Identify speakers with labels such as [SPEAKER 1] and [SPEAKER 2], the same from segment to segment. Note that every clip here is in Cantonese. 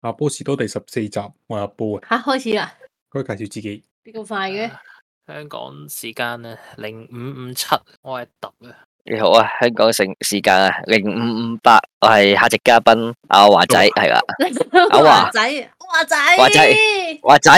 [SPEAKER 1] 阿啊波士多第十四集，我係阿波啊，
[SPEAKER 2] 吓、開始啦，
[SPEAKER 1] 佢介紹自己，
[SPEAKER 2] 邊咁快嘅？
[SPEAKER 3] À. 香港時間啊，零五五七，我係特啊，
[SPEAKER 4] 你好啊，香港城時間啊，零五五八，我係客席嘉賓阿華仔，係啦，
[SPEAKER 2] 阿
[SPEAKER 4] 阿華
[SPEAKER 2] 仔，華仔，
[SPEAKER 4] 華仔華仔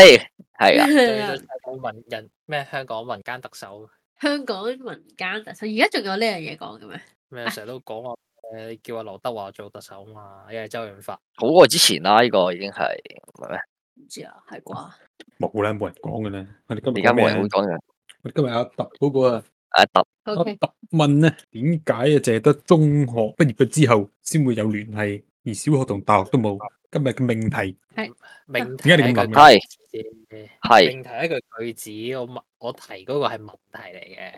[SPEAKER 4] 係啦，
[SPEAKER 2] 啊
[SPEAKER 3] 最香港民人咩？香港民間特首
[SPEAKER 2] 香港民間特首，而家仲有呢樣嘢講嘅咩？
[SPEAKER 3] 咩？成日都講我誒叫阿劉德華做特首嘛，一係周潤發，
[SPEAKER 4] 好過之前啦，呢個已經係唔係咩？
[SPEAKER 2] 唔知啊，係啩？
[SPEAKER 1] 冇啦，冇人講嘅啦。我哋今
[SPEAKER 4] 而
[SPEAKER 1] 日
[SPEAKER 4] 家
[SPEAKER 1] 講咩
[SPEAKER 4] 冇
[SPEAKER 1] 啊
[SPEAKER 4] 人會講嘅。
[SPEAKER 1] 我哋今日阿特嗰個啊，
[SPEAKER 4] 阿特
[SPEAKER 1] 阿
[SPEAKER 2] OK，
[SPEAKER 1] 特問咧，點解啊，淨係得中學畢業咗之後先會有聯繫，而小學同大學都冇？今日嘅命題，
[SPEAKER 3] 命題
[SPEAKER 1] 點解
[SPEAKER 3] 係
[SPEAKER 1] 你
[SPEAKER 3] 一
[SPEAKER 1] 咁諗
[SPEAKER 3] 句
[SPEAKER 4] 係
[SPEAKER 3] 字，
[SPEAKER 4] 係
[SPEAKER 3] 命題係一句句子，我問我提嗰個係問題嚟嘅，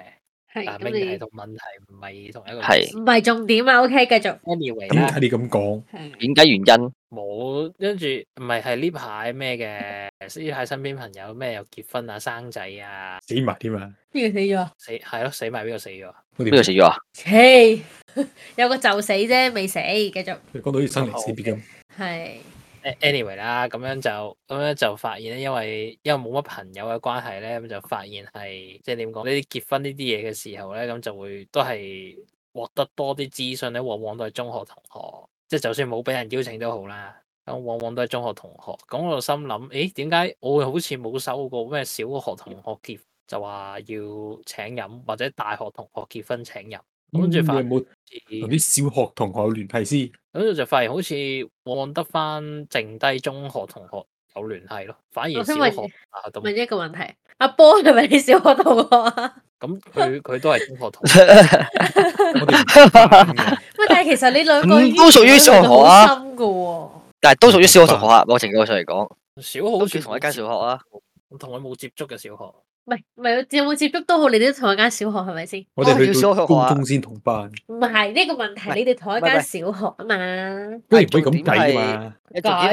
[SPEAKER 2] 係
[SPEAKER 3] 但
[SPEAKER 2] 咁
[SPEAKER 3] 命題
[SPEAKER 2] 你
[SPEAKER 3] 同問題唔係同一個
[SPEAKER 4] 係
[SPEAKER 3] 意思。
[SPEAKER 2] 唔係重點啊？OK，繼續。
[SPEAKER 3] anyway
[SPEAKER 1] 咁
[SPEAKER 3] 啦
[SPEAKER 1] 睇，你咁講，
[SPEAKER 2] 係
[SPEAKER 4] 點解原因？
[SPEAKER 3] 冇跟住唔係係呢排咩嘅？呢排身邊朋友咩又結婚啊、生仔啊，
[SPEAKER 1] 死埋添啊！
[SPEAKER 2] 邊個死咗啊？
[SPEAKER 3] 死係咯，死埋邊個死咗啊？
[SPEAKER 1] 我
[SPEAKER 4] 邊個
[SPEAKER 1] 哋
[SPEAKER 4] 死咗啊？
[SPEAKER 2] 切，有個就死啫，未死，繼續。
[SPEAKER 1] 講到好似生離死別咁，
[SPEAKER 2] 係
[SPEAKER 3] A- anyway 啦，咁樣就咁樣就發現咧，因為因為冇乜朋友嘅關係咧，咁就發現係即係點講呢啲結婚呢啲嘢嘅時候咧，咁就會都係獲得多啲資訊咧，往往都係中學同學，即係就算冇俾人邀請都好啦，咁往往都係中學同學。咁我就心諗，誒點解我好似冇收過咩小學同學結就話要請飲，或者大學同學結婚請飲，
[SPEAKER 1] 咁
[SPEAKER 3] 跟
[SPEAKER 1] 你
[SPEAKER 3] 住
[SPEAKER 1] 嗯有
[SPEAKER 3] 發
[SPEAKER 1] 冇
[SPEAKER 3] 現
[SPEAKER 1] 同啲小學同學有聯繫 先？
[SPEAKER 3] 咁我就發現好似往往得翻剩低中學同學有聯繫咯，反
[SPEAKER 2] 我
[SPEAKER 4] 哦
[SPEAKER 3] 而小
[SPEAKER 2] 想
[SPEAKER 3] 學
[SPEAKER 2] 問
[SPEAKER 3] 啊大學都冇
[SPEAKER 2] 問一個問題，阿波係咪你小學同學啊？
[SPEAKER 3] 咁佢佢都係中學同學，
[SPEAKER 1] 我哋唔啊講嘅
[SPEAKER 2] 喂，但係其實你兩個
[SPEAKER 4] 嗯都屬於小學啊
[SPEAKER 2] 深嘅喎。
[SPEAKER 4] 但係都屬於小學同學啊，某程度上嚟講，
[SPEAKER 3] 小學好
[SPEAKER 4] 好
[SPEAKER 3] 似
[SPEAKER 4] 似同一間小學啊。
[SPEAKER 3] 學，同佢冇接觸嘅小學，
[SPEAKER 2] 唔係唔係，有冇接觸都好，你哋都同一間小學係咪先？
[SPEAKER 1] 我哋
[SPEAKER 4] 哦要
[SPEAKER 1] 去
[SPEAKER 4] 小
[SPEAKER 1] 到
[SPEAKER 4] 學啊
[SPEAKER 1] 高中先同班，
[SPEAKER 2] 唔係呢個問題，
[SPEAKER 4] 唔係
[SPEAKER 2] 你哋同一
[SPEAKER 4] 唔係
[SPEAKER 2] 間
[SPEAKER 4] 唔係
[SPEAKER 2] 小學啊嘛。
[SPEAKER 1] 不如唔可以咁計啊嘛。
[SPEAKER 4] 一重點係阿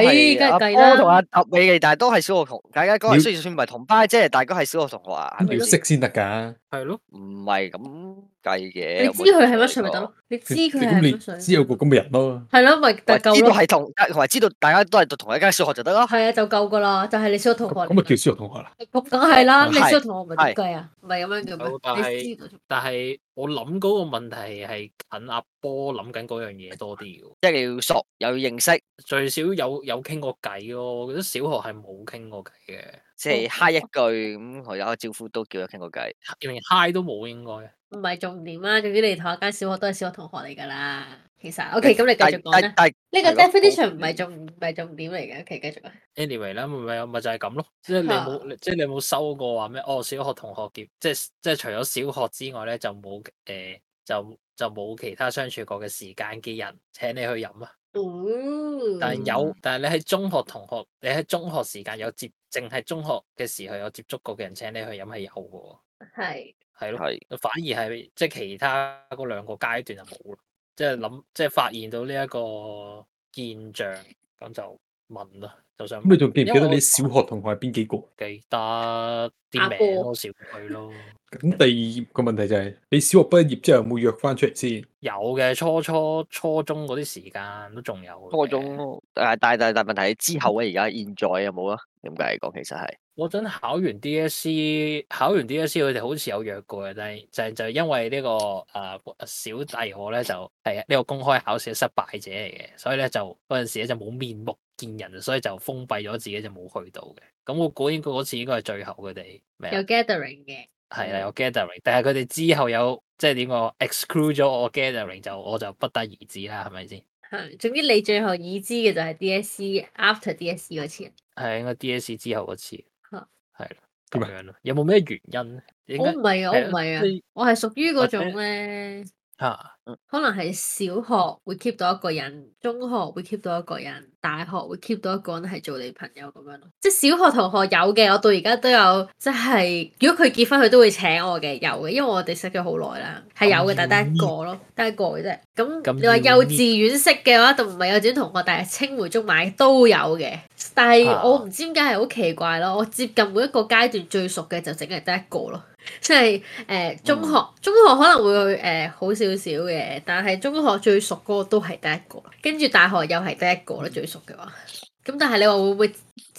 [SPEAKER 2] 梗係計啦
[SPEAKER 4] 波同阿特你哋，但係都係小學同，大家嗰
[SPEAKER 1] 你
[SPEAKER 4] 日雖然算唔係同班啫，大家係小學同學啊，係
[SPEAKER 1] 你
[SPEAKER 4] 咪
[SPEAKER 1] 要
[SPEAKER 4] 先
[SPEAKER 1] 識？先得㗎。
[SPEAKER 3] 係咯，
[SPEAKER 4] 唔係咁計嘅。
[SPEAKER 2] 你
[SPEAKER 4] 有
[SPEAKER 2] 知
[SPEAKER 4] 冇
[SPEAKER 2] 佢係乜
[SPEAKER 4] 同你
[SPEAKER 2] 水咪得
[SPEAKER 4] 講
[SPEAKER 2] 咯？你知佢
[SPEAKER 1] 咁
[SPEAKER 2] 係乜
[SPEAKER 1] 你知
[SPEAKER 2] 水？
[SPEAKER 1] 有個咁嘅人咯。
[SPEAKER 2] 係咯，咪就
[SPEAKER 4] 知
[SPEAKER 2] 夠
[SPEAKER 4] 道
[SPEAKER 2] 咯。
[SPEAKER 4] 係同，同埋知道大家都係讀同一間小學就得咯。
[SPEAKER 2] 係啊，就夠噶啦，就係你小學同學
[SPEAKER 1] 咁
[SPEAKER 2] 嚟
[SPEAKER 1] 咁咪
[SPEAKER 2] 㗎。
[SPEAKER 1] 叫小學同學啦。
[SPEAKER 2] 咁梗係啦，
[SPEAKER 4] 係
[SPEAKER 2] 你小學同學咪點計啊？唔係咁樣叫
[SPEAKER 3] 好但
[SPEAKER 2] 咩？
[SPEAKER 3] 係
[SPEAKER 2] 你知道
[SPEAKER 3] 但係我諗嗰個問題係近阿波諗緊嗰樣嘢多啲嘅喎，
[SPEAKER 4] 即係你要熟，又要認識，
[SPEAKER 3] 最少有有傾過偈咯，我覺得小學係冇傾過偈嘅，
[SPEAKER 4] 即
[SPEAKER 2] 哦
[SPEAKER 4] 係嗨一句咁，佢有個招呼都叫佢傾個偈。
[SPEAKER 3] 連 hi 都冇應該。
[SPEAKER 2] 唔係重點啦。總之你哋同一間小學都係小學同學嚟㗎啦。其實 OK，咁你繼
[SPEAKER 4] 但
[SPEAKER 2] 續講啦。
[SPEAKER 4] 但
[SPEAKER 2] 呢個
[SPEAKER 4] 係咯
[SPEAKER 2] definition
[SPEAKER 4] 好
[SPEAKER 2] 唔係重唔係重點嚟嘅。OK，繼續啊。
[SPEAKER 3] anyway 啦，咪咪咪就係咁咯，即係你冇，你即係你冇收過話咩？哦，小學同學結，即係即係除咗小學之外咧，就冇誒、就就冇其他相處過嘅時間嘅人請你去飲啊。
[SPEAKER 2] 嗯，
[SPEAKER 3] 但係有，但係你喺中學同學，你喺中學時間有接，淨係中學嘅時候有接觸過嘅人請你去飲係有嘅喎，
[SPEAKER 2] 係
[SPEAKER 3] 係咯，
[SPEAKER 4] 係
[SPEAKER 3] 反而係即係其他嗰兩個階段就冇啦，即係諗即係發現到呢一個現象，咁就問啦，就想
[SPEAKER 1] 咁你仲記唔記
[SPEAKER 3] 因為
[SPEAKER 1] 得
[SPEAKER 3] 我
[SPEAKER 1] 你小學同學係邊幾個？
[SPEAKER 3] 記得
[SPEAKER 2] 阿
[SPEAKER 3] 啲名
[SPEAKER 2] 波
[SPEAKER 3] 咯，少佢咯。
[SPEAKER 1] 咁第二個問題就係、你小學畢業之後有冇約翻出嚟先？
[SPEAKER 3] 有嘅，初初初中嗰啲時間都仲有嘅。
[SPEAKER 4] 初中咯誒，但但但問題係之
[SPEAKER 2] 嗯
[SPEAKER 4] 後咧，而家現在有冇啊？點解嚟講其實係
[SPEAKER 3] 嗰陣考完 DSE，考完 DSE 佢哋好似有約過嘅，但係就係就係因為呢、個啊小弟我咧就係呢個公開考試嘅失敗者嚟嘅，所以咧就嗰陣時咧就冇面目見人，所以就封閉咗自己就冇去到嘅。咁我估應該嗰次應該係最後佢哋咩啊
[SPEAKER 2] 有 gathering 嘅。
[SPEAKER 3] 係啦，有 gathering，但係佢哋之後有即係點講 exclude 咗我 gathering 就我就不得而知啦，係咪先？
[SPEAKER 2] 係，總之你最後已知嘅就係 DSE after DSE 嗰次，
[SPEAKER 3] 係應該 DSE 之後嗰次，係
[SPEAKER 2] 嚇
[SPEAKER 3] 啦
[SPEAKER 1] 點
[SPEAKER 4] 啊
[SPEAKER 3] 咁樣咯。有冇咩原因咧？應
[SPEAKER 2] 我
[SPEAKER 3] 該
[SPEAKER 2] 唔係啊，我唔係啊，
[SPEAKER 3] 啊
[SPEAKER 2] 我係屬於嗰
[SPEAKER 3] 或者
[SPEAKER 2] 種咧，
[SPEAKER 3] 嚇
[SPEAKER 2] 可能係小學會 keep 到一個人，中學會 keep 到一個人，大學會 keep 到一個人係做你朋友咁樣咯。即係小學同學有嘅，我到而家都有，即係如果佢結婚佢都會請我嘅，有嘅，因為我哋識咗好耐啦，係有嘅，
[SPEAKER 1] 咁
[SPEAKER 2] 但係得一個咯，得一個嘅啫。咁
[SPEAKER 3] 咁
[SPEAKER 2] 你話
[SPEAKER 3] 要
[SPEAKER 2] 幼稚園識嘅話，就唔係幼稚園同學，但係青梅竹馬都有嘅。但係
[SPEAKER 3] 啊
[SPEAKER 2] 我唔知點解係好奇怪咯，我接近每一個階段最熟嘅就淨係得一個咯，即係誒中學，中學可能會誒、呃好少少嘅，但係中學最熟嗰個都係得一個，跟住大學又係得一個啦，最熟嘅話，咁但係你話會唔會即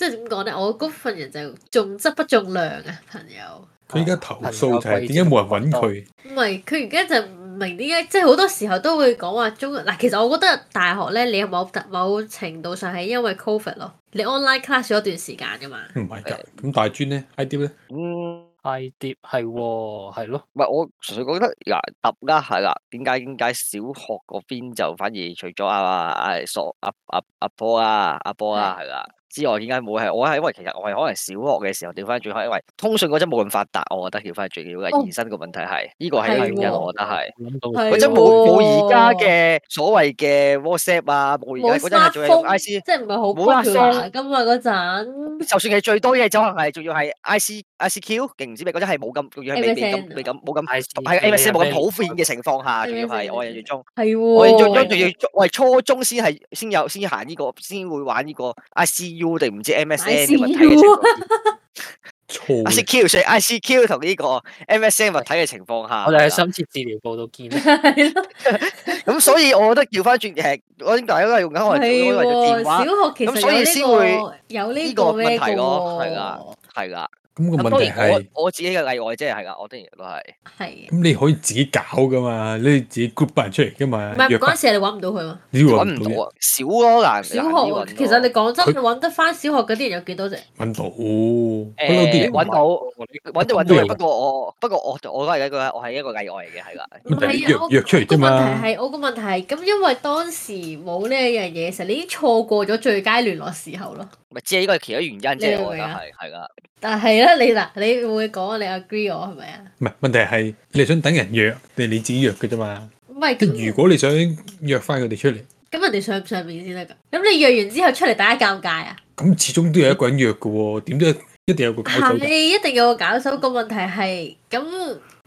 [SPEAKER 2] 係點講咧？我嗰份人就重質不重量啊，朋友。
[SPEAKER 1] 佢依家投訴就係點解冇人揾佢？
[SPEAKER 2] 唔係，佢而家就唔明點解，即係好多時候都會講話中嗱。其實我覺得大學咧，你有某某程度上係因為 Covid 咯，你 online class 咗一段時間噶嘛。
[SPEAKER 1] 唔係㗎，
[SPEAKER 2] 啊
[SPEAKER 1] 咁大專咧，I D 咧，
[SPEAKER 4] 嗯，
[SPEAKER 3] 系碟係喎，係咯，
[SPEAKER 4] 唔係我純粹覺得嗱揼啦係啦，點解點解小學嗰邊就反而除咗阿阿索阿阿阿波啊阿波啊係啦之外，點解冇係我係因為其實我係可能小學嘅時候調翻轉，可能因為通訊嗰陣冇咁發達，我覺得調翻轉要
[SPEAKER 2] 哦
[SPEAKER 4] 嘅延伸個問題係呢個係一個原因，
[SPEAKER 2] 係
[SPEAKER 4] 我覺得係。
[SPEAKER 3] 我諗到
[SPEAKER 2] 係
[SPEAKER 4] 嗰
[SPEAKER 2] 喎
[SPEAKER 4] 陣
[SPEAKER 2] 真
[SPEAKER 4] 冇冇而家嘅所謂嘅 WhatsApp à, 啊，冇而
[SPEAKER 2] 冇
[SPEAKER 4] 家嗰陣係仲係用 I C，
[SPEAKER 2] 即係唔係好
[SPEAKER 4] 冇啊啦
[SPEAKER 2] popular 噶嘛嗰陣
[SPEAKER 4] 就算係最多嘅，就可能係仲要係 I C I C Q，勁唔知咩嗰陣係冇咁，仲要係未未
[SPEAKER 2] MSN
[SPEAKER 4] 咁未咁冇咁
[SPEAKER 3] 係
[SPEAKER 4] 係 M S N 冇咁普遍
[SPEAKER 3] 遍
[SPEAKER 4] 嘅情況下，仲要
[SPEAKER 2] MSN
[SPEAKER 4] 係我印象中，
[SPEAKER 2] 係喎，
[SPEAKER 4] 我印象中 仲要我係初中先係先有先行呢個先會玩呢個 I C U 定唔知 M S N 嘅物體嘅情況。
[SPEAKER 1] 錯
[SPEAKER 2] 啊
[SPEAKER 4] I C
[SPEAKER 1] 嘅
[SPEAKER 4] Q 所以 I C Q 同呢個 M S N 物體嘅情況下，
[SPEAKER 3] 我哋喺
[SPEAKER 4] 係啦
[SPEAKER 3] 深切治療部度 見啦，
[SPEAKER 2] 係咯，
[SPEAKER 4] 咁所以我覺得調翻轉誒，我諗大家都係用緊我哋
[SPEAKER 2] 係
[SPEAKER 4] 用緊電話
[SPEAKER 2] 喎。。小學其
[SPEAKER 4] 咁所以
[SPEAKER 2] 實
[SPEAKER 4] 先
[SPEAKER 2] 有
[SPEAKER 4] 會
[SPEAKER 2] 呢個有呢
[SPEAKER 4] 呢
[SPEAKER 2] 個
[SPEAKER 4] 個
[SPEAKER 2] 咩
[SPEAKER 4] 問
[SPEAKER 2] 嘅
[SPEAKER 4] 題咯，係啦
[SPEAKER 2] 喎，，
[SPEAKER 4] 係啦。
[SPEAKER 1] 咁個
[SPEAKER 4] 咁當
[SPEAKER 1] 問
[SPEAKER 2] 啊
[SPEAKER 1] 題
[SPEAKER 4] 然
[SPEAKER 1] 係，
[SPEAKER 4] 我我自己嘅例外啫，係啦，我當然都係。
[SPEAKER 2] 係。
[SPEAKER 1] 咁你可以自己搞噶嘛，你自己 group 班人出嚟噶
[SPEAKER 2] 唔
[SPEAKER 1] 嘛，
[SPEAKER 2] 係
[SPEAKER 1] 約
[SPEAKER 2] 嗰
[SPEAKER 1] 班
[SPEAKER 2] 陣時，你揾唔到佢嘛？
[SPEAKER 1] 你要
[SPEAKER 4] 揾
[SPEAKER 1] 揾
[SPEAKER 4] 唔
[SPEAKER 1] 唔
[SPEAKER 4] 到
[SPEAKER 1] 到
[SPEAKER 4] 啊，少咯難。
[SPEAKER 2] 小
[SPEAKER 4] 難啲
[SPEAKER 2] 學
[SPEAKER 4] 揾
[SPEAKER 2] 其實你
[SPEAKER 4] 咯
[SPEAKER 2] 講真，
[SPEAKER 1] 佢
[SPEAKER 2] 你揾得翻小學嗰啲人有幾多啫？
[SPEAKER 1] 揾到，不嬲啲
[SPEAKER 4] 誒
[SPEAKER 1] 人
[SPEAKER 4] 揾到揾到
[SPEAKER 1] 都
[SPEAKER 4] 揾
[SPEAKER 1] 有
[SPEAKER 4] 到，不過我不過我我都係一個我係一個例外嚟嘅，係啦。
[SPEAKER 2] 唔
[SPEAKER 1] 咁第一約
[SPEAKER 2] 係啊，我
[SPEAKER 1] 約出嚟
[SPEAKER 2] 個
[SPEAKER 1] 啫
[SPEAKER 2] 問
[SPEAKER 1] 嘛
[SPEAKER 2] 題。係我個問題係咁，因為當時冇呢一樣嘢嘅時候，你已經錯過咗最佳聯絡時候咯。
[SPEAKER 4] 咪即係呢個係其中一個原因
[SPEAKER 2] 你明唔
[SPEAKER 4] 啫，
[SPEAKER 2] 明
[SPEAKER 4] 我覺得
[SPEAKER 2] 啊
[SPEAKER 4] 係係啦。
[SPEAKER 2] 但係咧，你嗱，你會講你 agree 我係咪啊？
[SPEAKER 1] 唔係問題係，你係想等人約定係你自己約嘅啫嘛？
[SPEAKER 2] 唔係
[SPEAKER 1] 即係如
[SPEAKER 2] 咁，
[SPEAKER 1] 果你想約翻佢哋出嚟，
[SPEAKER 2] 咁人哋上唔上面先得㗎？咁你約完之後出嚟，大家尷尬啊？
[SPEAKER 1] 咁始終都有一個人約嘅喎，點都一定有個搞手
[SPEAKER 2] 係
[SPEAKER 1] 㗎。
[SPEAKER 2] 一定有個搞手。個問題係咁，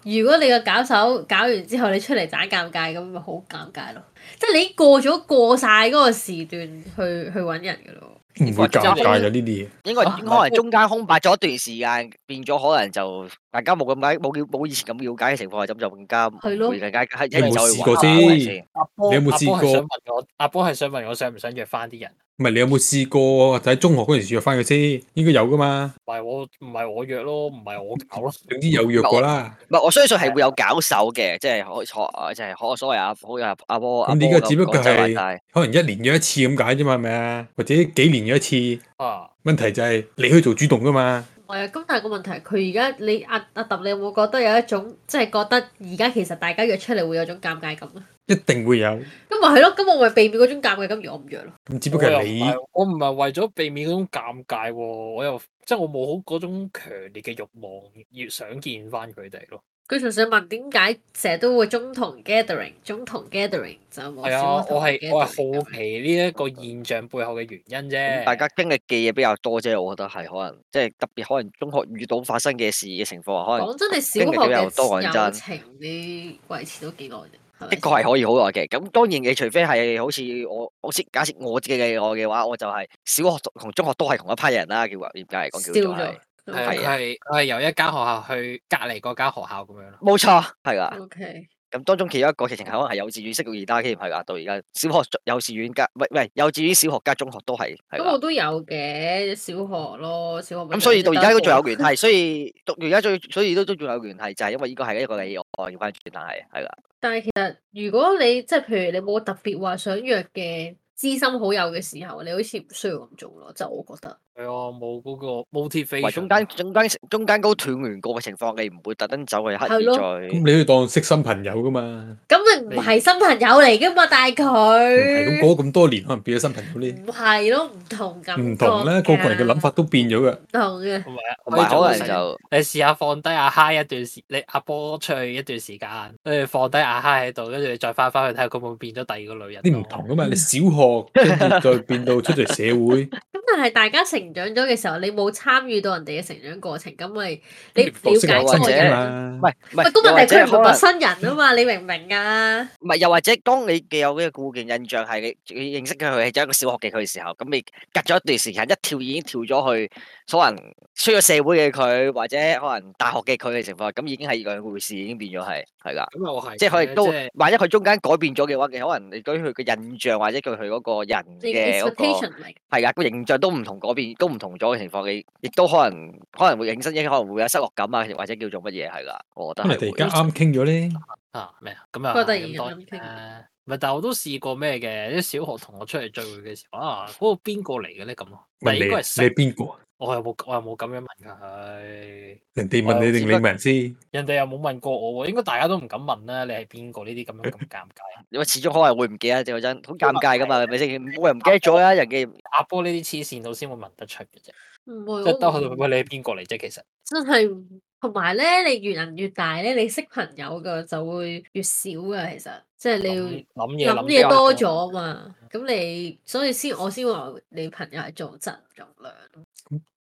[SPEAKER 2] 如果你個搞手搞完之後，你出嚟盞尷尬，咁咪好尷尬咯。即係你已經過咗過晒嗰個時段去去揾人㗎咯。
[SPEAKER 1] 唔會尷尬嘅呢啲嘢。
[SPEAKER 4] 應該
[SPEAKER 3] 啊
[SPEAKER 4] 可能中間空白咗一段時間，變咗可能就大家冇咁解冇了冇以前咁了解嘅情況下，咁就更加
[SPEAKER 2] 係咯
[SPEAKER 4] 會更加係
[SPEAKER 1] 你有
[SPEAKER 4] 一
[SPEAKER 1] 冇
[SPEAKER 4] 就去
[SPEAKER 1] 試過
[SPEAKER 4] 玩啦係咪
[SPEAKER 1] 先
[SPEAKER 4] 先
[SPEAKER 3] 阿波
[SPEAKER 1] 你有冇試過
[SPEAKER 3] 阿波係想問我，阿波係想問我想唔想約翻啲人？
[SPEAKER 1] 唔係你有冇試過就喺中學嗰陣時約翻佢先？應該有噶嘛，
[SPEAKER 3] 唔係我唔係我約咯，唔係我搞咯。
[SPEAKER 1] 總之有約過啦。
[SPEAKER 4] 唔係，我相信係會有搞手嘅，即係可錯，即係可所謂阿好阿阿波阿
[SPEAKER 1] 咁
[SPEAKER 4] 波
[SPEAKER 1] 呢個只不過
[SPEAKER 4] 講就話
[SPEAKER 1] 係
[SPEAKER 4] 但係
[SPEAKER 1] 可能一年約一次咁解啫嘛，係咪啊？或者幾年約一次？
[SPEAKER 3] 啊，
[SPEAKER 1] 問題就係你去做主動噶嘛。
[SPEAKER 2] 係啊，咁但係個問題，佢而家你阿阿揼，你有冇覺得有一種即係覺得而家其實大家約出嚟會有種尷尬感啊？
[SPEAKER 1] 一定會有。
[SPEAKER 2] 咁咪係咯，咁我咪避免嗰種尷尬感，而我唔約咯。
[SPEAKER 1] 咁只不過係
[SPEAKER 3] 我
[SPEAKER 1] 你
[SPEAKER 3] 又唔係我唔係為咗避免嗰種尷尬喎，我又即係我冇好嗰種強烈嘅慾望，要想見翻佢哋咯。
[SPEAKER 2] 佢純粹問點解成日都會中同 gathering，中同 gathering 就冇
[SPEAKER 3] 係
[SPEAKER 2] 小
[SPEAKER 3] 啊，
[SPEAKER 2] 學同
[SPEAKER 3] 我係我係
[SPEAKER 2] gathering
[SPEAKER 3] 好奇呢一個現象背後嘅原因啫。
[SPEAKER 2] 嗯
[SPEAKER 4] 咁大家經歷嘅嘢比較多啫，我覺得係可能即係特別可能中學遇到發生嘅事嘅情況，可能
[SPEAKER 2] 講真，你小
[SPEAKER 4] 經歷啊嘅又多
[SPEAKER 2] 學
[SPEAKER 4] 講
[SPEAKER 2] 嘅
[SPEAKER 4] 真
[SPEAKER 2] 友情你維持到幾耐啫？係咪
[SPEAKER 4] 的確係可以好耐嘅。咁當然你除非係好似我，好似假設我自己嘅我嘅話，我就係小學同同中學都係同一批人啦，叫嚴格嚟講叫做係
[SPEAKER 2] 先？
[SPEAKER 3] 係
[SPEAKER 2] 燒
[SPEAKER 3] 啊
[SPEAKER 2] 咗
[SPEAKER 4] 係
[SPEAKER 3] 佢係佢係由一間學校去隔離嗰間學校咁樣咯。
[SPEAKER 4] 冇錯，係啦。
[SPEAKER 2] ，O K。
[SPEAKER 4] 咁當中其中一個其實可能係幼稚園識到而家添，係啦，到而家小學幼稚園加，唔係唔係幼稚園小學加中學都係係
[SPEAKER 2] 咁
[SPEAKER 4] 啦
[SPEAKER 2] 我。都有嘅，小學咯，小學咪
[SPEAKER 4] 咁所以到而家都仲有
[SPEAKER 2] 得一
[SPEAKER 4] 聯繫，所以到而家最所以都都仲有聯繫，就係因為呢個係一個例外，要翻轉，但係係啦，
[SPEAKER 2] 但係其實如果你即係譬如你冇特別話想約嘅知心好友嘅時候，你好似唔需要咁做咯，就我覺得。
[SPEAKER 3] 係啊，冇嗰個
[SPEAKER 4] 喂
[SPEAKER 3] motivation。
[SPEAKER 4] 中間中間中間嗰斷聯過嘅情況，你唔會特登走去刻
[SPEAKER 2] 係
[SPEAKER 4] 意
[SPEAKER 2] 咯
[SPEAKER 1] 咁
[SPEAKER 4] 再。
[SPEAKER 1] 你去當識新朋友噶嘛？
[SPEAKER 2] 咁你唔係新朋友嚟噶嘛？但係
[SPEAKER 1] 唔係咁
[SPEAKER 2] 佢
[SPEAKER 1] 過咗咁多年，可能變咗新朋友咧。
[SPEAKER 2] 唔係咯，唔同感覺
[SPEAKER 1] 唔同啦，個個人嘅諗法都變咗噶
[SPEAKER 2] 唔。同嘅。
[SPEAKER 3] 同埋啊
[SPEAKER 4] 同埋
[SPEAKER 3] 可以做
[SPEAKER 4] 可
[SPEAKER 3] 到
[SPEAKER 4] 能就
[SPEAKER 3] 你試下放低阿嗨一段時，你阿波出去一段時間，跟住放低阿嗨喺度，跟住你再翻翻去睇下佢會唔會變咗第二個女人。
[SPEAKER 1] 啲唔同。噶嘛，你小學跟住再變到出咗嚟社會，
[SPEAKER 2] 咁但係大家成長咗嘅時候，你冇參與到人哋嘅成長過程，咁咪你了
[SPEAKER 1] 服
[SPEAKER 2] 解
[SPEAKER 1] 識下
[SPEAKER 4] 又或
[SPEAKER 2] 嗰個
[SPEAKER 4] 者
[SPEAKER 2] 人。
[SPEAKER 1] 嘛
[SPEAKER 4] 唔。係唔
[SPEAKER 2] 喂，
[SPEAKER 4] 係，
[SPEAKER 2] 咁問
[SPEAKER 4] 又或
[SPEAKER 2] 題佢
[SPEAKER 4] 者
[SPEAKER 2] 唔
[SPEAKER 4] 可
[SPEAKER 2] 係陌
[SPEAKER 4] 能
[SPEAKER 2] 生人啊嘛，你明唔明啊？
[SPEAKER 4] 唔係，又或者當你既有呢個固定印象係你你認識佢係就一個小學嘅佢嘅時候，咁你隔咗一段時間一跳已經跳咗去可能出咗社會嘅佢，或者可能大學嘅佢嘅情況，咁已經係兩回事，已經變咗係係啦。
[SPEAKER 3] 咁又係，
[SPEAKER 4] 即係佢亦都
[SPEAKER 3] 即係，
[SPEAKER 4] 萬一佢中間改變咗嘅話，嘅可能你對於佢嘅印象或者對佢嗰個人
[SPEAKER 2] 你
[SPEAKER 4] 嘅嗰、個。
[SPEAKER 2] expectation 嚟，
[SPEAKER 4] 係啦，個形象都唔同嗰邊，都唔同咗嘅情況，你亦都可能可能會影身影，可能會有失落感啊，或者叫做乜嘢係啦，我覺
[SPEAKER 1] 因
[SPEAKER 4] 得
[SPEAKER 1] 為
[SPEAKER 4] 係
[SPEAKER 1] 哋而
[SPEAKER 4] 會
[SPEAKER 1] 家啱傾咗咧，
[SPEAKER 3] 啊咩啊，咁又
[SPEAKER 2] 覺得
[SPEAKER 3] 係
[SPEAKER 2] 而
[SPEAKER 3] 咁
[SPEAKER 2] 家
[SPEAKER 3] 當
[SPEAKER 2] 咁傾
[SPEAKER 3] 然啦唔係，但係我都試過咩嘅，啲小學同學出嚟聚會嘅時
[SPEAKER 2] 嗯
[SPEAKER 3] 候啊，嗰個邊個嚟嘅咧咁咯？但
[SPEAKER 1] 問
[SPEAKER 3] 係
[SPEAKER 1] 你
[SPEAKER 3] 應該
[SPEAKER 1] 你
[SPEAKER 3] 係識
[SPEAKER 1] 係邊個啊？
[SPEAKER 3] 我又冇，我又冇咁樣問佢，
[SPEAKER 1] 人哋問你定你問人先？
[SPEAKER 3] 人哋又冇問過我喎，應該大家都唔敢問啦。你係邊個呢啲咁樣咁尷尬？
[SPEAKER 4] 因為始終可能會唔記得就真，好尷尬 噶嘛，係咪先？冇人唔記得咗啊，人嘅
[SPEAKER 3] 阿波呢啲黐線佬先會問得出嘅啫，
[SPEAKER 2] 唔會
[SPEAKER 3] 即係兜
[SPEAKER 2] 我
[SPEAKER 3] 口
[SPEAKER 2] 唔
[SPEAKER 3] 度喂你係邊個嚟啫？其實
[SPEAKER 2] 真係唔，同埋咧，你越人越大咧，你識朋友嘅就會越少噶。其實即係
[SPEAKER 3] 諗
[SPEAKER 2] 你
[SPEAKER 3] 諗嘢
[SPEAKER 2] 要諗嘢多
[SPEAKER 3] 得
[SPEAKER 2] 咗啊嘛，咁你所以先我先話你朋友係做質唔重量。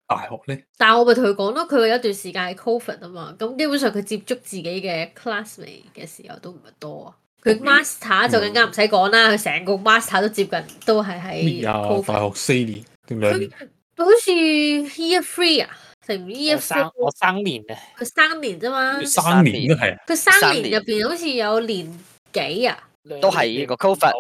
[SPEAKER 1] 大學咧，
[SPEAKER 2] 但係我咪同佢講咯，佢有一段時間係 Covid 啊嘛，咁基本上佢接觸自己嘅 classmate 嘅時候都唔係多啊。
[SPEAKER 4] 哦
[SPEAKER 2] 佢
[SPEAKER 4] 嗯
[SPEAKER 2] master 就更加唔使講啦，佢成個 master 都接近都係
[SPEAKER 4] 哎
[SPEAKER 2] 喺
[SPEAKER 1] 咩啊？大
[SPEAKER 2] Covid。
[SPEAKER 1] 學四年定兩年
[SPEAKER 2] 佢，好似 year three 啊，定唔知
[SPEAKER 3] 我
[SPEAKER 4] 哦
[SPEAKER 2] year
[SPEAKER 3] 生
[SPEAKER 2] four？
[SPEAKER 3] 我生年啊，
[SPEAKER 2] 佢三年啫嘛，
[SPEAKER 1] 三年都係
[SPEAKER 2] 佢三
[SPEAKER 4] 三
[SPEAKER 2] 年入邊好似有年幾啊？
[SPEAKER 4] 都係呢個 COVID
[SPEAKER 3] 好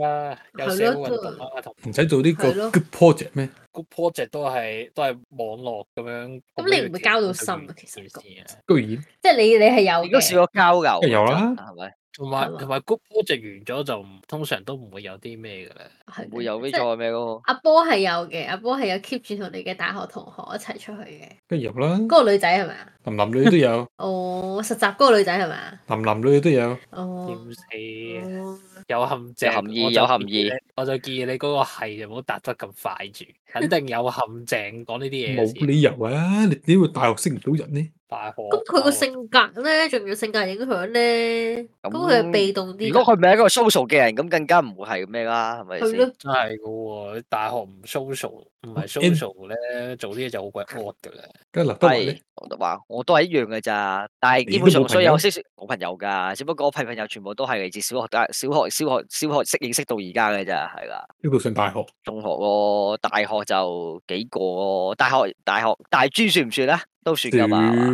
[SPEAKER 3] 啦，有
[SPEAKER 2] 係
[SPEAKER 3] 社
[SPEAKER 2] 咯
[SPEAKER 3] 會
[SPEAKER 2] 都
[SPEAKER 3] 運動啊，同
[SPEAKER 1] 唔使做呢個
[SPEAKER 2] 係咯
[SPEAKER 1] good project 咩？
[SPEAKER 3] 個 project 都係都係網絡咁樣。
[SPEAKER 2] 咁你唔會交到心啊其實
[SPEAKER 3] 件事啊
[SPEAKER 1] 居然
[SPEAKER 2] 即係你你係有
[SPEAKER 4] 亦都試
[SPEAKER 2] 嘅，
[SPEAKER 4] 過交流㗎，
[SPEAKER 1] 有啦
[SPEAKER 4] 係咪？
[SPEAKER 3] 同埋
[SPEAKER 2] 係嘛
[SPEAKER 3] 同埋 group project 完咗就唔通常都唔會有啲咩嘅啦。
[SPEAKER 2] 係
[SPEAKER 4] 會有呢
[SPEAKER 2] 即係
[SPEAKER 4] 個咩咯？
[SPEAKER 2] 阿波係有嘅，阿波係有 keep 住同你嘅大學同學一齊出去嘅。
[SPEAKER 1] 跟住入啦，
[SPEAKER 2] 嗰個女仔係咪啊？
[SPEAKER 1] 男男女女都有，
[SPEAKER 2] 哦，實習嗰個女仔係咪啊？
[SPEAKER 1] 男男女女都有。
[SPEAKER 2] 哦
[SPEAKER 3] 要，死
[SPEAKER 4] 啊
[SPEAKER 2] 哦
[SPEAKER 3] 有陷阱，
[SPEAKER 4] 有含義
[SPEAKER 3] 我就
[SPEAKER 4] 有含
[SPEAKER 3] 建議
[SPEAKER 4] 義
[SPEAKER 3] 你。我就建議你嗰個係就唔好答得咁 快住，肯定有陷阱。講呢啲嘢嘅時
[SPEAKER 1] 冇理由啊！你點會大學識唔到人呢？
[SPEAKER 3] 大學
[SPEAKER 2] 咁佢個性格咧，仲要性格影響咧，咁佢係被動啲
[SPEAKER 4] 如
[SPEAKER 2] 㗎。
[SPEAKER 4] 果佢唔係一個 social 嘅人，咁更加唔會係咩啦，係咪
[SPEAKER 2] 係
[SPEAKER 4] 先？
[SPEAKER 2] 咯，
[SPEAKER 3] 真係噶喎，你大學唔 social 唔
[SPEAKER 4] 哦
[SPEAKER 3] 係 social 咧，做啲嘢就好鬼 odd 噶啦。
[SPEAKER 1] 跟住劉德華
[SPEAKER 4] 係
[SPEAKER 1] 咧，，
[SPEAKER 4] 我都話我都係一樣嘅咋，但係
[SPEAKER 1] 你
[SPEAKER 4] 基本
[SPEAKER 1] 都
[SPEAKER 4] 上
[SPEAKER 1] 冇
[SPEAKER 4] 所
[SPEAKER 1] 朋
[SPEAKER 4] 以
[SPEAKER 1] 友
[SPEAKER 4] 有少少冇朋友㗎，只不過我朋友全部都係嚟自小學、大小學、小學、小學識認識到而家嘅咋，係啦。
[SPEAKER 1] 一路上大學，
[SPEAKER 4] 中學喎，大學就幾個喎，大學大學大專算唔算咧？都算㗎嘛，係嘛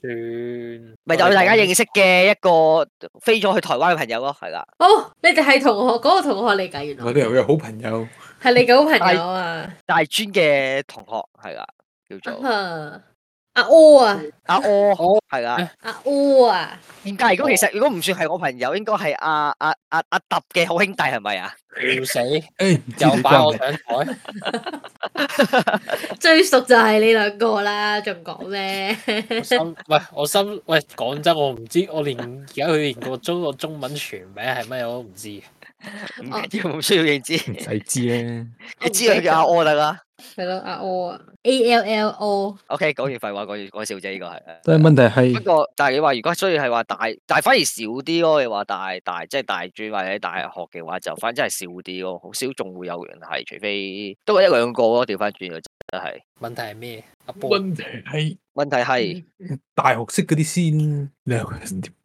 [SPEAKER 1] 算
[SPEAKER 3] 算
[SPEAKER 4] 咪有大家認識嘅一個飛咗去台灣嘅朋友咯，係啦。
[SPEAKER 2] 哦，你哋係同學嗰個同學嚟㗎，原
[SPEAKER 1] 我
[SPEAKER 2] 來
[SPEAKER 1] 哋又有好朋友，
[SPEAKER 2] 係你嘅好朋友啊！
[SPEAKER 4] 大專嘅同學係啦，叫做
[SPEAKER 2] 啊阿柯啊，
[SPEAKER 4] 阿柯係啦。
[SPEAKER 2] 阿柯啊，
[SPEAKER 4] 點解？如果其實如果唔算係我朋友，應該係阿阿阿阿揼嘅好兄弟係咪啊？
[SPEAKER 3] 要死，
[SPEAKER 1] 誒唔 知
[SPEAKER 3] 又
[SPEAKER 1] 你
[SPEAKER 3] 擺我
[SPEAKER 1] 關咩？
[SPEAKER 3] 上台，
[SPEAKER 2] 最熟就係你兩個啦，仲講咩？
[SPEAKER 3] 我心喂我心喂講真，我唔知，我連而家佢連個中個中文全名係乜嘢我都唔知。
[SPEAKER 4] 唔緊要，唔需要認知，
[SPEAKER 1] 唔使知咧，
[SPEAKER 4] 你知佢叫阿柯得啦。
[SPEAKER 2] 係咯，阿柯啊，A L L O，
[SPEAKER 4] OK，講完廢話，講完講笑啫，呢個係。
[SPEAKER 1] 但係問題
[SPEAKER 4] 不
[SPEAKER 1] 係
[SPEAKER 4] 過，但係你話如果需要係話大，但係反而少啲咯。你話大大即係大專或者大學嘅話，就反真係少啲咯，好少仲會有人係，除非都係一兩個咯。調翻轉就真係
[SPEAKER 3] 問題係咩？阿波
[SPEAKER 1] 問題係
[SPEAKER 4] 問題係
[SPEAKER 1] 大學識嗰啲先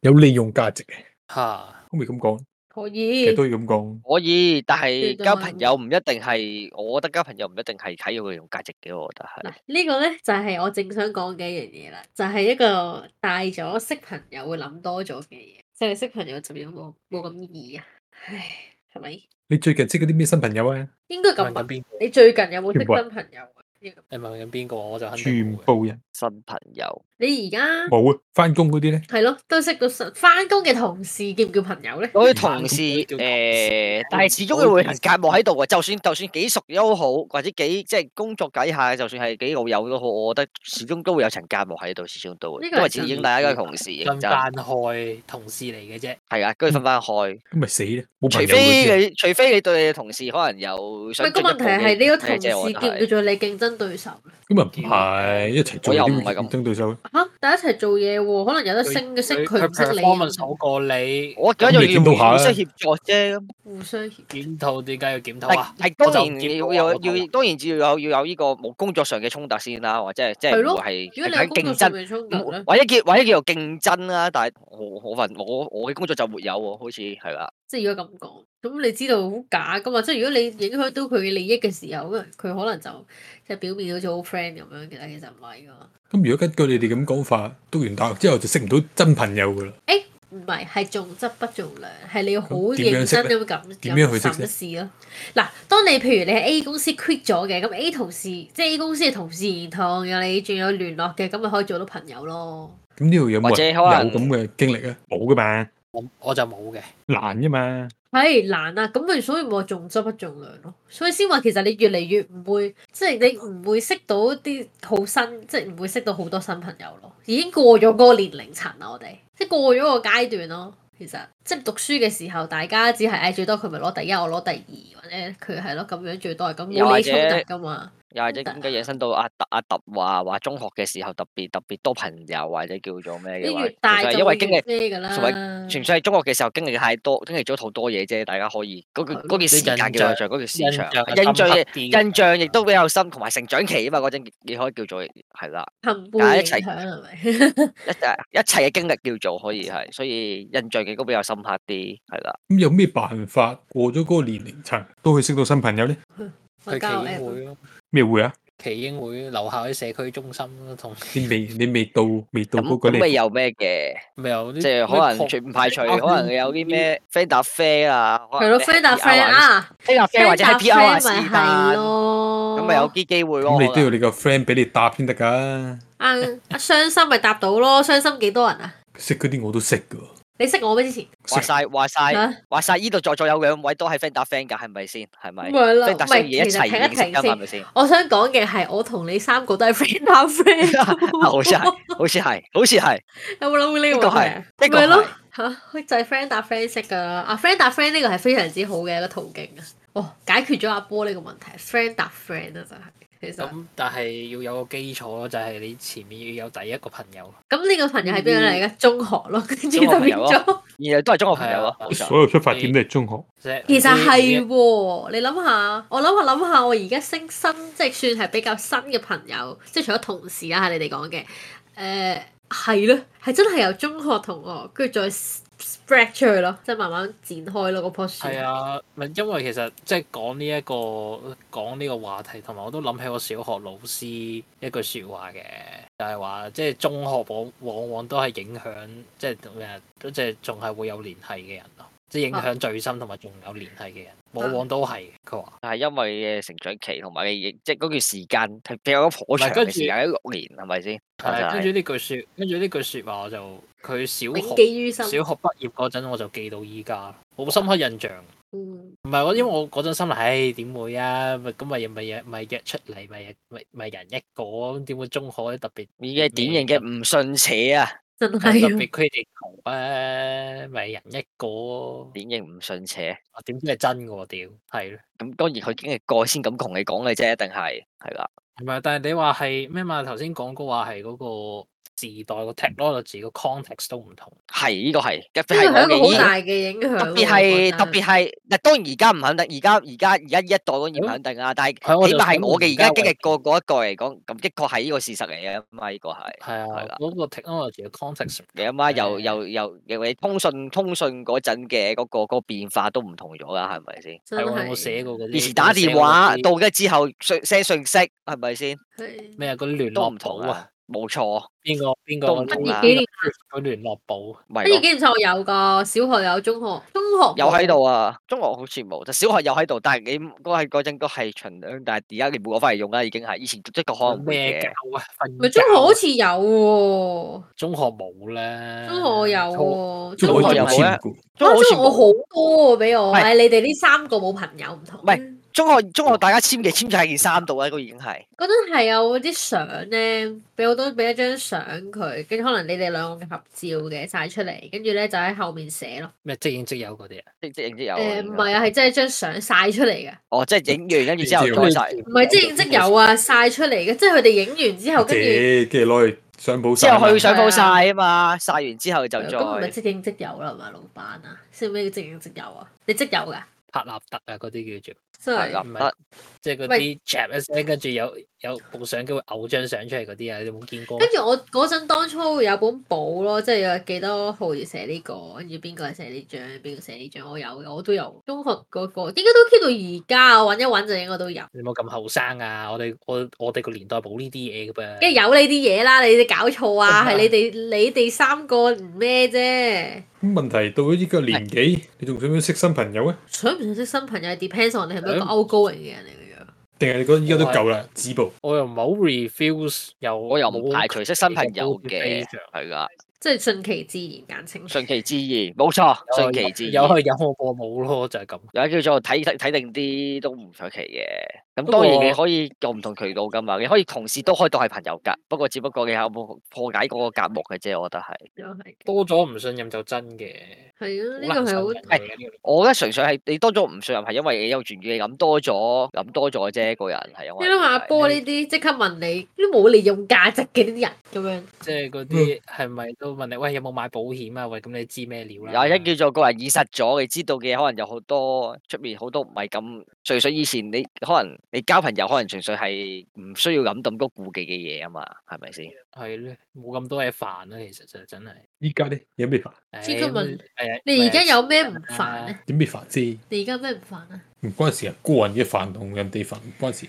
[SPEAKER 1] 有有利用價值嘅，
[SPEAKER 3] 嚇。
[SPEAKER 4] 嗯
[SPEAKER 1] 可唔可以咁講？
[SPEAKER 2] 可
[SPEAKER 1] 其
[SPEAKER 2] 以
[SPEAKER 1] 實都要咁講。
[SPEAKER 4] 可以，但
[SPEAKER 2] 你
[SPEAKER 4] 係
[SPEAKER 2] 都
[SPEAKER 4] 交
[SPEAKER 2] 問
[SPEAKER 4] 朋友唔一定係，我覺得交朋友唔一定係睇佢用價值嘅，我覺得
[SPEAKER 2] 嗱，
[SPEAKER 4] 係
[SPEAKER 2] 呢個咧就係我正想講嘅一樣嘢啦，就係一個大咗識朋友會諗多咗嘅嘢，即係識朋友就變咗冇冇咁易啊，唉，係咪？
[SPEAKER 1] 你最近識嗰啲咩新朋友啊？
[SPEAKER 2] 應該
[SPEAKER 3] 問
[SPEAKER 2] 咁
[SPEAKER 3] 緊
[SPEAKER 2] 問，
[SPEAKER 3] 邊個？
[SPEAKER 2] 你最近有冇識
[SPEAKER 1] 全部人
[SPEAKER 2] 新朋友啊？呢個
[SPEAKER 3] 你問緊邊個？我就
[SPEAKER 4] 嗯
[SPEAKER 3] 肯定
[SPEAKER 1] 全
[SPEAKER 3] 冇嘅
[SPEAKER 1] 部人
[SPEAKER 4] 新朋友。
[SPEAKER 2] 你而家
[SPEAKER 1] 冇啊，翻工嗰啲咧，
[SPEAKER 2] 係咯，都識到翻工嘅同事叫唔叫朋友咧？
[SPEAKER 4] 我啲
[SPEAKER 3] 嗯
[SPEAKER 4] 同事
[SPEAKER 3] 咁都叫同事
[SPEAKER 4] 誒，
[SPEAKER 3] 都
[SPEAKER 4] 但係始終
[SPEAKER 3] 都
[SPEAKER 4] 佢會
[SPEAKER 3] 叫
[SPEAKER 4] 有隔膜喺度嘅。就算就算幾熟都好，或者幾即係工作底下，就算係幾老友都好，我覺得始終都會有層隔膜喺度，始終都會，
[SPEAKER 2] 呢個
[SPEAKER 4] 因為
[SPEAKER 2] 係
[SPEAKER 4] 始
[SPEAKER 2] 真
[SPEAKER 4] 終
[SPEAKER 2] 嘅
[SPEAKER 4] 大家都係同事，認
[SPEAKER 3] 分
[SPEAKER 4] 真
[SPEAKER 3] 班開同事嚟嘅啫。
[SPEAKER 4] 係啊，跟住分翻開。
[SPEAKER 1] 咁咪死啦！冇
[SPEAKER 4] 除
[SPEAKER 1] 朋友嗰啲
[SPEAKER 4] 非你除非你對你嘅同事可能有
[SPEAKER 2] 唔
[SPEAKER 4] 想
[SPEAKER 2] 係個
[SPEAKER 4] 進一
[SPEAKER 2] 問題
[SPEAKER 4] 步
[SPEAKER 2] 係
[SPEAKER 4] 嘅
[SPEAKER 2] 你個同
[SPEAKER 4] 咩
[SPEAKER 2] 事
[SPEAKER 4] 啫
[SPEAKER 2] 叫
[SPEAKER 4] 我
[SPEAKER 2] 唔
[SPEAKER 4] 覺得係
[SPEAKER 2] 叫做你競爭對手咧？
[SPEAKER 1] 咁啊唔係一齊做
[SPEAKER 4] 我又
[SPEAKER 1] 啲
[SPEAKER 4] 唔係咁
[SPEAKER 1] 競爭對手，
[SPEAKER 2] 吓，但一齊做嘢喎，可能有得升嘅識佢唔識你，
[SPEAKER 3] performance 好過你，
[SPEAKER 4] 我梗係
[SPEAKER 1] 咁你
[SPEAKER 4] 要
[SPEAKER 1] 檢討下
[SPEAKER 4] 互
[SPEAKER 1] 啦
[SPEAKER 4] 相協助啫。
[SPEAKER 2] 互相協
[SPEAKER 3] 檢討點解要檢討啊
[SPEAKER 4] 係？係當
[SPEAKER 3] 我就
[SPEAKER 4] 然
[SPEAKER 3] 見
[SPEAKER 4] 要
[SPEAKER 3] 到
[SPEAKER 4] 要
[SPEAKER 3] 啊我
[SPEAKER 4] 要，當然要有要有呢個冇工作上嘅衝突先啦，或者係即係
[SPEAKER 2] 係咯
[SPEAKER 4] 唔會係
[SPEAKER 2] 如果你
[SPEAKER 4] 係
[SPEAKER 2] 有
[SPEAKER 4] 喺
[SPEAKER 2] 工作
[SPEAKER 4] 競
[SPEAKER 2] 上
[SPEAKER 4] 爭，
[SPEAKER 2] 面衝突咧，
[SPEAKER 4] 或者叫或者叫做競爭啦。但係我我份我我嘅工作就沒有喎，好似係啦。
[SPEAKER 2] 即係如果咁講，咁你知道好假噶嘛？即係如果你影響到佢嘅利益嘅時候，咁佢可能就即係表面好似好 friend 咁樣，其實其實唔係噶嘛。
[SPEAKER 1] 咁如果根據你哋咁講法，讀完大學之後就識唔到真朋友噶啦。
[SPEAKER 2] 唔係，係重質不重量，係你要好
[SPEAKER 1] 咁點
[SPEAKER 2] 認
[SPEAKER 1] 樣識
[SPEAKER 2] 真
[SPEAKER 1] 咧
[SPEAKER 2] 咁感
[SPEAKER 1] 點樣
[SPEAKER 2] 咁
[SPEAKER 1] 去識啫
[SPEAKER 2] 審視咯。嗱，當你譬如你喺 A 公司 quit 咗嘅，咁 A 同事即係 A 公司嘅同事，然後有你仲有聯絡嘅，咁咪可以做到朋友咯。
[SPEAKER 1] 咁呢度有
[SPEAKER 4] 或
[SPEAKER 1] 冇
[SPEAKER 4] 者
[SPEAKER 1] 人有
[SPEAKER 4] 可能
[SPEAKER 1] 咁嘅經歷啊？冇噶嘛，
[SPEAKER 3] 我我就冇嘅，
[SPEAKER 1] 難噶嘛。
[SPEAKER 2] 係難啊，咁咪所以咪話重質不重量咯。所以先話其實你越嚟越唔會，即係你唔會識到啲好新，即係唔會識到好多新朋友咯。已經過咗嗰個年齡層啦，我哋即係過咗個階段咯。其實即係讀書嘅時候，大家只係誒最多佢咪攞第一，我攞第二，或者佢係咯咁樣最多係咁啊
[SPEAKER 4] 又
[SPEAKER 2] 冇
[SPEAKER 4] 或
[SPEAKER 2] 利益
[SPEAKER 4] 者
[SPEAKER 2] 衝突噶嘛。
[SPEAKER 4] 又或者點解引申到阿特阿特話話中學嘅時候特別特別多朋友或者叫做咩
[SPEAKER 2] 你
[SPEAKER 4] 嘅話，
[SPEAKER 2] 越
[SPEAKER 4] 其
[SPEAKER 2] 大
[SPEAKER 4] 實係
[SPEAKER 2] 就
[SPEAKER 4] 因為
[SPEAKER 2] 會
[SPEAKER 4] 經歷
[SPEAKER 2] 越。咩㗎
[SPEAKER 4] 所
[SPEAKER 2] 啦。
[SPEAKER 4] 純粹係中學嘅時候經歷太多，經歷咗好多嘢啫。大家可以嗰
[SPEAKER 2] 係
[SPEAKER 4] 個嗰件時間叫做嗰件
[SPEAKER 3] 印
[SPEAKER 4] 市
[SPEAKER 3] 象
[SPEAKER 4] 場，
[SPEAKER 3] 係
[SPEAKER 4] 印象
[SPEAKER 3] 深刻
[SPEAKER 4] 亦
[SPEAKER 3] 啲嘅
[SPEAKER 4] 印象亦都比較深，同埋成長期啊嘛。嗰陣你可以叫做係啦，
[SPEAKER 2] 朋
[SPEAKER 4] 大家
[SPEAKER 2] 輩
[SPEAKER 4] 一
[SPEAKER 2] 影
[SPEAKER 4] 齊
[SPEAKER 2] 響係咪？
[SPEAKER 4] 一齊一切嘅經歷叫做可以係，所以印象亦都比較深刻啲，係啦。
[SPEAKER 1] 咁有咩辦法過咗嗰個年齡層都去識到新朋友咧？
[SPEAKER 3] 去
[SPEAKER 2] 我
[SPEAKER 3] 奇
[SPEAKER 2] 交
[SPEAKER 3] 英
[SPEAKER 2] app
[SPEAKER 3] 會咯，
[SPEAKER 1] 咩會啊？
[SPEAKER 3] 奇英會樓下啲社區中心咯，同
[SPEAKER 1] 你未你未到未到
[SPEAKER 4] 咁
[SPEAKER 1] 嗰個
[SPEAKER 4] 咁咪
[SPEAKER 1] 你
[SPEAKER 4] 有咩嘅？
[SPEAKER 3] 咪有啲
[SPEAKER 4] 即係可能除唔排除，可能有啲咩 friend 搭 friend 啊，
[SPEAKER 2] 係咯，friend 搭 friend 啊
[SPEAKER 4] friend 搭 friend 或者係 PR
[SPEAKER 2] friend 搭
[SPEAKER 4] 啊，是
[SPEAKER 2] friend
[SPEAKER 4] 但
[SPEAKER 2] 咪係，咯，
[SPEAKER 4] 咁咪有啲機會咯。
[SPEAKER 1] 咁你
[SPEAKER 4] 可
[SPEAKER 1] 都要
[SPEAKER 4] 能
[SPEAKER 1] 你個 friend 俾你答先得㗎。
[SPEAKER 2] 啊啊傷心咪答到咯，傷心幾多人啊？
[SPEAKER 1] 識嗰啲我都識㗎喎。
[SPEAKER 2] 你識我咩之前
[SPEAKER 4] 話晒話晒
[SPEAKER 2] 嚇？
[SPEAKER 4] 話晒，依度在座有兩位都係 friend 搭 friend 㗎，係咪先？係咪
[SPEAKER 2] 咁？咪係咯，
[SPEAKER 4] friend 搭
[SPEAKER 2] 唔
[SPEAKER 4] friend
[SPEAKER 2] 係
[SPEAKER 4] 嘢一
[SPEAKER 2] 其
[SPEAKER 4] 齊
[SPEAKER 2] 實
[SPEAKER 4] 認
[SPEAKER 2] 停
[SPEAKER 4] 識
[SPEAKER 2] 一
[SPEAKER 4] 㗎嘛，
[SPEAKER 2] 停
[SPEAKER 4] 係
[SPEAKER 2] 先。
[SPEAKER 4] 咪先？
[SPEAKER 2] 我想講嘅係，我同你三個都係 friend 搭 friend，
[SPEAKER 4] 好似係，好似係，好似係，
[SPEAKER 2] 有冇諗過呢
[SPEAKER 4] 呢
[SPEAKER 2] 個
[SPEAKER 4] 個
[SPEAKER 2] 問題
[SPEAKER 4] 係
[SPEAKER 2] 啊？，
[SPEAKER 4] 呢個
[SPEAKER 2] 咪咯
[SPEAKER 4] 係。
[SPEAKER 2] 嚇，就係 friend 搭 friend 識㗎啦。啊，friend 搭 friend 呢個係非常之好嘅一個途徑啊！哦，解決咗阿波呢個問題，friend 搭 friend 啊，真係其實
[SPEAKER 3] 咁，但係要有個基礎咯，就係你前面要有第一個朋友。
[SPEAKER 2] 咁呢個朋友係邊樣嚟嘅？中學咯，跟住就
[SPEAKER 4] 嗯中學朋
[SPEAKER 2] 變
[SPEAKER 4] 友咯
[SPEAKER 2] 咗。
[SPEAKER 4] 然後都係中學朋友咯，冇錯。
[SPEAKER 1] 所有出發點都係中學。
[SPEAKER 3] 即係
[SPEAKER 2] 其實係
[SPEAKER 3] 呢
[SPEAKER 2] 喎，你諗下，我諗下諗下，我而家升新，即係算係比較新嘅朋友，即係除咗同事啦，係你哋講嘅，誒係咯，係真係由中學同學跟住再 spread 出去咯，即係慢慢展開咯嗰棵樹。
[SPEAKER 3] 係啊，咪因為其實即係講呢一個講呢個話題，同埋我都諗起我小學老師一句説話嘅，就係話即係中學往往往都係影響，即係誒，即係仲係會有聯繫嘅人咯，即係影響最深同埋仲有聯繫嘅
[SPEAKER 2] 啊
[SPEAKER 3] 人，往往都係嘅佢話。
[SPEAKER 4] 係因為嘅成長期同埋你即係嗰段時間係比較頗長
[SPEAKER 3] 唔係跟
[SPEAKER 4] 嘅
[SPEAKER 3] 住
[SPEAKER 4] 時間，一六年係咪先？
[SPEAKER 3] 係跟
[SPEAKER 4] 啊係
[SPEAKER 3] 住呢句説，跟住呢句説話我就佢小
[SPEAKER 2] 永
[SPEAKER 3] 學
[SPEAKER 2] 記於心
[SPEAKER 3] 小。學畢業嗰陣我就記到依家，好深刻印象。
[SPEAKER 2] 嗯，
[SPEAKER 3] 唔係我，因為我嗰陣心諗，唉點會啊？咪咁咪咪咪咪約出嚟，咪咪咪人一個，咁點會中學啲特別
[SPEAKER 4] 已經係典型嘅唔信邪啊，
[SPEAKER 2] 真
[SPEAKER 3] 特
[SPEAKER 2] 係啊
[SPEAKER 3] 別 critical 咧？啊咪人一個，
[SPEAKER 4] 典型唔信邪。
[SPEAKER 3] 啊點知係真嘅喎？屌係咯，
[SPEAKER 4] 咁當然佢經歷過先咁同你講嘅啫，一定係係啦。
[SPEAKER 3] 唔係但係你話係咩嘛？頭先講過話係嗰個時代個 technology 個 context 都唔同，
[SPEAKER 4] 係呢個係，特別
[SPEAKER 2] 呢
[SPEAKER 4] 係
[SPEAKER 2] 個係一個
[SPEAKER 4] 我
[SPEAKER 2] 好
[SPEAKER 4] 嘅
[SPEAKER 2] 大嘅影響
[SPEAKER 4] 特
[SPEAKER 2] 咯。
[SPEAKER 4] 別係
[SPEAKER 2] 我覺得
[SPEAKER 4] 特別係，嗱當然而家唔肯定，而家而家而家呢一代當然唔肯定啦。但係
[SPEAKER 3] 係啊我
[SPEAKER 4] 起
[SPEAKER 3] 就
[SPEAKER 4] 碼
[SPEAKER 3] 想
[SPEAKER 4] 係我嘅而家
[SPEAKER 3] 而家
[SPEAKER 4] 經
[SPEAKER 3] 為
[SPEAKER 4] 歷過嗰一代嚟講，咁的確係呢個事實嚟嘅嘛，呢個係。
[SPEAKER 3] 係
[SPEAKER 4] 係
[SPEAKER 3] 啊
[SPEAKER 4] 啦，
[SPEAKER 3] 嗰個 technology 嘅 context
[SPEAKER 4] 你阿媽又
[SPEAKER 3] 誒
[SPEAKER 4] 又又又你通訊通訊嗰陣嘅嗰個嗰個變化都唔同咗啦，係咪先？
[SPEAKER 2] 真
[SPEAKER 3] 係我
[SPEAKER 2] 係
[SPEAKER 3] 有冇寫過嗰啲？啊
[SPEAKER 4] 以前打電話，到咗之後信 send 信息，係咪先？
[SPEAKER 2] 係
[SPEAKER 3] 咩啊？嗰啲聯
[SPEAKER 4] 都唔
[SPEAKER 3] 絡
[SPEAKER 4] 同
[SPEAKER 3] 簿啊
[SPEAKER 4] 啊，，冇錯，
[SPEAKER 3] 邊個邊
[SPEAKER 4] 都唔
[SPEAKER 3] 個
[SPEAKER 4] 同啊
[SPEAKER 2] 畢
[SPEAKER 4] 啦
[SPEAKER 2] 業幾年
[SPEAKER 3] 嗰聯絡簿？啊
[SPEAKER 4] 咪
[SPEAKER 2] 跟住
[SPEAKER 4] 咯，
[SPEAKER 2] 幾唔錯，我有噶，小學有，中學中學
[SPEAKER 4] 有喺度啊。中學好似冇，就小學有喺度，但係你嗰係嗰陣都係巡量，但係而家你冇攞翻嚟用啦，已經係以前的確可能會
[SPEAKER 3] 咩教
[SPEAKER 4] 嘅。
[SPEAKER 3] 啊？瞓
[SPEAKER 2] 咪中學好
[SPEAKER 3] 覺啊
[SPEAKER 2] 似有喎，
[SPEAKER 3] 中學冇咧，
[SPEAKER 2] 中學我有喎，
[SPEAKER 1] 中
[SPEAKER 4] 學
[SPEAKER 1] 學
[SPEAKER 4] 有
[SPEAKER 1] 有
[SPEAKER 4] 冇咧
[SPEAKER 1] 簽過，
[SPEAKER 4] 中學好似
[SPEAKER 2] 我好
[SPEAKER 4] 冇，
[SPEAKER 2] 多喎，俾我。
[SPEAKER 4] 唔係
[SPEAKER 2] 唉，你哋呢三個冇朋友唔同。
[SPEAKER 4] 唔係中學中學大家簽嘅簽就喺件衫度啦，啊都已經係。
[SPEAKER 2] 嗰陣係有啲相咧，俾好多俾一張相佢，跟住可能你哋兩個嘅合照嘅晒出嚟，跟住咧就喺後面寫咯。
[SPEAKER 3] 咩即影即有嗰啲啊？
[SPEAKER 4] 即即影即有啊。
[SPEAKER 2] 誒
[SPEAKER 4] 應
[SPEAKER 2] 唔
[SPEAKER 4] 該
[SPEAKER 2] 係啊，係真係張相晒出嚟嘅，
[SPEAKER 4] 哦，即係影完跟住之後
[SPEAKER 1] 即
[SPEAKER 4] 再晒。
[SPEAKER 2] 啊唔係即影即有啊，晒出嚟嘅，即係佢哋影完之後，跟住
[SPEAKER 1] 姐跟住攞去上報
[SPEAKER 4] 之
[SPEAKER 1] 晒
[SPEAKER 4] 後去
[SPEAKER 1] 啦
[SPEAKER 4] 上報晒啊嘛，晒完之後就
[SPEAKER 2] 咁係咪
[SPEAKER 4] 再
[SPEAKER 2] 即影即有啦？係咪老闆啊？識唔識即影即有啊？你即有㗎？
[SPEAKER 3] 拍立得啊嗰啲叫做，
[SPEAKER 2] 真
[SPEAKER 4] 係
[SPEAKER 2] 係
[SPEAKER 4] 啦，
[SPEAKER 3] 唔
[SPEAKER 4] 得
[SPEAKER 3] 係即係嗰
[SPEAKER 2] 喂
[SPEAKER 3] 啲 jap 一聲，跟住有有部相機會嘔張相出嚟嗰啲啊，你有冇見過？
[SPEAKER 2] 跟住我嗰陣當初會有本簿咯，即係有幾多號要寫呢、個，跟住邊個係寫呢張，邊個寫呢張，我有嘅，我都有。中學嗰、個應該都 keep 到而家，我揾一揾就應該都有。
[SPEAKER 3] 你有冇咁後生啊？我哋我我哋個年代冇呢啲嘢嘅噃。
[SPEAKER 2] 跟住有你啲嘢啦，你哋搞錯啊，係你哋你哋三個唔咩啫。
[SPEAKER 1] 咁問題到咗呢個年紀，你仲想唔想識新朋友啊？
[SPEAKER 2] 想唔想識新朋友係 depends on 你係咪一個 outgoing 嘅人嚟嘅樣。
[SPEAKER 1] 定係你覺得依家都夠啦，止步？
[SPEAKER 3] 我又唔係好 refuse，又
[SPEAKER 4] 我又唔
[SPEAKER 3] 冇
[SPEAKER 4] 排除識新朋友
[SPEAKER 3] 冇非
[SPEAKER 4] 嘅，
[SPEAKER 3] 常
[SPEAKER 4] 係啦，
[SPEAKER 2] 即係順其自然，簡稱。
[SPEAKER 4] 順其自然，冇錯，順其自
[SPEAKER 3] 有
[SPEAKER 4] 然。
[SPEAKER 3] 有有我播冇咯，就係咁。
[SPEAKER 4] 有啲叫做睇睇睇定啲都唔出奇嘅。咁
[SPEAKER 3] 不
[SPEAKER 4] 當然
[SPEAKER 3] 過
[SPEAKER 4] 你可以有唔同渠道噶嘛，你可以同事都可以當係朋友㗎。不過只不過你有冇破解嗰個隔膜嘅啫，我覺得係。
[SPEAKER 2] 又係嘅
[SPEAKER 3] 多咗唔信任就真嘅，
[SPEAKER 2] 係啊，呢
[SPEAKER 3] 好
[SPEAKER 2] 個
[SPEAKER 3] 難
[SPEAKER 2] 係
[SPEAKER 3] 信
[SPEAKER 2] 好
[SPEAKER 3] 任嘅呢個
[SPEAKER 4] 我覺得純粹係你多咗唔信任，係因為你有轉嘅諗多咗，諗多咗啫。個人係因
[SPEAKER 2] 你
[SPEAKER 4] 為
[SPEAKER 2] 諗下阿波呢啲即刻問你都冇利用價值嘅呢啲人咁樣，
[SPEAKER 3] 即係嗰啲係咪都問你喂有冇買保險啊？喂咁你知咩料啦？
[SPEAKER 4] 有一叫做個人現實咗，你知道嘅可能有好多出面好多唔係咁純粹以前你可能你交朋友可能純粹係唔需要諗咁多顧忌嘅嘢啊嘛，係咪先？
[SPEAKER 3] 係咧，冇咁多嘢煩啦，其實就真係。
[SPEAKER 1] 依家咧有咩煩？
[SPEAKER 2] 知佢問
[SPEAKER 3] 唉咁
[SPEAKER 2] 你而家有咩唔
[SPEAKER 3] 誒
[SPEAKER 2] 煩咧？
[SPEAKER 1] 有咩煩啫？
[SPEAKER 2] 你而家有咩唔煩啊？
[SPEAKER 1] 唔關事啊，個人嘅煩同人哋煩唔關事，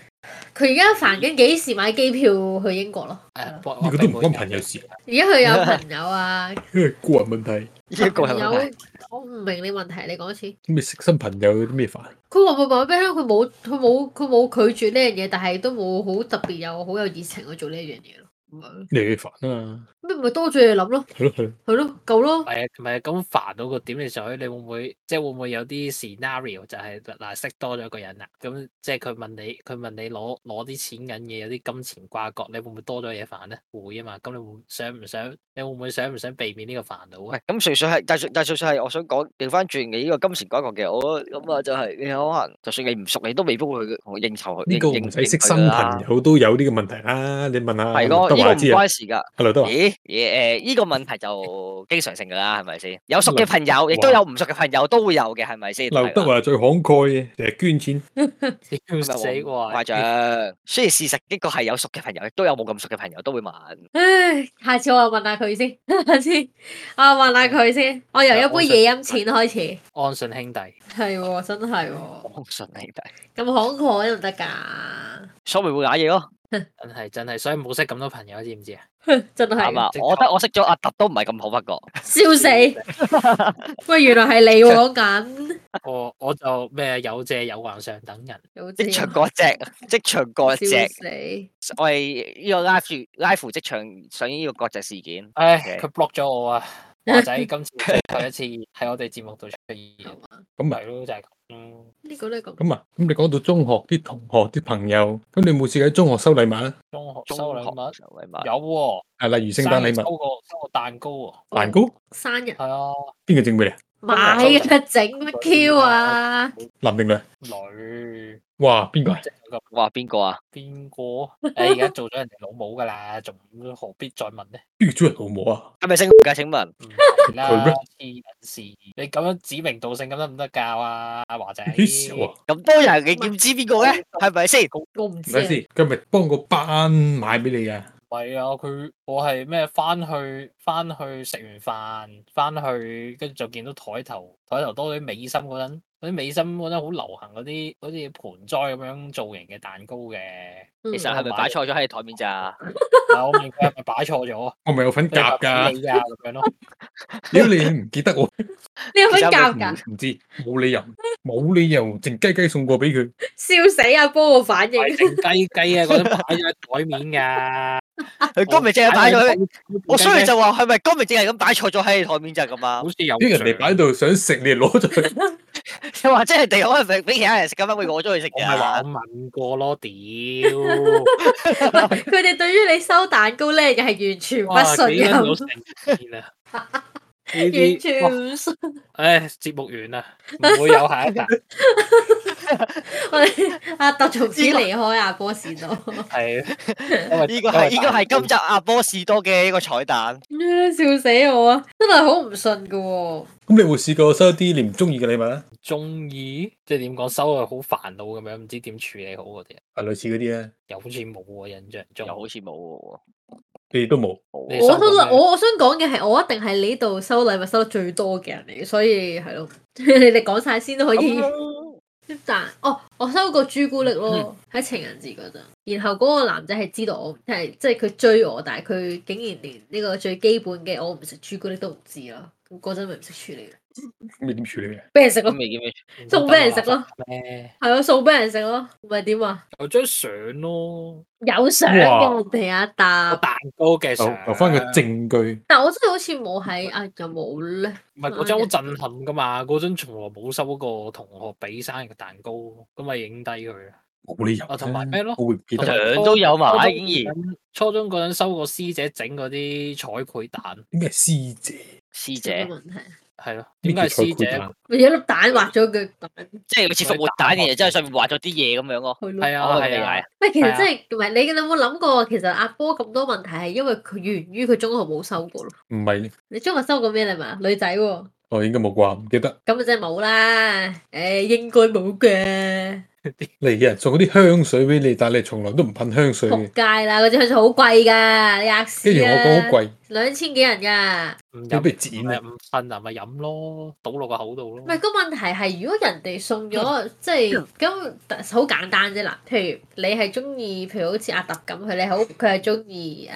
[SPEAKER 2] 佢而家煩緊幾時買機票去英國咯？
[SPEAKER 3] 誒
[SPEAKER 2] 而
[SPEAKER 3] 博
[SPEAKER 1] 呢個都唔關朋友事，
[SPEAKER 2] 家佢有朋友啊，
[SPEAKER 1] 因為個人問題。
[SPEAKER 4] 呢一個係
[SPEAKER 2] 朋
[SPEAKER 4] 問題
[SPEAKER 2] 友，我唔明你問題，你講一次。
[SPEAKER 1] 咁你識新朋友有啲咩煩？
[SPEAKER 2] 佢話冇話俾你聽，佢冇佢冇佢冇拒絕呢樣嘢，但係都冇好特別有好有熱情去做呢一樣嘢咯。咁樣
[SPEAKER 1] 你去煩啊嘛，
[SPEAKER 2] 咁咪多咗嘢諗咯，
[SPEAKER 1] 係咯係咯。
[SPEAKER 2] 係咯，夠
[SPEAKER 3] 唔
[SPEAKER 2] 咯。
[SPEAKER 3] 係啊，唔係啊咁煩到個點嘅時候，你會唔會即係會唔會有啲 scenario 就係嗱識多咗一個人啦，咁即係佢問你佢問你攞攞啲錢銀嘢，有啲金錢掛角，你會唔會多咗嘢煩咧？會啊嘛，咁你會想唔想？你會唔會想唔想避免呢個煩惱
[SPEAKER 4] 喂
[SPEAKER 3] 啊？，
[SPEAKER 4] 咁純粹係，但係但係純粹係，我想講調翻轉你呢個金錢觀覺嘅，我咁啊就係你可能就算你唔熟，你都未必會去同佢應酬佢。
[SPEAKER 1] 呢個
[SPEAKER 4] 應
[SPEAKER 1] 唔使識
[SPEAKER 4] 應佢
[SPEAKER 1] 新
[SPEAKER 4] 㗎啦
[SPEAKER 1] 朋友都有呢個問題啦。你問下
[SPEAKER 4] 係
[SPEAKER 1] 劉
[SPEAKER 4] 咯，
[SPEAKER 1] 德
[SPEAKER 4] 呢個
[SPEAKER 1] 華
[SPEAKER 4] 唔
[SPEAKER 1] 知啊，
[SPEAKER 4] 關事㗎。
[SPEAKER 1] 係劉德華。
[SPEAKER 4] 咦？嘢誒，呢個問題就經常性㗎啦，係咪先？有熟
[SPEAKER 1] 劉
[SPEAKER 4] 嘅朋友，亦都有唔熟嘅朋友，都會有嘅，係咪先？
[SPEAKER 1] 劉德華係最慷慨嘅，成日捐錢。
[SPEAKER 3] 笑死我啊！
[SPEAKER 4] 誇張。雖然事實呢個係有熟嘅朋友，亦都有冇咁熟嘅朋友都會問。
[SPEAKER 2] 唉，下次我又問下佢先， 下次我又問下佢先。我由一杯嘢飲錢開始，
[SPEAKER 3] 安信兄弟，
[SPEAKER 2] 係喎，真係喎，
[SPEAKER 4] 我信你哋，
[SPEAKER 2] 咁慷慨都唔得㗎，
[SPEAKER 4] 所以咪會揦嘢咯，
[SPEAKER 3] 真係真係，所以冇識咁多朋友，知唔知啊？
[SPEAKER 2] 真
[SPEAKER 4] 係
[SPEAKER 2] 係
[SPEAKER 4] 嘛？我覺得我識咗阿特都唔係咁好，不過
[SPEAKER 2] 笑死。喂，原來係你喎講緊，
[SPEAKER 3] 我我就咩有借有還上等人，
[SPEAKER 2] 有
[SPEAKER 4] 職
[SPEAKER 2] 錢
[SPEAKER 4] 場嗰只，職場嗰
[SPEAKER 2] 笑
[SPEAKER 4] 只。
[SPEAKER 2] 死！
[SPEAKER 4] 我哋呢個拉住拉扶職場上演呢個國際事件，
[SPEAKER 3] 唉，
[SPEAKER 4] OK
[SPEAKER 3] 佢 block 咗 我啊！華仔今次最後一次喺我哋節目度出現，
[SPEAKER 1] 咁啊
[SPEAKER 3] 係，咯，就係咁咯。
[SPEAKER 2] 呢個呢個
[SPEAKER 1] 咁啊，咁你講到中學啲同學啲朋友，咁你有冇試過喺中學收禮物啊？
[SPEAKER 3] 中學
[SPEAKER 4] 中
[SPEAKER 3] 收禮
[SPEAKER 4] 學
[SPEAKER 3] 物
[SPEAKER 4] 收禮物
[SPEAKER 3] 有喎，
[SPEAKER 1] 係例如聖誕禮
[SPEAKER 3] 生日
[SPEAKER 1] 物、
[SPEAKER 3] 收個收個蛋糕喎，
[SPEAKER 1] 蛋糕，
[SPEAKER 2] 哦生日
[SPEAKER 3] 係啊，
[SPEAKER 1] 邊個整俾你啊？
[SPEAKER 2] 買啊，整乜 Q 啊？
[SPEAKER 1] 男定女？
[SPEAKER 3] 女
[SPEAKER 1] 哇，邊個啊？
[SPEAKER 3] 即係咁
[SPEAKER 4] 哇，邊個啊？
[SPEAKER 3] 邊 個？誒而家做咗人哋老母㗎啦，仲何必再問咧？
[SPEAKER 1] 邊個主人老母啊？
[SPEAKER 4] 係咪姓㗎？請問
[SPEAKER 3] 唔係 啦
[SPEAKER 1] 佢咩，
[SPEAKER 3] 黐人事！你咁樣指名道姓咁得唔得教啊？阿華仔，
[SPEAKER 1] 幾少啊？
[SPEAKER 4] 咁多人，你點知邊個咧？係咪先？
[SPEAKER 2] 我唔
[SPEAKER 1] 唔
[SPEAKER 2] 知啊
[SPEAKER 1] 使。先，佢係咪幫個班買俾你㗎？
[SPEAKER 3] 唔係啊，佢我係咩翻去翻去食完飯，翻去跟住就見到台頭台頭多啲美心嗰陣，嗰啲美心嗰陣好流行嗰啲好似盆栽咁樣造型嘅蛋糕嘅，
[SPEAKER 2] 嗯
[SPEAKER 4] 其實係咪擺錯咗喺台面咋？
[SPEAKER 3] 但我問佢係咪擺錯咗，
[SPEAKER 1] 我咪有份夾
[SPEAKER 3] 㗎
[SPEAKER 1] 㗎，
[SPEAKER 3] 啊咁樣 咯。
[SPEAKER 1] 屌你唔記得我，
[SPEAKER 2] 你有乜
[SPEAKER 4] 其實
[SPEAKER 2] 教㗎？
[SPEAKER 1] 唔唔知冇理由，冇理由靜雞雞送過俾佢。
[SPEAKER 2] 笑死阿波個反應
[SPEAKER 3] 係。靜雞雞啊，嗰陣擺咗喺台面㗎。
[SPEAKER 4] 佢光明正係 擺咗喺，
[SPEAKER 3] 喺
[SPEAKER 4] 我所以就話係咪光明正係咁擺錯咗喺台面咋咁啊
[SPEAKER 3] 好？似有
[SPEAKER 1] 啲人哋擺喺度想食，你攞咗去。
[SPEAKER 4] 又或者係地可能俾俾其他人食咁樣，會攞咗去食
[SPEAKER 3] 我咪話我
[SPEAKER 4] 嘅。
[SPEAKER 3] 問過咯，屌！
[SPEAKER 2] 佢哋對於你收蛋糕咧，又係完全不
[SPEAKER 3] 哇，
[SPEAKER 2] 信
[SPEAKER 3] 幾
[SPEAKER 2] 任
[SPEAKER 3] 撚。有成見啊！
[SPEAKER 1] 呢
[SPEAKER 2] 完
[SPEAKER 1] 啲哇
[SPEAKER 2] 全唔信。
[SPEAKER 3] 唉，節目完啦，唔會有下一集。啊
[SPEAKER 2] 我哋阿特從此離開阿波士多。
[SPEAKER 3] 係
[SPEAKER 4] 呢個係呢個係今集阿波士多嘅一個彩蛋。
[SPEAKER 2] 笑死我啊！真係好唔信噶喎。
[SPEAKER 1] 咁你會試過收一啲你唔中意嘅禮物啊？
[SPEAKER 3] 中意，即係點講收落好煩惱咁樣，唔知點處理好嗰啲啊，
[SPEAKER 1] 啊，類似嗰啲咧，
[SPEAKER 3] 又好似冇喎印象
[SPEAKER 4] 又
[SPEAKER 3] 中。
[SPEAKER 4] 好似冇喎，
[SPEAKER 1] 你哋都冇。
[SPEAKER 4] 冇
[SPEAKER 3] 你
[SPEAKER 4] 喎
[SPEAKER 3] 收
[SPEAKER 2] 我
[SPEAKER 3] 過
[SPEAKER 2] 都
[SPEAKER 3] 咩
[SPEAKER 2] 我我想講嘅係，我一定係你呢度收禮物收得最多嘅人嚟，所以係咯， 你哋講晒先都可以。
[SPEAKER 3] 啊
[SPEAKER 2] 但哦，我收過朱古力咯，喺情人節嗰陣。然後嗰個男仔係知道我係即係佢追我，但係佢竟然連呢個最基本嘅我唔食朱古力都唔知咯。咁嗰陣咪唔識處理，
[SPEAKER 1] 咁你點處理啊嘅？
[SPEAKER 2] 俾人食咯
[SPEAKER 4] 咁，未見咩？
[SPEAKER 2] 送俾人食咯。
[SPEAKER 3] 咩？
[SPEAKER 2] 係咯，送俾人食咯，唔係點啊？
[SPEAKER 3] 有張相咯，
[SPEAKER 2] 有相嘅人哋啊，
[SPEAKER 3] 有
[SPEAKER 2] 答，
[SPEAKER 3] 蛋糕嘅
[SPEAKER 1] 留
[SPEAKER 3] 相。
[SPEAKER 1] 留翻個證據。
[SPEAKER 2] 但我真係好似冇喺啊，有冇咧？
[SPEAKER 3] 唔係嗰張好震撼噶嘛，嗰張從來冇收過同學俾生日嘅蛋糕，咁咪影低佢。
[SPEAKER 1] 冇理由啫。
[SPEAKER 3] 啊同埋咩咯
[SPEAKER 1] 我會唔記
[SPEAKER 3] 同
[SPEAKER 1] 得
[SPEAKER 3] 埋。
[SPEAKER 4] 相都有埋，竟然
[SPEAKER 3] 然初中嗰陣收過師姐整嗰啲彩繪蛋，
[SPEAKER 1] 咩師姐？
[SPEAKER 4] 師
[SPEAKER 2] 有
[SPEAKER 4] 姐，
[SPEAKER 2] 冇問題？
[SPEAKER 3] 係咯？
[SPEAKER 1] 咩
[SPEAKER 3] 點
[SPEAKER 1] 叫
[SPEAKER 3] 解係
[SPEAKER 1] 彩
[SPEAKER 3] 師
[SPEAKER 1] 繪
[SPEAKER 3] 姐
[SPEAKER 1] 蛋？
[SPEAKER 2] 咪有粒蛋畫咗佢蛋
[SPEAKER 4] 即係好似復活蛋嘅，然之後上面畫咗啲嘢咁樣咯。
[SPEAKER 2] 去咯。
[SPEAKER 3] 係啊
[SPEAKER 4] 我
[SPEAKER 3] 係
[SPEAKER 4] 明
[SPEAKER 3] 啊
[SPEAKER 4] 解。
[SPEAKER 2] 喂，其
[SPEAKER 3] 係
[SPEAKER 2] 實
[SPEAKER 3] 啊
[SPEAKER 2] 真係唔係你，你有冇諗過？其實阿波咁多問題係因為佢源於佢中學冇收過咯。
[SPEAKER 1] 唔係，
[SPEAKER 2] 你中學收過咩禮物啊？女仔喎，
[SPEAKER 1] 我應該冇啩，唔記得。
[SPEAKER 2] 咁就真係冇啦。誒，應該冇嘅，
[SPEAKER 1] 嚟有人送嗰啲香水俾你，但係你從來都唔噴香水
[SPEAKER 2] 仆
[SPEAKER 3] 哦
[SPEAKER 1] 嘅。
[SPEAKER 2] 街啦！嗰支香水好貴㗎，你呃
[SPEAKER 1] 跟住
[SPEAKER 2] 屎
[SPEAKER 1] 我講好
[SPEAKER 2] 啊！
[SPEAKER 1] 貴，
[SPEAKER 2] 兩千幾人㗎。
[SPEAKER 3] 唔
[SPEAKER 1] 你
[SPEAKER 3] 飲
[SPEAKER 1] 不如剪啊！
[SPEAKER 3] 唔瞓啊，咪飲咯，倒落個口度咯
[SPEAKER 2] 唔。係個問題係，如果人哋送咗，即係咁好簡單啫嗱。譬如你係中意，譬如好似阿特咁，佢你好，佢係中意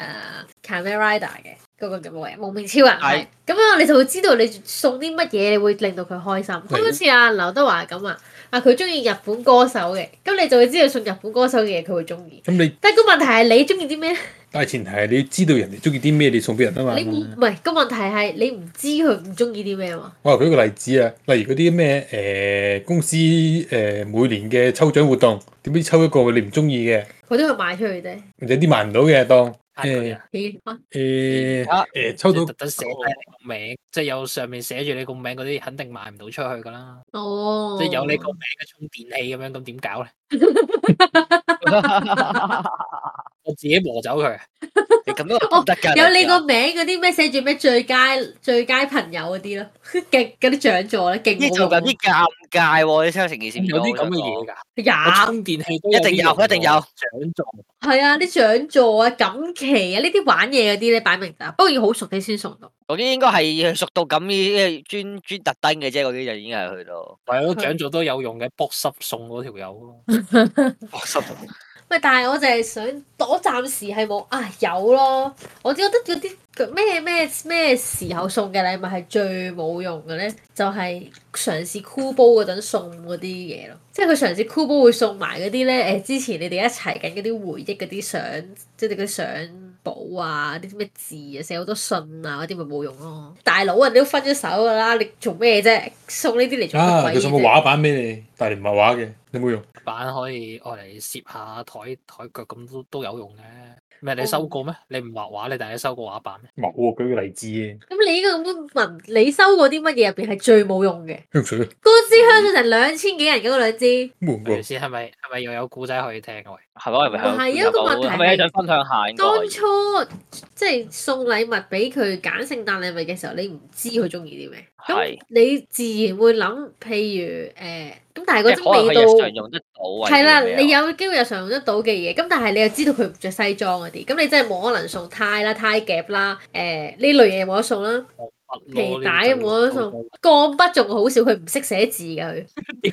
[SPEAKER 2] 誒 Kamen Rider 嘅嗰個叫乜嘢？蒙面超人係
[SPEAKER 4] 係
[SPEAKER 2] 咁樣，你就會知道你送啲乜嘢會令到佢開心。咁好似阿劉德華咁啊，啊佢中意日本歌手嘅，咁你就會知道送日本歌手嘅嘢佢會中意。
[SPEAKER 1] 咁你
[SPEAKER 2] 但係個問題係你中意啲咩？
[SPEAKER 1] 大前提係你要知道人哋中意啲咩，你送俾人啊嘛。
[SPEAKER 2] 你唔唔係個問題係你唔知佢唔中意啲咩嘛？
[SPEAKER 1] 我話舉個例子啊，例如嗰啲咩誒公司誒、呃每年嘅抽獎活動，點知抽一個你唔中意嘅，
[SPEAKER 2] 佢都去賣出去啫。
[SPEAKER 1] 或者啲賣唔到嘅當
[SPEAKER 3] 呃佢啊
[SPEAKER 2] 咦啊
[SPEAKER 1] 誒
[SPEAKER 4] 啊
[SPEAKER 1] 誒抽
[SPEAKER 3] 即係
[SPEAKER 1] 到哦
[SPEAKER 3] 特登寫低你個名，即係有上面寫住你個名嗰啲，肯定賣唔到出去噶啦。
[SPEAKER 2] 哦，
[SPEAKER 3] 即係有你個名嘅充電器咁樣，咁點搞咧？我自己磨走佢，
[SPEAKER 4] 你咁樣唔得 㗎。
[SPEAKER 2] 有你個名嗰啲咩寫住咩最佳最佳朋友嗰啲咯， 勁嗰啲獎座咧，勁
[SPEAKER 4] 呢
[SPEAKER 2] 冇
[SPEAKER 4] 做緊
[SPEAKER 2] 用
[SPEAKER 4] 啲尷尬喎，你聽成件事
[SPEAKER 3] 有啲咁嘅嘢
[SPEAKER 4] 嘢。
[SPEAKER 3] 㗎。我
[SPEAKER 2] 有
[SPEAKER 3] 充電器都
[SPEAKER 4] 一定有一定有
[SPEAKER 3] 獎狀，
[SPEAKER 2] 係啊，啲獎座啊、錦旗啊呢啲玩嘢嗰啲咧擺明就，不過要好熟你先送到。
[SPEAKER 4] 嗰啲應該係熟到咁嘅，專專特登嘅啫。嗰啲就已經係去到
[SPEAKER 3] 係咯，獎座都有用嘅，剝濕送嗰條友咯。
[SPEAKER 2] 喂，但係我就係想，我暫時係冇啊有咯，我只覺得嗰啲咩咩咩時候送嘅禮物係最冇用嘅咧，就係、嘗試箍煲嗰陣送嗰啲嘢咯，即係佢嘗試箍煲會送埋嗰啲咧誒，之前你哋一齊緊嗰啲回憶嗰啲相，即係嗰啲相簿啊，啲咩字啊，寫好多信啊嗰啲咪冇用咯。大佬啊，你都分咗手㗎啦，你做咩啫？送呢啲嚟做
[SPEAKER 1] 啊，
[SPEAKER 2] 乜
[SPEAKER 1] 佢
[SPEAKER 2] 鬼
[SPEAKER 1] 送個
[SPEAKER 2] 嘢啫？
[SPEAKER 1] 畫板俾你，但係你唔係畫嘅，你冇用。
[SPEAKER 3] 板可以愛嚟攝下台台腳咁都都有用嘅。咩？
[SPEAKER 2] 哦
[SPEAKER 3] 你收過咩？你唔畫畫，你但係你收過畫板咩？
[SPEAKER 1] 冇啊，舉個例子嘅
[SPEAKER 2] 咁你呢個咁嘅文，你收過啲乜嘢入邊係最冇用嘅？
[SPEAKER 1] 香水
[SPEAKER 2] 嗰支香水成兩千幾人嗰兩支，
[SPEAKER 1] 冇
[SPEAKER 3] 係
[SPEAKER 1] 過
[SPEAKER 3] 咪，先？係咪係咪又有古仔可以聽啊？喂，
[SPEAKER 4] 係咪？係咪
[SPEAKER 2] 唔係一個問題係
[SPEAKER 4] 係咪想分享下？應該
[SPEAKER 2] 當初即係送禮物俾佢揀聖誕禮物嘅時候，你唔知佢中意啲咩，咁
[SPEAKER 4] 係
[SPEAKER 2] 你自然會諗，譬如誒，咁、但係嗰
[SPEAKER 4] 即係可
[SPEAKER 2] 陣
[SPEAKER 4] 能
[SPEAKER 2] 味
[SPEAKER 4] 佢日常
[SPEAKER 2] 道
[SPEAKER 4] 用得到啊。
[SPEAKER 2] 係啦，
[SPEAKER 4] 呢啲嘢
[SPEAKER 2] 你 有機會日常用得到嘅嘢，咁但係你又知道佢唔着西裝嗰啲，咁你真係冇可能送呔啦、呔夾啦、誒、呢類嘢冇得送啦，
[SPEAKER 3] 皮
[SPEAKER 2] 皮帶冇得送，鋼筆仲好少，佢唔識寫字㗎 佢，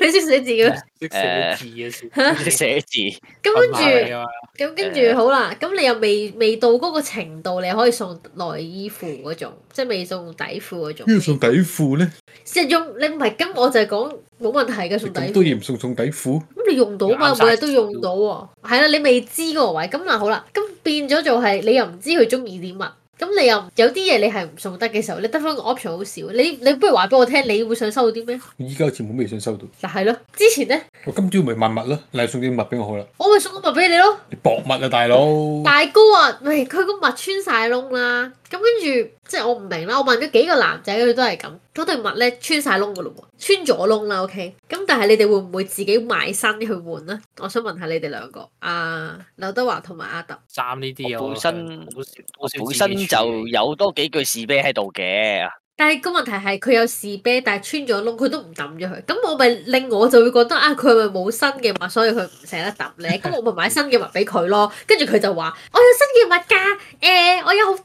[SPEAKER 2] 你識寫字嘅咩，
[SPEAKER 3] 識寫字啊 嘅先，
[SPEAKER 4] 識寫字，
[SPEAKER 2] 咁跟住。
[SPEAKER 4] 啊
[SPEAKER 2] 咁跟
[SPEAKER 4] 誒
[SPEAKER 2] 住好啦，咁你又未未到嗰個程度，你可以送內衣褲嗰種，即係未送底褲嗰種
[SPEAKER 1] 邊。度送底褲咧？
[SPEAKER 2] 即係啊用你唔係咁，我就係講冇問題嘅送底
[SPEAKER 1] 咁
[SPEAKER 2] 褲。
[SPEAKER 1] 多嘢唔送送底褲，
[SPEAKER 2] 咁你用到嘛？
[SPEAKER 3] 啱晒
[SPEAKER 2] 每日都用到喎。係啦，你未知嗰個位，咁嗱好啦，咁變咗就係你又唔知佢中意啲乜，咁你又唔有啲嘢你係唔送得嘅時候，你得翻個 option 好少。你你不如話俾我聽，你會想收到啲咩？
[SPEAKER 1] 依家好似冇咩信收到。
[SPEAKER 2] 嗱係咯，之前咧
[SPEAKER 1] 我今朝咪問物咯，你係送啲物俾我好啦，
[SPEAKER 2] 我咪送個物俾你咯。
[SPEAKER 1] 你搏物啊，大佬。
[SPEAKER 2] 大哥啊，喂，佢個襪穿晒窿啦，咁跟住即係我唔明啦，我問咗幾個男仔，佢都係咁，嗰對襪咧穿晒窿噶嘞喎，穿咗窿啦，OK，咁但係你哋會唔會自己買新去換呢？我想問下你哋兩個，啊，劉德華同埋阿特，
[SPEAKER 3] 衫呢啲
[SPEAKER 4] 我
[SPEAKER 3] 我
[SPEAKER 4] 本身
[SPEAKER 3] 好少好少
[SPEAKER 4] 本
[SPEAKER 3] 自己
[SPEAKER 4] 身
[SPEAKER 3] 處
[SPEAKER 4] 就
[SPEAKER 3] 理
[SPEAKER 4] 有多幾句士啤喺度嘅，
[SPEAKER 2] 但係個問題係佢有士啤，但係穿咗窿，佢都唔抌咗佢，咁我咪令我就會覺得啊，佢係咪冇新嘅襪，所以佢唔捨得抌咧？咁我咪買新嘅襪俾佢咯，跟住佢就話我有新嘅襪㗎，誒、我有好多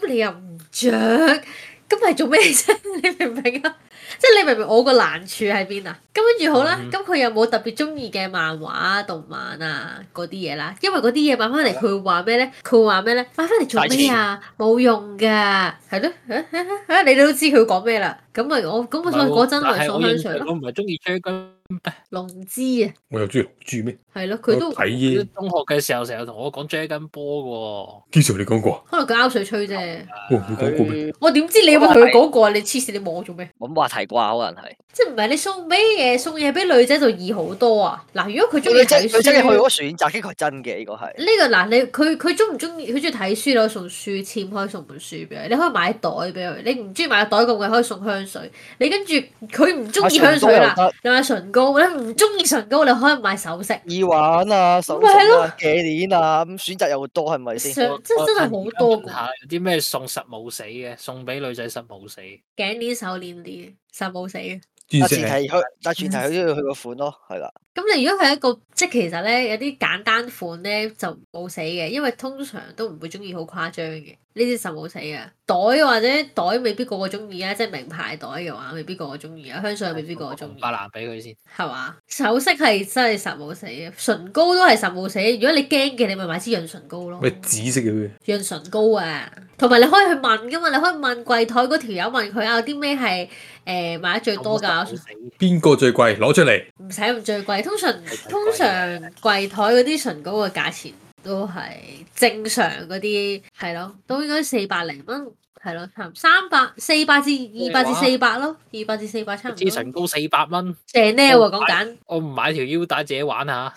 [SPEAKER 2] 㗎，咁你又唔着。咁係做咩啫？ 你明唔明啊？即係你明唔明我個難處喺邊啊？咁跟住好啦，
[SPEAKER 3] 嗯
[SPEAKER 2] 咁佢又冇特別中意嘅漫畫啊、動漫啊嗰啲嘢啦，因為嗰啲嘢買翻嚟佢會話咩咧？佢會話咩咧？買翻嚟做咩啊？冇用㗎，係咯， 你哋都知佢講咩啦。咁咪我咁
[SPEAKER 3] 唔
[SPEAKER 2] 我
[SPEAKER 3] 係
[SPEAKER 2] 所以
[SPEAKER 3] 喎
[SPEAKER 2] 嗰陣
[SPEAKER 3] 但
[SPEAKER 2] 咪
[SPEAKER 3] 係
[SPEAKER 2] 送
[SPEAKER 3] 我
[SPEAKER 2] 香
[SPEAKER 3] 認
[SPEAKER 2] 水
[SPEAKER 3] 為
[SPEAKER 2] 咯，
[SPEAKER 3] 我唔係中意追根，
[SPEAKER 4] 嗯
[SPEAKER 2] 龍之啊，
[SPEAKER 1] 我又中意龍珠咩？
[SPEAKER 2] 係咯，佢都
[SPEAKER 1] 我睇嘢，
[SPEAKER 3] 中學嘅時候成日同我講追根波
[SPEAKER 1] 經常你講過啊，
[SPEAKER 2] 可能佢拗水吹啫。
[SPEAKER 1] 我唔會講過咩？
[SPEAKER 4] 佢
[SPEAKER 2] 我點知你會同佢講過啊？你黐線，你望我做咩？
[SPEAKER 4] 冇話題啩，可能係。
[SPEAKER 2] 即係唔係你送俾嘢送嘢俾女仔就易好多啊？嗱，如果佢中意
[SPEAKER 4] 女仔
[SPEAKER 2] 睇
[SPEAKER 4] 女仔你去
[SPEAKER 2] 書。
[SPEAKER 4] 嗰選擇，呢個係真嘅，呢個係。
[SPEAKER 2] 呢個嗱，你佢佢中唔中意？佢中意睇書，你可以送書簽開送本書俾佢，你可以買袋俾佢。你唔中意買袋咁嘅，可以送香水。你跟住佢唔
[SPEAKER 4] 啊
[SPEAKER 2] 中意香水啦，你買唇膏；你唔中意唇膏，你可以買首飾。
[SPEAKER 4] 耳環啊、手
[SPEAKER 2] 咪係
[SPEAKER 4] 錶
[SPEAKER 2] 咯
[SPEAKER 4] 啊、頸鏈啊，咁選擇又多係咪先？
[SPEAKER 2] 上即係真係好多㗎，
[SPEAKER 3] 下有啲咩送實冇死嘅，送俾女仔實冇死。
[SPEAKER 2] 頸鏈、手鏈啲實冇死嘅。
[SPEAKER 1] 鑽
[SPEAKER 4] 但
[SPEAKER 1] 石
[SPEAKER 4] 前
[SPEAKER 1] 啊
[SPEAKER 4] 提佢，但前提佢都要去個款咯，係啦。
[SPEAKER 2] 咁你如果係一個即係其實咧有啲簡單款咧就冇死嘅，因為通常都唔會中意好誇張嘅，呢啲就冇死嘅。袋或者袋未必個個中意啊，即係名牌袋嘅話未必個個中意啊，香水未必個個中意。
[SPEAKER 3] 白蘭俾佢先。
[SPEAKER 2] 係嘛？首飾係真係實冇死嘅，唇膏都係實冇死。如果你驚嘅，你咪買支潤唇膏咯。
[SPEAKER 1] 咩紫色嘅佢？
[SPEAKER 2] 潤唇膏啊，同埋你可以去問噶嘛，你可以問櫃台嗰條友問佢啊，有啲咩係誒買得最多㗎？
[SPEAKER 3] 送實冇死
[SPEAKER 1] 邊個最貴？攞出嚟。
[SPEAKER 2] 唔使咁最貴，通常
[SPEAKER 3] 係
[SPEAKER 2] 通常櫃台嗰啲唇膏嘅價錢都係正常嗰啲係咯，都應該四百零蚊係咯，差唔三百四百至二百至四百咯，二百至四百差唔多。
[SPEAKER 3] 支唇膏四百蚊，
[SPEAKER 2] Chanel 啊，講緊。
[SPEAKER 3] 我唔買條腰帶自己玩下。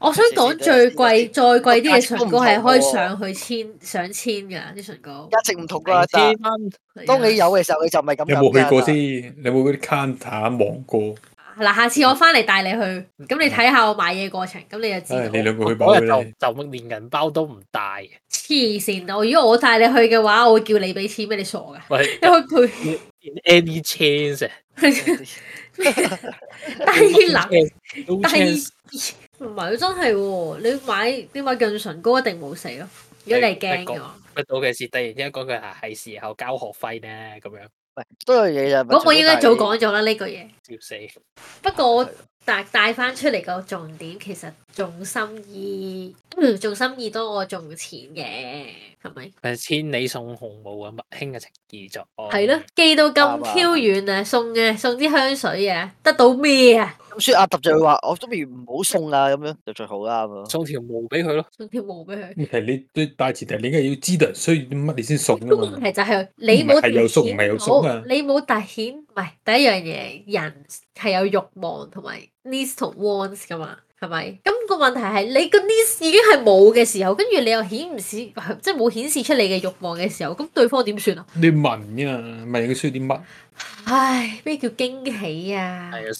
[SPEAKER 2] 我想講最貴再貴啲嘅唇膏係可以
[SPEAKER 4] 個價
[SPEAKER 2] 上去千上千㗎啲唇膏。
[SPEAKER 4] 一直唔同㗎，但
[SPEAKER 3] 千蚊
[SPEAKER 2] 係啊
[SPEAKER 4] 當你有嘅時候，你就唔係咁
[SPEAKER 1] 有冇去過
[SPEAKER 4] 諗㗎
[SPEAKER 1] 先？你有冇嗰啲 counter 啊望過？
[SPEAKER 2] 嗱，下次我翻嚟帶你去，咁你睇下我買嘢過程，咁嗯你就知
[SPEAKER 1] 哎唉，你
[SPEAKER 2] 道。
[SPEAKER 1] 兩個去爆
[SPEAKER 3] 嗰
[SPEAKER 1] 佢
[SPEAKER 3] 日
[SPEAKER 1] 啦！
[SPEAKER 3] 就就連銀包都唔帶嘅。
[SPEAKER 2] 黐線我如果我帶你去嘅話，我會叫你俾錢咩？你傻 㗎？
[SPEAKER 3] 喂
[SPEAKER 2] 因為佢
[SPEAKER 3] ，in any chance 啊
[SPEAKER 2] 低 能。
[SPEAKER 3] ，no
[SPEAKER 2] 但係
[SPEAKER 3] chance。
[SPEAKER 2] 唔係真係喎，你買你買潤唇膏一定冇死咯。如果你係驚嘅話，
[SPEAKER 3] 乜到嘅事，突然之間講佢係係時候交學費咧，咁樣
[SPEAKER 4] 喂，多樣嘢就
[SPEAKER 2] 咁我應該早講咗啦呢句嘢。
[SPEAKER 3] 笑死。
[SPEAKER 2] 不過我帶帶翻出嚟個重點，其實重心意，嗯重心意多過重錢嘅，係咪？
[SPEAKER 3] 誒，千里送紅帽啊，麥興嘅情義作。
[SPEAKER 2] 係咯，寄到
[SPEAKER 4] 啱
[SPEAKER 2] 咁
[SPEAKER 4] 啊
[SPEAKER 2] Q 遠啊，送嘅送啲香水啊，得到咩啊？
[SPEAKER 4] 咁所以阿揼就會話：我都不如唔好送啊，咁樣就最好啦咁樣。
[SPEAKER 3] 送條毛俾佢咯。
[SPEAKER 2] 送條毛俾佢。
[SPEAKER 1] 問題你最大前提，你應該要知道人需要啲乜，你先送
[SPEAKER 2] 個
[SPEAKER 1] 啊
[SPEAKER 2] 問
[SPEAKER 1] 嘛。
[SPEAKER 2] 題就係你
[SPEAKER 1] 唔
[SPEAKER 2] 冇
[SPEAKER 1] 係係有縮唔係有縮啊
[SPEAKER 2] 突顯到你冇突顯，唔係第一樣嘢，人係有慾望同埋 needs 同 wants 噶嘛，係咪？咁、個問題係你個 needs 已經係冇嘅時候，跟住你又顯唔示，即係冇顯示出你嘅慾望嘅時候，咁對方點算啊？
[SPEAKER 1] 你問啊嘛，問佢需要啲乜？
[SPEAKER 2] 唉，咩叫驚喜啊？
[SPEAKER 3] 係啊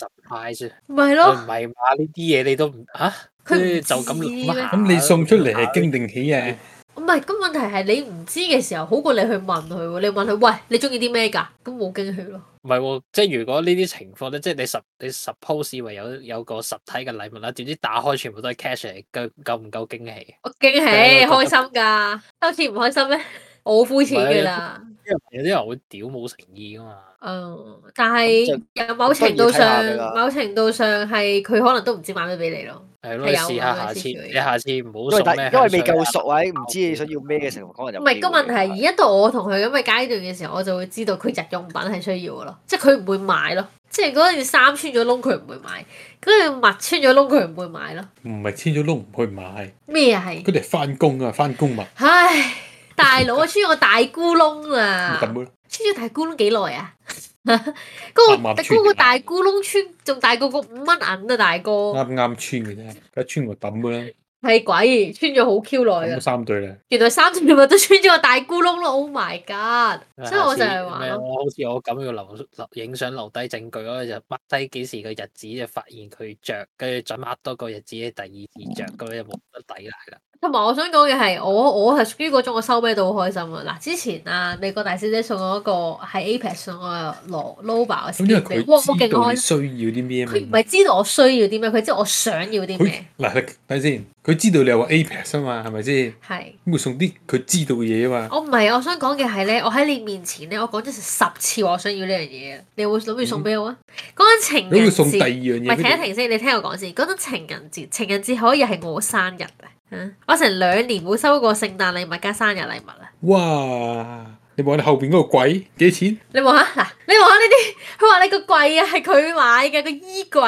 [SPEAKER 3] ，surprise 啊。
[SPEAKER 2] 咪
[SPEAKER 3] 喂
[SPEAKER 2] 咯
[SPEAKER 3] 唔。係嘛？呢啲嘢你都唔吓，
[SPEAKER 2] 佢唔
[SPEAKER 3] 即係就咁
[SPEAKER 2] 知
[SPEAKER 3] 諗
[SPEAKER 2] 咩
[SPEAKER 3] 啊下。
[SPEAKER 1] 咁你送出嚟係經定起啊？
[SPEAKER 2] 唔係，咁問題係你唔知嘅時候，好過你去問佢喎。你問佢，喂，你中意啲咩㗎？咁冇驚喜咯。
[SPEAKER 3] 唔係喎，即係如果呢啲情況咧，即係你實你 suppose 以為有有個實體嘅禮物啦，點知打開全部都係 cash 嚟，夠夠唔夠驚喜？
[SPEAKER 2] 我驚喜，
[SPEAKER 3] 係啊
[SPEAKER 2] 開
[SPEAKER 3] 我覺
[SPEAKER 2] 心㗎。收錢唔開心咩？我好膚淺
[SPEAKER 3] 唔係
[SPEAKER 2] 㗎啦。
[SPEAKER 3] 因為有啲人會屌冇誠意噶嘛。
[SPEAKER 2] 嗯，但
[SPEAKER 4] 就
[SPEAKER 2] 係有某程度
[SPEAKER 4] 不如睇下
[SPEAKER 2] 上
[SPEAKER 4] 佢，啦
[SPEAKER 2] 某程度上係佢可能都唔知買咩俾你咯。
[SPEAKER 3] 係咯，
[SPEAKER 2] 係啊
[SPEAKER 3] 你
[SPEAKER 2] 有咁
[SPEAKER 3] 試下
[SPEAKER 2] 嘅
[SPEAKER 3] 下次，
[SPEAKER 2] situation
[SPEAKER 3] 你下次唔
[SPEAKER 4] 因
[SPEAKER 3] 好
[SPEAKER 4] 為
[SPEAKER 3] 送
[SPEAKER 4] 但
[SPEAKER 3] 咩香水啊？
[SPEAKER 4] 因為未夠熟或者唔
[SPEAKER 3] 包
[SPEAKER 4] 知你
[SPEAKER 3] 裹
[SPEAKER 4] 想要咩嘅情況，可能就
[SPEAKER 2] 唔係個問題係，而
[SPEAKER 4] 係
[SPEAKER 2] 家到我同佢咁嘅階段嘅時候，我就會知道佢日用品係需要嘅咯，即係佢唔會買咯。即係嗰件衫穿咗窿，佢唔會買；嗰件襪穿咗窿，佢唔會買咯。
[SPEAKER 1] 唔係穿咗窿唔去買，
[SPEAKER 2] 咩啊係？
[SPEAKER 1] 佢哋係翻工啊，翻工物咪
[SPEAKER 2] 唉，大佬啊，穿咗個大咕窿啊！
[SPEAKER 1] 咁咯。
[SPEAKER 2] 穿咗大咕窿幾耐啊？ 嗰、
[SPEAKER 1] 慢慢
[SPEAKER 2] 個
[SPEAKER 1] 穿
[SPEAKER 2] 嗰個
[SPEAKER 1] 㗎
[SPEAKER 2] 大咕窿穿仲大過個五蚊銀啊，大哥！
[SPEAKER 1] 啱啱穿嘅啫，而家穿咪抌啦。
[SPEAKER 2] 係鬼穿咗好 Q 耐
[SPEAKER 1] 咁啊
[SPEAKER 2] 噶，
[SPEAKER 1] 三對咧，
[SPEAKER 2] 原來三條咪都穿咗個大咕窿咯，Oh my god！所以我就係話
[SPEAKER 3] 啊咩
[SPEAKER 1] 啊
[SPEAKER 2] 咯，
[SPEAKER 3] 我好似我咁要留留影相留低證據咯，就 mark 低幾時個日子就發現佢着，跟住再 mark 多個日子第二次着，咁樣就冇得抵賴啦。
[SPEAKER 2] 同埋我想講嘅係，我我係屬於嗰種我收咩都好開心啊！嗱，之前啊，美國大小姐送我一個喺 Apex 送我羅 Loba 嘅
[SPEAKER 1] 咁因為
[SPEAKER 2] skin 俾我，哇！我
[SPEAKER 1] 佢知
[SPEAKER 2] 勁
[SPEAKER 1] 道
[SPEAKER 2] 開
[SPEAKER 1] 你
[SPEAKER 2] 心，
[SPEAKER 1] 需要啲咩嘛
[SPEAKER 2] 佢唔係知道我需要啲咩，佢知道我想要啲
[SPEAKER 1] 佢
[SPEAKER 2] 咩，
[SPEAKER 1] 嗱，你睇先，佢知道你有個 Apex 啊嘛，係咪先？
[SPEAKER 2] 係。
[SPEAKER 1] 咁佢送啲佢知道嘅嘢啊嘛。
[SPEAKER 2] 我唔係，我想講嘅係咧，我喺你面前咧，我講咗成十次話我想要呢樣嘢，你會諗住送俾我啊？嗰陣情
[SPEAKER 1] 嗯你
[SPEAKER 2] 人
[SPEAKER 1] 會送第二
[SPEAKER 2] 節，
[SPEAKER 1] 樣
[SPEAKER 2] 唔
[SPEAKER 1] 嘢俾
[SPEAKER 2] 係停一
[SPEAKER 1] 佢，
[SPEAKER 2] 停先，你聽我講先。嗰陣情人節，情人節可以係我生日啊！嗯我成兩年冇收過聖誕禮物加生日禮物啦。
[SPEAKER 1] 哇！你望你後邊嗰個櫃幾錢？
[SPEAKER 2] 你望下嗱，你望下呢啲，佢話你個櫃啊係佢買嘅個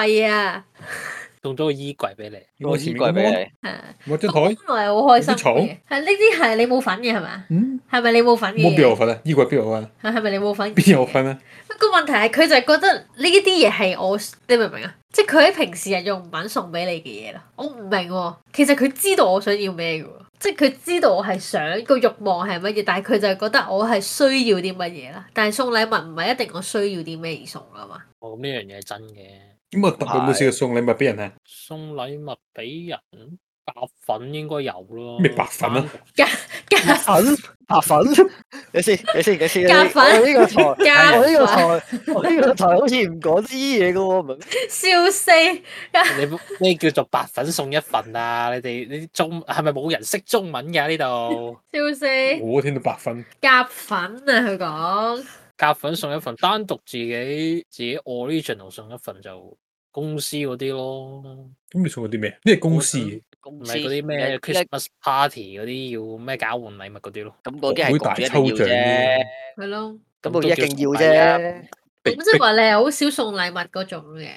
[SPEAKER 2] 衣櫃啊，
[SPEAKER 3] 送咗個衣櫃俾你，
[SPEAKER 4] 個衣櫃俾
[SPEAKER 2] 誒，
[SPEAKER 1] 你，我啊張台，
[SPEAKER 2] 啊我係好開心
[SPEAKER 1] 有啲嘈
[SPEAKER 2] 嘅。係呢啲係你冇份嘅係嘛？
[SPEAKER 1] 嗯，
[SPEAKER 2] 係咪你冇份嘅
[SPEAKER 1] 冇邊有
[SPEAKER 2] 嘢？
[SPEAKER 1] 份啊？衣櫃邊有份啊？
[SPEAKER 2] 係咪你冇份嘅嘢？
[SPEAKER 1] 邊有份啊？
[SPEAKER 2] 個問題係佢就係覺得呢啲嘢係我，你明唔明啊？即係佢喺平時日用品送俾你嘅嘢啦。我唔明喎、其實佢知道我想要咩嘅喎，即係佢知道我係想個慾望係乜嘢，但係佢就係覺得我係需要啲乜嘢啦。但係送禮物唔係一定我需要啲咩而送噶 嘛。
[SPEAKER 3] 我哦咁呢樣嘢係真嘅。
[SPEAKER 1] 咁啊，特別有冇試過送禮物俾人啊？
[SPEAKER 3] 送禮物俾人，白粉應該有咯。
[SPEAKER 1] 咩白粉啊
[SPEAKER 2] 加
[SPEAKER 4] 粉白粉，你先你先你先，
[SPEAKER 2] 夾
[SPEAKER 4] 你
[SPEAKER 2] 粉
[SPEAKER 4] 我呢個台，
[SPEAKER 2] 夾
[SPEAKER 4] 我呢個
[SPEAKER 2] 粉
[SPEAKER 4] 台，我呢個台好似唔講呢啲嘢嘅喎，唔係咩
[SPEAKER 2] 笑死！
[SPEAKER 3] 你咩叫做白粉送一份啊？你哋你啲中係咪冇人識中文㗎呢 度？
[SPEAKER 2] 笑死！
[SPEAKER 1] 我聽到白粉，
[SPEAKER 2] 夾粉啊，佢講
[SPEAKER 3] 夾粉送一份，單獨自己自己 original 送一份就公司嗰啲咯。
[SPEAKER 1] 咁你送咗啲咩？呢係公司嘅，
[SPEAKER 4] 公
[SPEAKER 3] 唔
[SPEAKER 4] 司
[SPEAKER 3] 係嗰啲咩 Christmas party 嗰啲，要咩交換禮物嗰啲咯。
[SPEAKER 4] 咁嗰啲係
[SPEAKER 1] 會
[SPEAKER 4] 焗
[SPEAKER 1] 大
[SPEAKER 4] 住一
[SPEAKER 1] 抽
[SPEAKER 4] 定要
[SPEAKER 1] 獎
[SPEAKER 4] 啫
[SPEAKER 1] 嘅，
[SPEAKER 2] 係咯。
[SPEAKER 4] 咁
[SPEAKER 3] 都
[SPEAKER 4] 佢
[SPEAKER 3] 叫
[SPEAKER 4] 一定要
[SPEAKER 3] 送禮啊。
[SPEAKER 4] 啫。
[SPEAKER 2] 咁即係話你係好少送禮物嗰種嘅，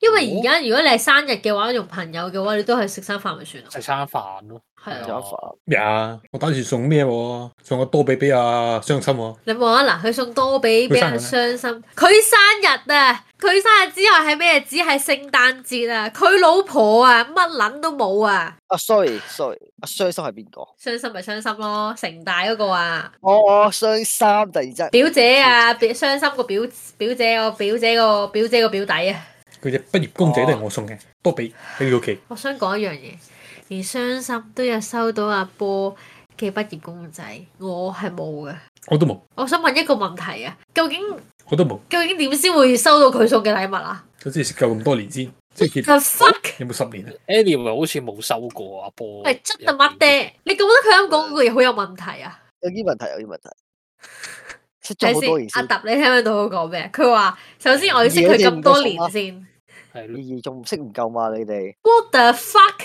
[SPEAKER 2] 因為而家如果你係生日嘅話，同朋友嘅話，你都係食餐飯咪算咯。
[SPEAKER 3] 食餐飯咯，
[SPEAKER 2] 係啊，
[SPEAKER 4] 有飯
[SPEAKER 1] 呀！啊我打算送咩喎？送個多比比啊，傷心喎！
[SPEAKER 2] 你望下嗱，佢送多俾俾人傷心，佢生日啊，佢生日之後係咩日子？係聖誕節啊，佢老婆啊，乜撚都冇啊，
[SPEAKER 4] 啊，sorry À, sorry，啊傷心係邊個？
[SPEAKER 2] 傷心咪傷心咯，成大嗰個啊，
[SPEAKER 4] 哦，傷心突然之間。
[SPEAKER 2] 表姐啊，表傷心個表表姐個表姐個表姐個表弟啊。
[SPEAKER 1] 佢隻畢業公仔都係我送
[SPEAKER 4] 哦
[SPEAKER 1] 嘅，多比喺呢個期。
[SPEAKER 2] 我想講一樣嘢，連傷心都有收到阿波嘅畢業公仔，我係冇嘅。
[SPEAKER 1] 我都冇，
[SPEAKER 2] 我想問一個問題啊，究竟
[SPEAKER 1] 我都冇，
[SPEAKER 2] 究竟點先會收到佢送嘅禮物啊
[SPEAKER 1] 首先食夠咁多年先，即 係
[SPEAKER 2] The fuck！
[SPEAKER 1] 有冇十年啊？
[SPEAKER 3] anyway 好似冇收過阿波。
[SPEAKER 2] 喂，真係乜？爹？你覺唔覺得佢啱講嗰個嘢好有問題 啊？
[SPEAKER 4] 有啲問題，有啲問題。
[SPEAKER 2] 睇先，阿揼，你
[SPEAKER 4] 出咗好多年先，
[SPEAKER 2] 聽唔聽到佢講咩？佢話首先我嗯要識佢咁多年先。
[SPEAKER 3] 係咯，
[SPEAKER 4] 意義仲識唔夠嘛？你哋
[SPEAKER 2] What the fuck！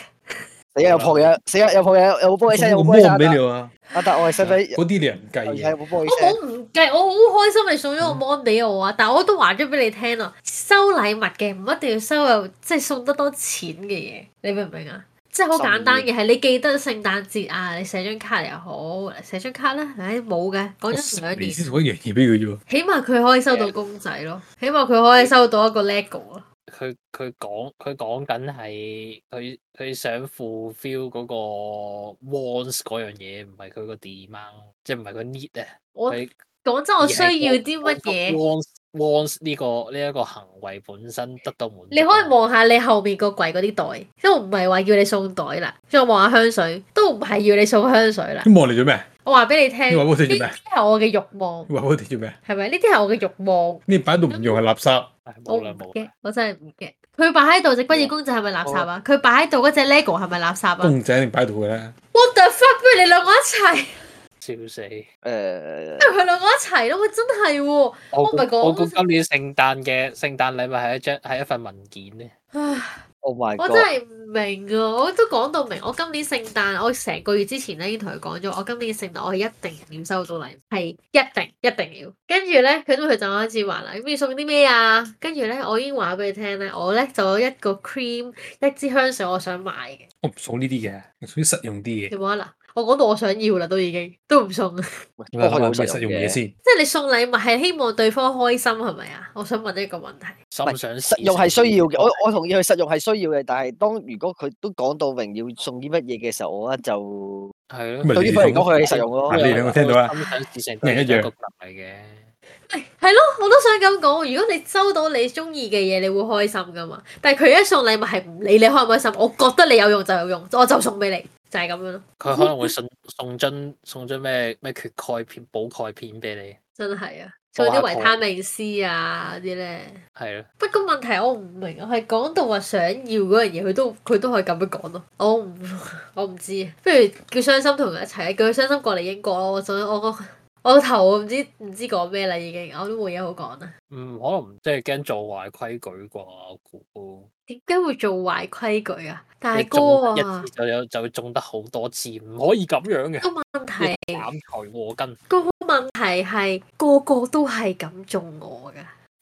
[SPEAKER 4] 死啊！有破嘢，死啊！有破嘢，有冇波起
[SPEAKER 1] 送
[SPEAKER 4] 身？
[SPEAKER 1] 個
[SPEAKER 4] 有冇
[SPEAKER 1] 魔
[SPEAKER 4] 波起
[SPEAKER 1] 唔
[SPEAKER 4] 身啊
[SPEAKER 1] 俾你啊！
[SPEAKER 4] 阿達？阿達，我係使唔使？
[SPEAKER 1] 嗰啲你又唔啊計
[SPEAKER 4] 有
[SPEAKER 1] 嘅，
[SPEAKER 4] 冇波
[SPEAKER 2] 我
[SPEAKER 4] 起身？
[SPEAKER 2] 冇唔計，我好開心你送咗個 mon 俾我啊！但係我都話咗俾你聽啦，收禮物嘅唔一定要收有即係送得多錢嘅嘢，你明唔明啊？即係好簡單嘅係你記得聖誕節啊，你寫張卡又好，寫張卡啦，唉冇嘅，講
[SPEAKER 1] 我
[SPEAKER 2] 咗
[SPEAKER 1] 十
[SPEAKER 2] 兩
[SPEAKER 1] 年
[SPEAKER 2] 年，
[SPEAKER 1] 先送一樣嘢俾佢啫喎。
[SPEAKER 2] 起碼佢可以收到公仔咯，起碼佢可以收到一個 lego 咯，
[SPEAKER 3] 佢佢講佢講緊係佢佢想 fulfill 嗰個 wants 嗰樣嘢，唔係佢個 demand，即係唔係佢 need 啊。
[SPEAKER 2] 我
[SPEAKER 3] 佢
[SPEAKER 2] 講真，我需要啲乜嘢？
[SPEAKER 3] wants wants 呢個呢一個行為本身得到滿足。啊
[SPEAKER 2] 你可以望下你後面個櫃嗰啲袋，即係我唔係話要你送袋啦，即係我望下香水，都唔係要你送香水啦。
[SPEAKER 1] 咁望嚟做咩？
[SPEAKER 2] 我話俾你聽，
[SPEAKER 1] 你話
[SPEAKER 2] 呢
[SPEAKER 1] 我哋做
[SPEAKER 2] 啲
[SPEAKER 1] 咩？
[SPEAKER 2] 係我嘅欲望，
[SPEAKER 1] 你話我哋做咩？
[SPEAKER 2] 係咪？呢啲係我嘅欲望，
[SPEAKER 1] 你擺到唔用係垃 圾。
[SPEAKER 3] 唉
[SPEAKER 2] 我
[SPEAKER 3] 冇啦
[SPEAKER 2] 唔
[SPEAKER 3] 冇
[SPEAKER 2] 嘅
[SPEAKER 3] 啦，，
[SPEAKER 2] 我真係唔嘅。佢擺喺度隻不二公仔係咪垃圾啊？佢擺喺度嗰只 lego 係咪垃圾啊？What
[SPEAKER 1] 公仔一定擺到嘅啦，
[SPEAKER 2] the fuck！不如你兩個一齊，
[SPEAKER 3] 笑死！
[SPEAKER 4] 誒，
[SPEAKER 2] 不如佢兩個一齊咯！喂，真係喎，
[SPEAKER 3] 我
[SPEAKER 2] 我咪
[SPEAKER 3] 估
[SPEAKER 2] 講
[SPEAKER 3] 我估今年聖誕嘅聖誕禮物係一張係一份文件咧。
[SPEAKER 2] 唉
[SPEAKER 4] ，Oh my
[SPEAKER 2] 我真
[SPEAKER 4] god！
[SPEAKER 2] 係唔明啊！我都講到明，我今年聖誕，我成個月之前咧已經同佢講咗，我今年聖誕我係一定要收到禮物，係一定一定要。跟住咧，佢都佢就開始話啦，咁要送啲咩啊？跟住咧，我已經話俾佢聽咧，我咧就有一個 cream，一支香水我想買嘅。
[SPEAKER 1] 我唔送呢啲嘅，我送啲實用啲嘅。
[SPEAKER 2] 你冇得嗱，我講到我想要啦，都已經都唔送。
[SPEAKER 4] 喂
[SPEAKER 1] 我
[SPEAKER 4] 不過
[SPEAKER 1] 諗
[SPEAKER 4] 好
[SPEAKER 1] 下實用嘢
[SPEAKER 4] 嘅。
[SPEAKER 1] 先。
[SPEAKER 2] 即係你送禮物係希望對方開心係咪啊？我想問呢一個問題。
[SPEAKER 3] 心想事
[SPEAKER 4] 實用係
[SPEAKER 3] 成
[SPEAKER 4] 需要嘅，我我同意佢實用係需要嘅，但係當如果佢都講到榮耀送啲乜嘢嘅時候，我覺得就
[SPEAKER 3] 係咯
[SPEAKER 1] 咪。
[SPEAKER 4] 對呢份嚟講，佢係實用咯
[SPEAKER 1] 嗱。你兩個聽到啦
[SPEAKER 3] 心想事成
[SPEAKER 1] 一人一樣
[SPEAKER 3] 都係一個鼓勵嘅。
[SPEAKER 2] 係咯，我都想咁講。如果你收到你中意嘅嘢，你會開心噶嘛？但係佢一送禮物係唔理你開唔開心，我覺得你有用就有用，我就送俾你，就係咁樣咯。
[SPEAKER 3] 佢可能會送 送樽送樽咩咩缺鈣片補鈣片俾你，
[SPEAKER 2] 真係啊，送啲維他命 C 啊嗰啲咧。
[SPEAKER 3] 係咯，
[SPEAKER 2] 不過問題我唔明，我係講到話想要嗰樣嘢，佢都佢都可以咁樣講咯。我唔我唔知，不如叫傷心同佢一齊，叫佢傷心過嚟英國咯。我想我個我個頭我唔知唔知講咩啦，已經我都冇嘢好講啦。
[SPEAKER 3] 嗯，可能即係驚做壞規矩啩，我估。
[SPEAKER 2] 點解會做壞規矩啊？大
[SPEAKER 3] 你
[SPEAKER 2] 哥
[SPEAKER 3] 中
[SPEAKER 2] 啊
[SPEAKER 3] 一，次就有就中得好多次，唔可以咁樣嘅，
[SPEAKER 2] 個問題
[SPEAKER 3] 減財禍根。
[SPEAKER 2] 個問題係個個都係咁中我㗎，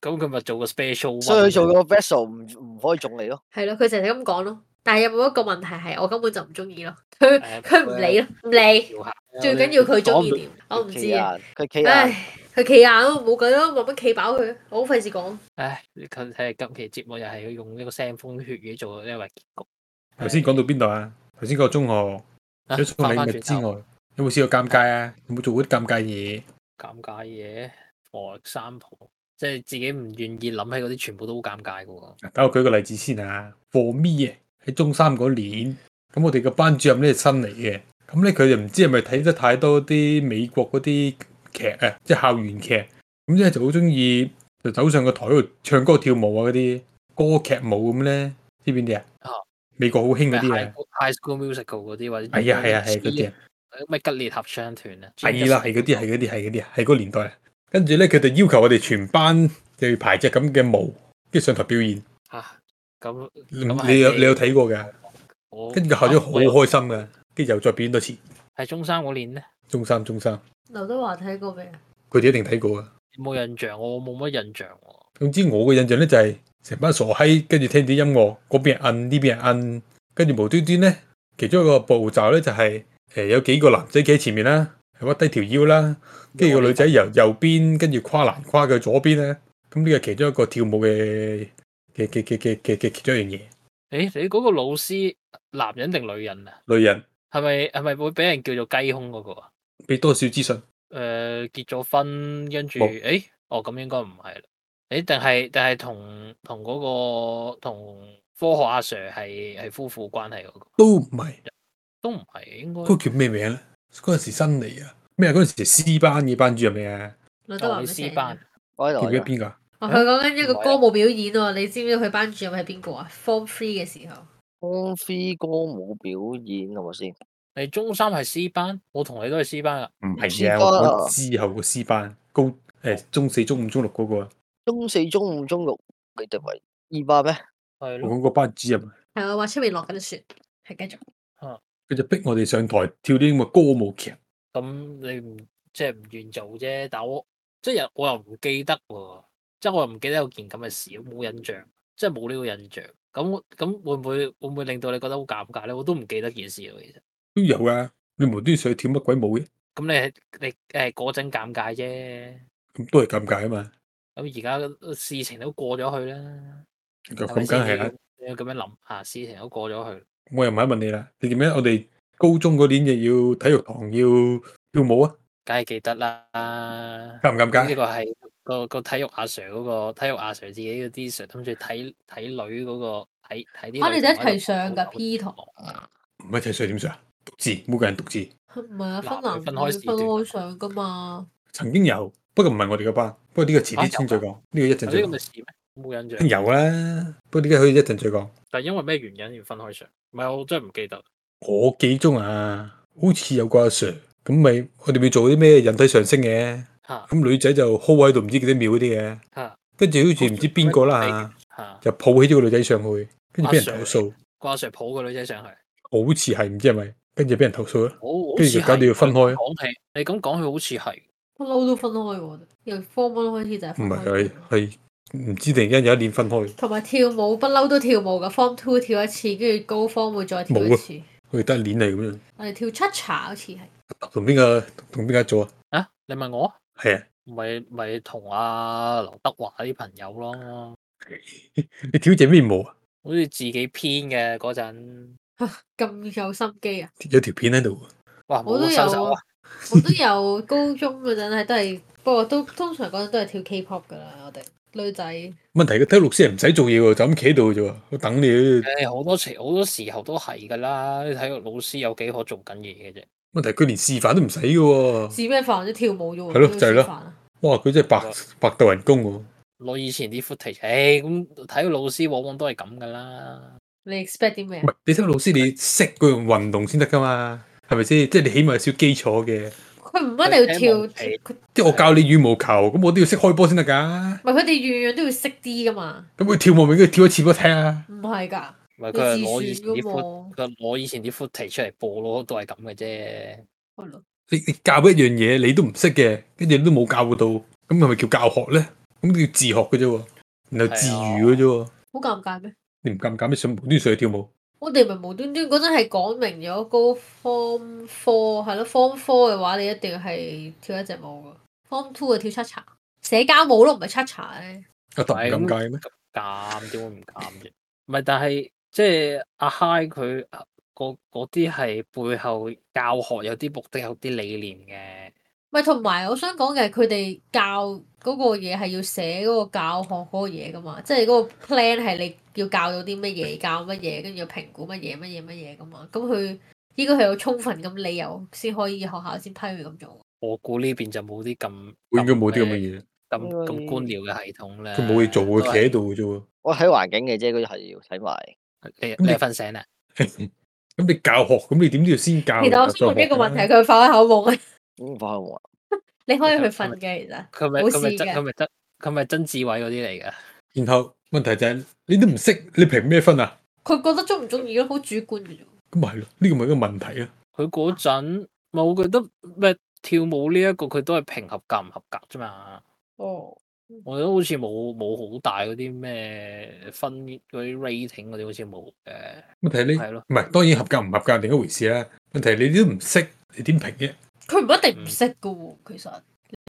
[SPEAKER 3] 咁佢咪做個 special，
[SPEAKER 4] 所以佢
[SPEAKER 3] one
[SPEAKER 4] 做個 vessel 唔唔可以中你咯。
[SPEAKER 2] 係咯，佢成日咁講咯。但係有冇一個問題係我根本就唔中意咯？佢
[SPEAKER 3] 誒
[SPEAKER 2] 佢唔理咯，唔理，
[SPEAKER 3] 調下
[SPEAKER 2] 最緊要佢中意
[SPEAKER 3] 講唔
[SPEAKER 2] 點，我唔知
[SPEAKER 4] 企
[SPEAKER 2] 啊。
[SPEAKER 4] 硬，佢企硬。
[SPEAKER 2] 唉，佢企硬咯，冇計咯，慢慢企飽佢，我好費事講。
[SPEAKER 3] 唉，你睇睇下今期節目又係要用呢個腥風血雨做呢個結局。
[SPEAKER 1] 頭先講到邊度啊？頭先講中學
[SPEAKER 3] 唉
[SPEAKER 1] 除咗送
[SPEAKER 3] 翻
[SPEAKER 1] 禮
[SPEAKER 3] 啊返
[SPEAKER 1] 物
[SPEAKER 3] 轉
[SPEAKER 1] 之
[SPEAKER 3] 頭
[SPEAKER 1] 外，有冇試過尷尬啊？有冇做過啲尷尬嘢？
[SPEAKER 3] 尷尬嘢，for example，即係自己唔願意諗起嗰啲，全部都好尷尬嘅喎。
[SPEAKER 1] 等我舉個例子先啊。For me 啊喺中三嗰年，咁我哋個班主任咧新嚟嘅，咁咧佢就唔知係咪睇得太多啲美國嗰啲劇啊，即係校園劇，咁咧就好中意就走上個台度唱歌跳舞啊嗰啲歌劇舞咁咧，知邊啲啊
[SPEAKER 3] 啊？
[SPEAKER 1] 美國好興嗰啲
[SPEAKER 3] 咩
[SPEAKER 1] 啊
[SPEAKER 3] High，School- High School Musical 嗰啲或者
[SPEAKER 1] 係啊係啊係嗰啲啊。
[SPEAKER 3] 咩吉列合唱團啊，
[SPEAKER 1] 係啦，係嗰啲，係嗰啲，係嗰啲，係嗰個年代啊。跟住咧，佢就要求我哋全班就要排隻咁嘅舞，跟住上台表演。
[SPEAKER 3] 嚇啊咁
[SPEAKER 1] 你
[SPEAKER 3] 咁係
[SPEAKER 1] 嗯你有你有睇過嘅？
[SPEAKER 3] 我
[SPEAKER 1] 跟住校長好
[SPEAKER 3] 啊
[SPEAKER 1] 開心嘅，跟住又再表演多次。
[SPEAKER 3] 喺中三嗰年咧，
[SPEAKER 1] 中三中三，
[SPEAKER 2] 劉德華睇過未啊？
[SPEAKER 1] 佢哋一定睇過啊。
[SPEAKER 3] 冇印象，我冇乜印象喎。
[SPEAKER 1] 總之我嘅印象咧就係成班傻閪，跟住聽啲音樂，嗰邊人摁，呢邊人摁，跟住無端端咧，其中一個步驟咧就係、誒、有幾個男仔企喺前面啦，屈低條腰啦，跟住個女仔由右邊跟住跨欄跨去左邊咧，咁呢個其中一個跳舞嘅嘅嘅嘅嘅嘅嘅其中一樣嘢。
[SPEAKER 3] 誒，你嗰個老師男人定女人啊？
[SPEAKER 1] 女人
[SPEAKER 3] 係咪係咪會俾人叫做雞胸嗰個啊？
[SPEAKER 1] 俾多少資訊？
[SPEAKER 3] 誒、呃結咗婚，跟住
[SPEAKER 1] 冇
[SPEAKER 3] 誒，哦咁應該唔係啦。誒，定係定係同同嗰個同科學阿 Sir 係係夫婦關係嗰、個，
[SPEAKER 1] 都唔係，
[SPEAKER 3] 都唔係應該
[SPEAKER 1] 嗰、個叫咩名咧？嗰陣時新嚟啊，咩啊？嗰陣時 C 班嘅班主任嚟啊，
[SPEAKER 2] 劉德華
[SPEAKER 3] 代
[SPEAKER 2] 咪
[SPEAKER 3] 師
[SPEAKER 2] 成
[SPEAKER 3] 班
[SPEAKER 2] 日。
[SPEAKER 4] 我喺
[SPEAKER 1] 記唔
[SPEAKER 4] 度
[SPEAKER 1] 記得
[SPEAKER 4] 嚟㗎。
[SPEAKER 1] 邊個啊？
[SPEAKER 2] 哦，佢講緊一個歌舞表演喎，你知唔知佢班主任係邊個啊？Form Three 嘅時候，
[SPEAKER 4] 光飛歌舞表演係咪先？
[SPEAKER 3] 你中三係 C 班，我同你都係 C 班啊。
[SPEAKER 1] 唔哦
[SPEAKER 4] 係
[SPEAKER 1] 係
[SPEAKER 4] 啊
[SPEAKER 1] 啊，
[SPEAKER 4] 我
[SPEAKER 1] 我
[SPEAKER 4] 講
[SPEAKER 1] 之後個 C 班高誒、中四、中五、中六嗰、個啊，
[SPEAKER 4] 中四、中五、中六，佢哋咪二班咩？
[SPEAKER 3] 係
[SPEAKER 1] 我
[SPEAKER 3] 咯，
[SPEAKER 1] 講個班主任，啊
[SPEAKER 2] 係啊我話出面落緊雪，係繼續。
[SPEAKER 1] 佢就逼我哋上台跳啲咁嘅歌舞劇，
[SPEAKER 3] 咁你唔即係唔願做啫，但我即係我又唔記得喎，即係我又唔記得有件咁嘅事，冇印象，即係冇呢個印象。咁咁會唔會會唔會令到你覺得好尷尬咧？我都唔記得件事咯，其實。
[SPEAKER 1] 都有啊。你無端端上去跳乜鬼舞嘅，
[SPEAKER 3] 咁你係你誒嗰陣尷尬啫。
[SPEAKER 1] 咁都係尷尬啊嘛。
[SPEAKER 3] 咁而家呃事情都過咗去啦，
[SPEAKER 1] 咁
[SPEAKER 3] 係咪
[SPEAKER 1] 梗
[SPEAKER 3] 先
[SPEAKER 1] 係啦。
[SPEAKER 3] 你要咁樣諗啊，事情都過咗去，
[SPEAKER 1] 我又唔係問你啦，你記唔記得我哋高中嗰年又要體育堂要跳舞啊？
[SPEAKER 3] 梗係記得啦。呢
[SPEAKER 1] 尷唔尷尬？
[SPEAKER 3] 個係個個體育阿 Sir 嗰個體育阿 Sir 自己嗰啲 Sir 諗住睇睇女嗰個睇睇啲。
[SPEAKER 2] 我哋就一齊上㗎 P 堂，啊
[SPEAKER 1] 唔係一齊上點上啊？獨自，每個人獨自。
[SPEAKER 2] 唔係啊，分
[SPEAKER 3] 嗱
[SPEAKER 2] 男
[SPEAKER 3] 分開時
[SPEAKER 2] 分
[SPEAKER 3] 段
[SPEAKER 2] 開上噶嘛。
[SPEAKER 1] 曾經有，不過唔係我哋個班。不過呢個遲啲先再講，呢個一陣再
[SPEAKER 3] 有啲咁嘅
[SPEAKER 1] 講。
[SPEAKER 3] 事咩？冇印象，
[SPEAKER 1] 有啦，不過呢個可以一陣再講。
[SPEAKER 3] 但係因為咩原因要分開上？唔係我真係唔記得。
[SPEAKER 1] 我記中啊，好似有個阿 Sir，咁咪我哋咪做啲咩引體上升嘅，
[SPEAKER 3] 嚇
[SPEAKER 1] 咁女仔就 hold 喺度唔知幾多秒嗰啲嘅，
[SPEAKER 3] 嚇
[SPEAKER 1] 跟住好似唔知邊個啦
[SPEAKER 3] 嚇，
[SPEAKER 1] 嚇，就抱起咗個女仔上去，跟住俾人投
[SPEAKER 3] 阿 Sir
[SPEAKER 1] 訴，
[SPEAKER 3] 個阿 Sir 抱個女仔上去，
[SPEAKER 1] 好似係唔知係咪，跟住俾人投訴啦。
[SPEAKER 3] 好好
[SPEAKER 1] 跟住
[SPEAKER 3] 似
[SPEAKER 1] 就搞到要分開
[SPEAKER 3] 係講起你咁講，佢好似係。
[SPEAKER 2] 不嬲都分開喎，由 Form One 開始就係
[SPEAKER 1] 唔
[SPEAKER 2] 分
[SPEAKER 1] 係
[SPEAKER 2] 開
[SPEAKER 1] 係。係唔知突然間有一年分開，
[SPEAKER 2] 同埋跳舞不嬲都跳舞噶，Form Two 跳一次，跟住高 Form 會再跳
[SPEAKER 1] 冇
[SPEAKER 2] 一
[SPEAKER 1] 啊
[SPEAKER 2] 次。
[SPEAKER 1] 佢哋得鏈嚟咁樣。
[SPEAKER 2] 我哋跳 cha cha 好似係
[SPEAKER 1] 同邊個同邊個做啊？
[SPEAKER 3] 啊，你問我，
[SPEAKER 1] 係啊，
[SPEAKER 3] 咪咪同阿劉德華啲朋友咯，
[SPEAKER 1] 你挑隻咩毛啊？
[SPEAKER 3] 好似自己編嘅嗰陣，
[SPEAKER 2] 咁有心機啊！
[SPEAKER 1] 有條片喺度喎，
[SPEAKER 3] 哇，
[SPEAKER 2] 我都
[SPEAKER 3] 冇
[SPEAKER 2] 有
[SPEAKER 3] 收手啊
[SPEAKER 2] 啊！， 我都有高中嗰陣係都係，不過都通常嗰陣都係跳 K-pop 噶啦，我哋女仔。
[SPEAKER 1] 問題個體育老師係唔使做嘢喎，就咁企喺度嘅啫喎，我等你。
[SPEAKER 3] 誒好多時好多時候都係㗎啦，啲體育老師有幾可做緊嘢嘅啫。
[SPEAKER 1] 問題佢連示範都唔使嘅喎，
[SPEAKER 2] 試咩飯啫？跳舞啫喎。
[SPEAKER 1] 係咯
[SPEAKER 2] 邊度
[SPEAKER 1] 就係咯
[SPEAKER 2] 示範啊。
[SPEAKER 1] 哇！佢真係白白鬥人工喎。
[SPEAKER 3] 攞以前啲 footage，誒咁體育老師往往都係咁㗎啦。
[SPEAKER 2] 你 expect 啲咩
[SPEAKER 1] 唔
[SPEAKER 2] 啊？
[SPEAKER 1] 係你體育老師你識嗰樣運動先得㗎嘛？係咪先？即係你起碼有少基礎嘅。
[SPEAKER 2] 佢唔一定要跳，
[SPEAKER 3] 佢聽冇
[SPEAKER 2] 佢
[SPEAKER 1] 即係我教你羽毛球，咁我都要識開波先得㗎。
[SPEAKER 2] 唔係佢哋樣樣都要識啲噶嘛？
[SPEAKER 1] 咁佢跳舞咪應該跳一次俾我睇啊！
[SPEAKER 2] 唔係㗎，
[SPEAKER 3] 唔係
[SPEAKER 2] 你
[SPEAKER 3] 佢係攞以
[SPEAKER 2] 自
[SPEAKER 3] 前
[SPEAKER 2] 選
[SPEAKER 3] 啲
[SPEAKER 2] 噶
[SPEAKER 3] foot，
[SPEAKER 2] 嘛？
[SPEAKER 3] 佢係攞以前啲 footage 出嚟播咯，都係咁嘅啫。
[SPEAKER 2] 係咯，
[SPEAKER 1] 你你教一樣嘢你都唔識嘅，跟住你都冇教到，咁係咪叫教學咧？咁叫自學嘅啫喎，然後自娛嘅啫喎。
[SPEAKER 2] 好尷尬咩？
[SPEAKER 1] 你唔尷尬咩？上無端上去跳舞，
[SPEAKER 2] 我哋咪無端端嗰陣係講明咗高 form four 係咯，form four 嘅話你一定係跳一隻舞噶，form two 就跳 cha cha，社交舞咯，唔係 cha cha 咧。
[SPEAKER 1] 阿特唔尷尬咩？
[SPEAKER 3] 尷點會唔尷啫？唔係，但係即係阿 Hi 佢啊嗰嗰啲係背後教學有啲目的，有啲理念
[SPEAKER 2] 咪同埋我想講嘅係佢哋教嗰個嘢係要寫嗰個教學嗰個嘢噶嘛，即係嗰個 plan 係你要教到啲乜嘢，教乜嘢，跟住要評估乜嘢乜嘢乜嘢噶嘛。咁佢應該係有充分咁理由先可以學校先批佢咁做。
[SPEAKER 3] 嘅。我估呢邊就冇啲咁，
[SPEAKER 1] 佢應該冇啲咁嘅嘢，
[SPEAKER 3] 咁
[SPEAKER 4] 應該
[SPEAKER 3] 咁官僚嘅系統咧。
[SPEAKER 1] 佢冇嘢做
[SPEAKER 3] 都
[SPEAKER 1] 嘅，
[SPEAKER 3] 係
[SPEAKER 1] 企喺度嘅啫喎。
[SPEAKER 4] 我睇環境嘅啫，嗰啲係要睇埋。
[SPEAKER 3] 你
[SPEAKER 1] 你
[SPEAKER 3] 你瞓醒啦，
[SPEAKER 1] 咁你教學，咁你點都要先教。
[SPEAKER 2] 其實我想問
[SPEAKER 1] 再學
[SPEAKER 2] 一個問題，
[SPEAKER 1] 㗎啦，
[SPEAKER 2] 佢發開口夢啊，
[SPEAKER 4] 嗯，放喺我
[SPEAKER 2] 你可以去瞓嘅其實。
[SPEAKER 3] 佢咪
[SPEAKER 2] 冇
[SPEAKER 3] 佢咪
[SPEAKER 2] 事
[SPEAKER 3] 曾
[SPEAKER 2] 嘅
[SPEAKER 3] 佢咪曾佢咪曾志偉嗰啲嚟㗎。
[SPEAKER 1] 然後問題就係你都唔識，你評咩分啊？
[SPEAKER 2] 佢覺得中唔中意咯，好主觀嘅啫。
[SPEAKER 1] 咁咪係咯，呢個咪一個問題啊！
[SPEAKER 3] 佢嗰陣，咪我覺得咩跳舞呢、一個佢都係評合格唔合格啫嘛。
[SPEAKER 2] 哦，
[SPEAKER 3] 我覺得好似冇冇好大嗰啲咩分嗰啲 rating 嗰啲好似冇嘅，
[SPEAKER 1] 問題你
[SPEAKER 3] 係咯。
[SPEAKER 1] 唔係當然合格唔合格另一回事啦。問題你都唔識，你點評啫？
[SPEAKER 2] 佢唔一定唔識噶喎，其實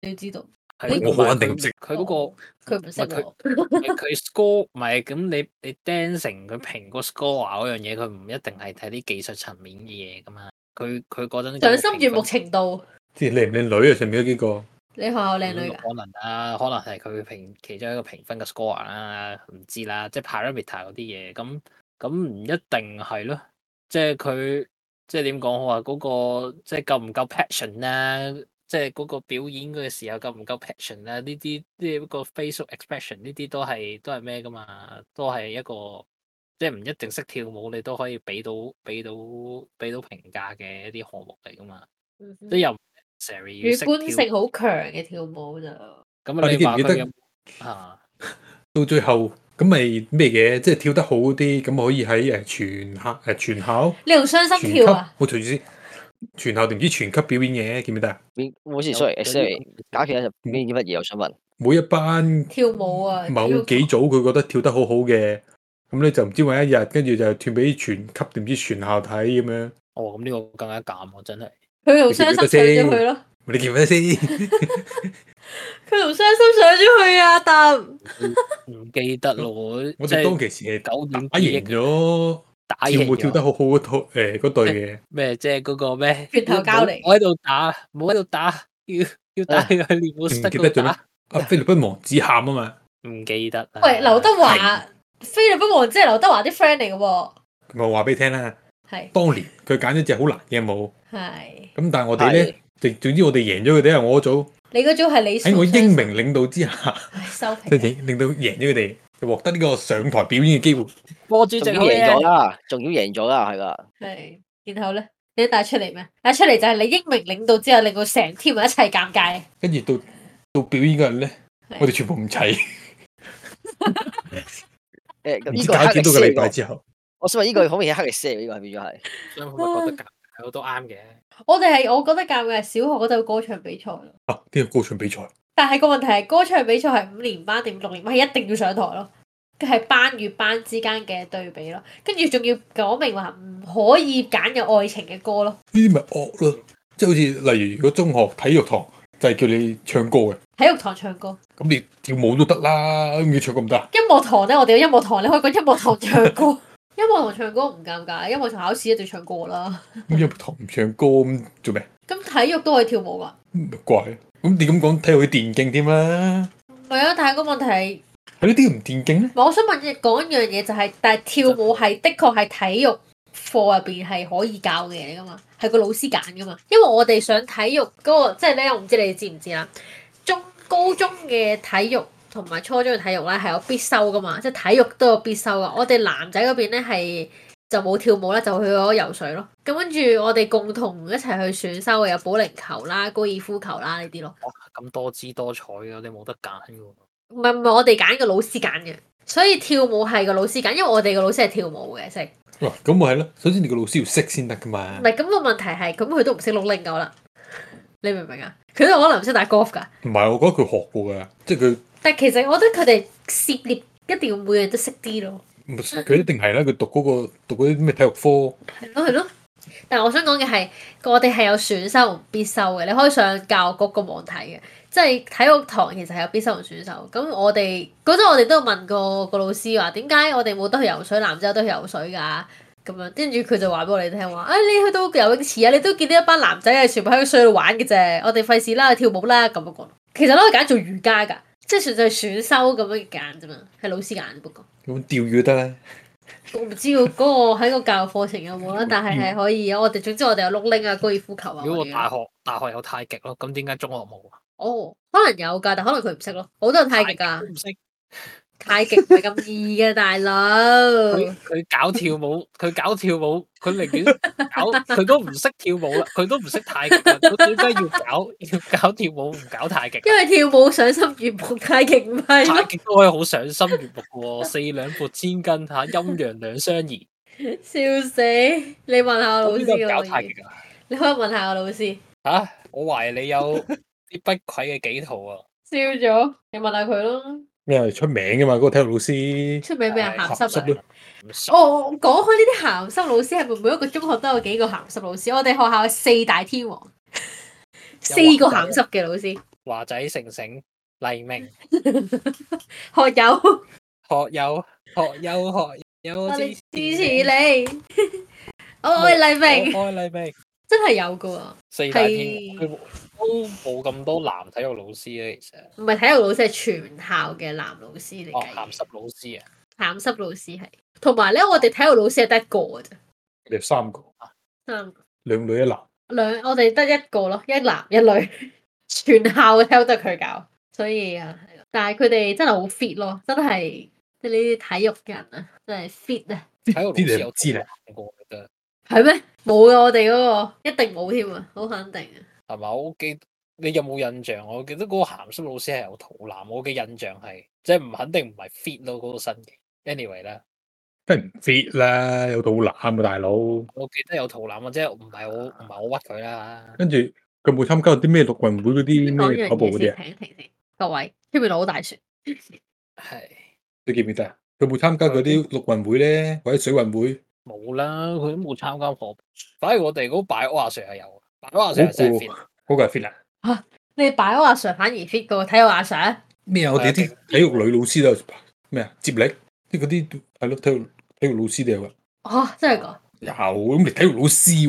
[SPEAKER 2] 你要知道
[SPEAKER 3] 係咯
[SPEAKER 1] 我好肯定唔識
[SPEAKER 3] 佢嗰
[SPEAKER 2] 佢唔識
[SPEAKER 3] 唔係
[SPEAKER 2] 喎。
[SPEAKER 3] 個佢 score 唔係咁你你 dancing 佢評個 score 啊嗰樣嘢，佢唔一定係睇啲技術層面嘅嘢噶嘛。佢佢嗰陣
[SPEAKER 2] 賞心悅目程度，
[SPEAKER 1] 即係靚唔靚女啊？上面嗰幾個。
[SPEAKER 2] 你學校靚
[SPEAKER 3] 咁
[SPEAKER 2] 女㗎？
[SPEAKER 3] 可能啦，可能係佢評其中一個評分嘅 score 啦，唔知啦，即係 parameter 嗰啲嘢，咁咁唔一定係咯，即係佢即係點講好啊？嗰、個即係夠唔夠 passion 啦，即係嗰個表演嘅時候夠唔夠 passion 啦？呢啲呢個 facial expression 呢啲都係都係咩噶嘛？都係一個即係唔一定識跳舞，你都可以俾到俾到俾到評價嘅一啲項目嚟噶嘛？即係又唔 n e
[SPEAKER 2] 嗯主
[SPEAKER 3] 要識
[SPEAKER 2] 觀
[SPEAKER 3] 跳
[SPEAKER 2] 性好強嘅跳舞就係
[SPEAKER 3] 咁
[SPEAKER 1] 啊你
[SPEAKER 3] 你
[SPEAKER 1] 記唔
[SPEAKER 3] 話
[SPEAKER 1] 記得
[SPEAKER 3] 佢有冇啊？
[SPEAKER 1] 到最後咁咪咩嘅，即係跳得好啲，咁可以喺誒全校誒全校
[SPEAKER 2] 你用傷
[SPEAKER 1] 全
[SPEAKER 2] 心
[SPEAKER 1] 級，
[SPEAKER 2] 跳啊！
[SPEAKER 1] 我隨住先，全校定唔知全級表演嘅，記唔記得啊？
[SPEAKER 4] 邊好似
[SPEAKER 3] 有
[SPEAKER 4] sorry
[SPEAKER 3] 有啲
[SPEAKER 4] sorry，假期咧就
[SPEAKER 1] 嗯
[SPEAKER 4] 邊啲乜嘢？我想問，
[SPEAKER 1] 每一班
[SPEAKER 2] 跳舞啊，
[SPEAKER 1] 某
[SPEAKER 2] 跳
[SPEAKER 1] 幾組佢覺得跳得好好嘅，咁咧就唔知揾一日，跟住就斷俾全級定唔知全校睇咁樣。
[SPEAKER 3] 哦，咁呢個更加減喎，真係。
[SPEAKER 2] 佢用傷心上咗佢咯，
[SPEAKER 1] 你記唔記得先？
[SPEAKER 2] 佢用傷心上咗去啊！但
[SPEAKER 3] 唔記得咯，
[SPEAKER 1] 我
[SPEAKER 3] 即
[SPEAKER 1] 哋當
[SPEAKER 3] 係
[SPEAKER 1] 其時係
[SPEAKER 3] 九點
[SPEAKER 1] 打贏
[SPEAKER 3] 記憶
[SPEAKER 1] 咗
[SPEAKER 3] 打
[SPEAKER 1] 跳舞
[SPEAKER 3] 贏
[SPEAKER 1] 跳得
[SPEAKER 3] 咗
[SPEAKER 1] 好好嗰套誒嗰隊嘅，
[SPEAKER 3] 咩？即係嗰個咩？
[SPEAKER 2] 拳頭交嚟
[SPEAKER 3] 唔好我喺度打，唔好喺度打，要要
[SPEAKER 4] 哦
[SPEAKER 3] 打去練武
[SPEAKER 1] 你
[SPEAKER 3] 室
[SPEAKER 1] 唔記得
[SPEAKER 3] 嗰度
[SPEAKER 1] 咗咩
[SPEAKER 3] 打。？
[SPEAKER 1] 啊，菲律賓王子喊啊嘛，
[SPEAKER 3] 唔記得啦。
[SPEAKER 2] 喂，劉德華
[SPEAKER 1] 係、
[SPEAKER 2] 菲律賓王子係劉德華啲 friend 嚟嘅喎，
[SPEAKER 1] 咁我話俾你聽啦，
[SPEAKER 2] 係
[SPEAKER 1] 當年佢揀咗隻好難嘅舞。
[SPEAKER 2] 係
[SPEAKER 1] 咁但係我哋咧，就總之我哋贏咗佢哋啊！我組
[SPEAKER 2] 你嗰組係你
[SPEAKER 1] 哎喺我英明領導之下，
[SPEAKER 2] 唉收 皮
[SPEAKER 1] 即係令令到贏咗佢哋，就獲得呢個上台表演嘅機會。
[SPEAKER 3] 波主
[SPEAKER 4] 仲
[SPEAKER 3] 席
[SPEAKER 4] 要
[SPEAKER 3] 好
[SPEAKER 4] 贏咗
[SPEAKER 2] 啊
[SPEAKER 3] 嘢，
[SPEAKER 4] 啦，仲要贏咗啦，係啦，
[SPEAKER 2] 係，然後咧你都帶出嚟咩？帶出嚟就係你英明領導之後，令到成 team 人一齊尷尬。
[SPEAKER 1] 跟住到到表演嗰日咧
[SPEAKER 2] 係，
[SPEAKER 1] 我哋全部唔齊，
[SPEAKER 4] 誒咁
[SPEAKER 1] 唔
[SPEAKER 4] 呢
[SPEAKER 1] 知
[SPEAKER 4] 個
[SPEAKER 1] 搞
[SPEAKER 4] 係黑
[SPEAKER 1] 幾
[SPEAKER 4] 歷
[SPEAKER 1] 多個
[SPEAKER 4] 史
[SPEAKER 1] 禮
[SPEAKER 4] 嚟
[SPEAKER 1] 拜
[SPEAKER 4] 㗎，
[SPEAKER 1] 之後，
[SPEAKER 4] 我想問呢個好明顯係黑歷史嚟㗎，呢個係變咗係。
[SPEAKER 3] 所以我覺得尷尬都啱嘅。
[SPEAKER 2] 我哋係我覺得尷尬係小學嗰陣歌唱比賽咯，
[SPEAKER 1] 啊，呢個高唱比賽，
[SPEAKER 2] 但係個問題係歌唱比賽係五年班定六年班係一定要上台咯。係班與班之間嘅對比咯，跟住仲要講明話唔可以揀有愛情嘅歌咯，
[SPEAKER 1] 呢啲咪惡咯，即係好似例如如果中學體育堂就係叫你唱歌嘅，
[SPEAKER 2] 體育堂唱歌，
[SPEAKER 1] 咁你跳舞都得啦，咁你唱歌唔得啊？
[SPEAKER 2] 音樂堂咧我哋有音樂堂，你可以講音樂堂唱歌， 音樂堂唱歌唔尷尬，音樂堂考試一定唱歌啦，
[SPEAKER 1] 咁音樂堂唔唱歌咁做咩？
[SPEAKER 2] 咁體育都可以跳舞噶，
[SPEAKER 1] 咪怪，咁你咁講睇落去電競添啦，
[SPEAKER 2] 唔係啊，但係個問題係。
[SPEAKER 1] 係呢啲唔電競咧？
[SPEAKER 2] 唔係我想問你講一樣嘢就係、但係跳舞係的確係體育課入邊係可以教嘅嘢嚟噶嘛，係個老師揀噶嘛。因為我哋上體育嗰、個，即係咧，我唔知你哋知唔知啦。中高中嘅體育同埋初中嘅體育咧係有必修噶嘛，即係體育都有必修噶。我哋男仔嗰邊咧係就冇跳舞啦，就去咗游水咯。咁跟住我哋共同一齊去選修嘅有保齡球啦、高爾夫球啦呢啲咯。
[SPEAKER 3] 哇，咁多姿多彩嘅，你冇得揀嘅喎。
[SPEAKER 2] 唔係唔係，我哋揀個老師揀嘅，所以跳舞係個老師揀，因為我哋個老師係跳舞嘅，識。
[SPEAKER 1] 喂，哦咁咪係咯，首先你個老師要識先得噶
[SPEAKER 2] 唔
[SPEAKER 1] 嘛，
[SPEAKER 2] 係咁個問題係，咁佢都唔識碌拎狗啦，你明唔明啊？佢都可能唔識打 golf 㗎，
[SPEAKER 1] 唔係我覺得佢學過㗎，即係佢。
[SPEAKER 2] 但係其實我覺得佢哋涉獵一定要每樣都識啲咯，
[SPEAKER 1] 唔佢一定係
[SPEAKER 2] 嗯
[SPEAKER 1] 啦，佢讀嗰、個讀嗰啲咩體育科，
[SPEAKER 2] 係咯係咯。但係我想講嘅係，我哋係有選修同必修嘅，你可以上教育局個網睇嘅，即係體育堂其實係有必修同選修。咁我哋嗰陣我哋都有問過個老師話，點解我哋冇得去游水，男仔有得去游水㗎？咁樣跟住佢就話俾我哋聽話，啊你去到游泳池啊，你都見到一班男仔係全部喺個水度玩嘅啫，我哋費事啦，去跳舞啦咁樣講。其實攞去揀做瑜伽㗎，即係純粹係選修咁樣揀啫嘛，係老師揀不過。
[SPEAKER 1] 咁釣魚得啦。
[SPEAKER 2] 我唔知喎，嗰個喺個教育課程有冇啦，但係係可以嘅。我哋總之我哋有碌拎啊、高爾夫球啊
[SPEAKER 3] 如果
[SPEAKER 2] 嗰
[SPEAKER 3] 我大
[SPEAKER 2] 啲。
[SPEAKER 3] 學大學有太極咯，咁點解中學冇啊？
[SPEAKER 2] 哦，可能有㗎，但可能佢唔識咯。好多人太極
[SPEAKER 3] 都
[SPEAKER 2] 㗎，
[SPEAKER 3] 唔識
[SPEAKER 2] 太極唔係咁易嘅，大佬。哦
[SPEAKER 3] 佢佢搞 跳舞，佢搞跳舞，佢寧願搞，佢都唔識跳舞啦，佢都唔識太極 啦，佢點解要搞 要搞跳舞唔搞太極啊？
[SPEAKER 2] 因為跳舞賞心悅目，太極唔係
[SPEAKER 3] 太
[SPEAKER 2] 咯。
[SPEAKER 3] 極都可以好賞心悅目嘅喎，四兩撥千斤嚇，陰陽兩相宜。
[SPEAKER 2] 笑死！你問下我老師
[SPEAKER 3] 咁呢個
[SPEAKER 2] 嘅
[SPEAKER 3] 搞
[SPEAKER 2] 我
[SPEAKER 3] 太
[SPEAKER 2] 已
[SPEAKER 3] 極
[SPEAKER 2] 經
[SPEAKER 3] 㗎
[SPEAKER 2] 你可以問下我老師。
[SPEAKER 3] 嚇！我懷疑你有啲不愧嘅幾圖啊！
[SPEAKER 2] 笑咗，你問下佢咯。
[SPEAKER 1] 咩係出名噶嘛？嗰、個體育老師
[SPEAKER 2] 出名俾人
[SPEAKER 3] 係
[SPEAKER 2] 鹹
[SPEAKER 1] 鹹
[SPEAKER 2] 濕
[SPEAKER 1] 濕
[SPEAKER 2] 啊！
[SPEAKER 1] 咯
[SPEAKER 3] 唔熟
[SPEAKER 2] 哦，我講開呢啲鹹濕老師，係咪每一個中學都有幾個鹹濕老師？我哋學校有四大天王，
[SPEAKER 3] 啊
[SPEAKER 2] 四個鹹濕嘅老師，
[SPEAKER 3] 華仔、成成、黎明、
[SPEAKER 2] 學友，
[SPEAKER 3] 學友、學友、學友，
[SPEAKER 2] 我
[SPEAKER 3] 我
[SPEAKER 2] 哋
[SPEAKER 3] 支
[SPEAKER 2] 支
[SPEAKER 3] 持
[SPEAKER 2] 持你。 我愛黎明，
[SPEAKER 3] 我愛黎明。
[SPEAKER 2] 真係有噶喎，
[SPEAKER 3] 四大天王佢都冇咁多男體育老師咧，其實
[SPEAKER 2] 唔係體育老師係全校嘅男老師嚟
[SPEAKER 3] 哦
[SPEAKER 2] 嘅，
[SPEAKER 3] 鹹濕老師啊，
[SPEAKER 2] 鹹濕老師係。同埋咧，我哋體育老師係得一個嘅啫，
[SPEAKER 1] 你有三個，
[SPEAKER 2] 三個
[SPEAKER 1] 兩女一男，
[SPEAKER 2] 兩，我哋得一個咯，一男一女， 全校嘅體育都係佢教，所以啊，係咯但係佢哋真係好 fit 咯，真係即係呢啲體育人啊，真係 fit 啊，
[SPEAKER 3] 體育老
[SPEAKER 1] 啲
[SPEAKER 3] 師
[SPEAKER 1] 你
[SPEAKER 3] 有
[SPEAKER 1] 唔知咧。
[SPEAKER 3] 過嘅，
[SPEAKER 2] 係咩？冇啊，我哋嗰、個一定冇添啊，好肯定啊，
[SPEAKER 3] 係嘛？我記你有冇印象？我記得嗰個鹹濕老師係有肚腩，我嘅印象係即係唔肯定唔係 fit 到嗰個身嘅。anyway 啦，
[SPEAKER 1] 梗係唔 fit 啦，有肚腩啊大佬。
[SPEAKER 3] 我記得有肚腩啊，即係唔係我唔係我屈佢啦。
[SPEAKER 1] 跟住佢冇參加啲咩陸運會嗰啲
[SPEAKER 2] 講
[SPEAKER 1] 咩
[SPEAKER 2] 樣
[SPEAKER 1] 跑步
[SPEAKER 2] 嘢
[SPEAKER 1] 嗰啲
[SPEAKER 2] 先，
[SPEAKER 1] 啊？
[SPEAKER 2] 停一停先，各位出面好大船，
[SPEAKER 3] 係
[SPEAKER 1] 你記唔記得啊？佢冇參加嗰啲陸運會咧，或者水運
[SPEAKER 2] 嗯
[SPEAKER 1] 會，
[SPEAKER 3] 冇啦，佢都冇參加過。反而我哋嗰個擺柯阿 Sir 係有，擺柯阿 Sir 係真係 fit。
[SPEAKER 1] 嗰、個係 fit 啊？
[SPEAKER 2] 你哋擺我阿 Sir 反而 fit 過睇我阿 Sir，
[SPEAKER 1] 咩啊？我哋啲體育女老師都有咩啊？接力，即係嗰啲係咯，體育體育老師都有啊。
[SPEAKER 2] 哦，真係噶，
[SPEAKER 1] 有咁你體育老師喎、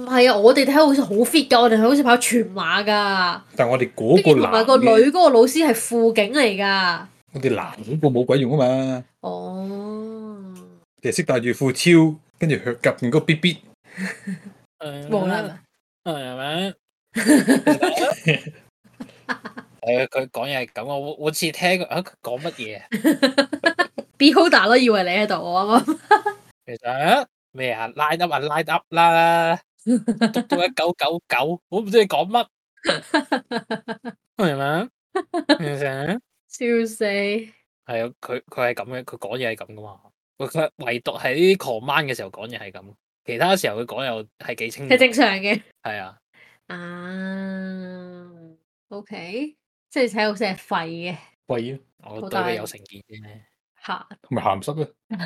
[SPEAKER 2] 唔係啊，我哋體育好似好 fit 噶，我哋好似跑全馬噶，
[SPEAKER 1] 但係我哋
[SPEAKER 2] 跟
[SPEAKER 1] 嗰
[SPEAKER 2] 住
[SPEAKER 1] 個
[SPEAKER 2] 同埋
[SPEAKER 1] 男
[SPEAKER 2] 個女
[SPEAKER 1] 嘅
[SPEAKER 2] 嗰個老師係副警嚟噶，
[SPEAKER 1] 我哋男嗰個冇鬼用啊嘛。
[SPEAKER 2] 哦。
[SPEAKER 1] 你係識戴住褲超，跟住佢夾住個 B B，啊
[SPEAKER 2] 冇
[SPEAKER 1] 嗯
[SPEAKER 2] 啦，
[SPEAKER 3] 係咪？係啊，佢講嘢係咁啊！我我似聽過啊，佢講乜嘢啊？
[SPEAKER 2] ，Beholder 咯，以為你喺度，我啱 啱
[SPEAKER 3] 其實啊咩啊，line up 啊，line up 啦，讀到一九九九，我唔知你講乜，係咪？其實
[SPEAKER 2] 笑死，
[SPEAKER 3] 係啊，佢佢係咁嘅，佢講嘢係咁噶嘛。佢佢唯獨係呢啲狂掹嘅時候講嘢係咁，其他時候佢講又係幾
[SPEAKER 1] 嗯
[SPEAKER 3] 清楚。
[SPEAKER 2] 係正常嘅。
[SPEAKER 3] 係啊，
[SPEAKER 2] 啊，OK，即係睇好似係廢嘅，
[SPEAKER 1] 貴啊！
[SPEAKER 3] 我
[SPEAKER 2] 好
[SPEAKER 3] 對
[SPEAKER 2] 大
[SPEAKER 3] 你有成見啫。
[SPEAKER 2] 嚇
[SPEAKER 1] 同埋鹹濕咧，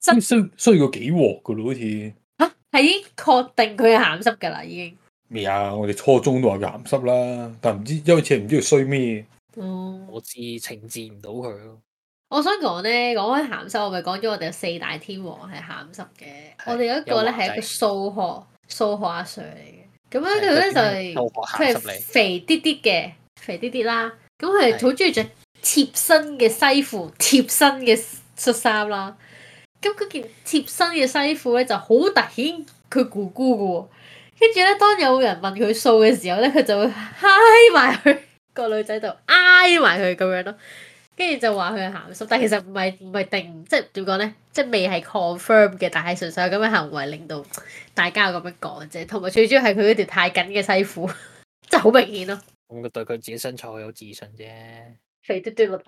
[SPEAKER 2] 真
[SPEAKER 1] 衰衰過幾鑊噶咯，好似
[SPEAKER 2] 嚇係已經確定佢係鹹濕㗎啦，已經。
[SPEAKER 1] 未啊？我哋初中都話佢鹹濕啦，但唔知一開始唔知佢衰咩，
[SPEAKER 2] 哦
[SPEAKER 3] 我知懲治唔到佢咯。
[SPEAKER 2] 我想講咧，講開鹹濕，我咪講咗我哋有四大天王係鹹濕嘅。
[SPEAKER 3] 係
[SPEAKER 2] 我哋有一個咧
[SPEAKER 3] 有華仔
[SPEAKER 2] 係一個數學數學阿 Sir 嚟嘅，咁樣佢
[SPEAKER 3] 係
[SPEAKER 2] 咧
[SPEAKER 3] 佢
[SPEAKER 2] 就
[SPEAKER 3] 點
[SPEAKER 2] 係
[SPEAKER 3] 樣偷學
[SPEAKER 2] 佢
[SPEAKER 3] 鹹
[SPEAKER 2] 係
[SPEAKER 3] 濕你，
[SPEAKER 2] 肥啲啲嘅，肥啲啲啦。咁佢係
[SPEAKER 3] 係
[SPEAKER 2] 好中意着貼身嘅西褲、貼身嘅恤衫啦。咁嗰件貼身嘅西褲咧就好突顯佢姑姑嘅喎。跟住咧，當有人問佢數嘅時候咧，佢就會 嗨埋去個女仔度，挨埋佢咁樣咯。跟住就話佢係鹹濕，但其實唔係唔係定，即係點講咧？即係未係 confirm 嘅，但係純粹有咁嘅行為令到大家有咁樣講啫。同埋最主要係佢嗰條太緊嘅西褲，真係好明顯咯，
[SPEAKER 3] 咁佢對佢自己身材好有自信啫。
[SPEAKER 2] 肥嘟嘟咯。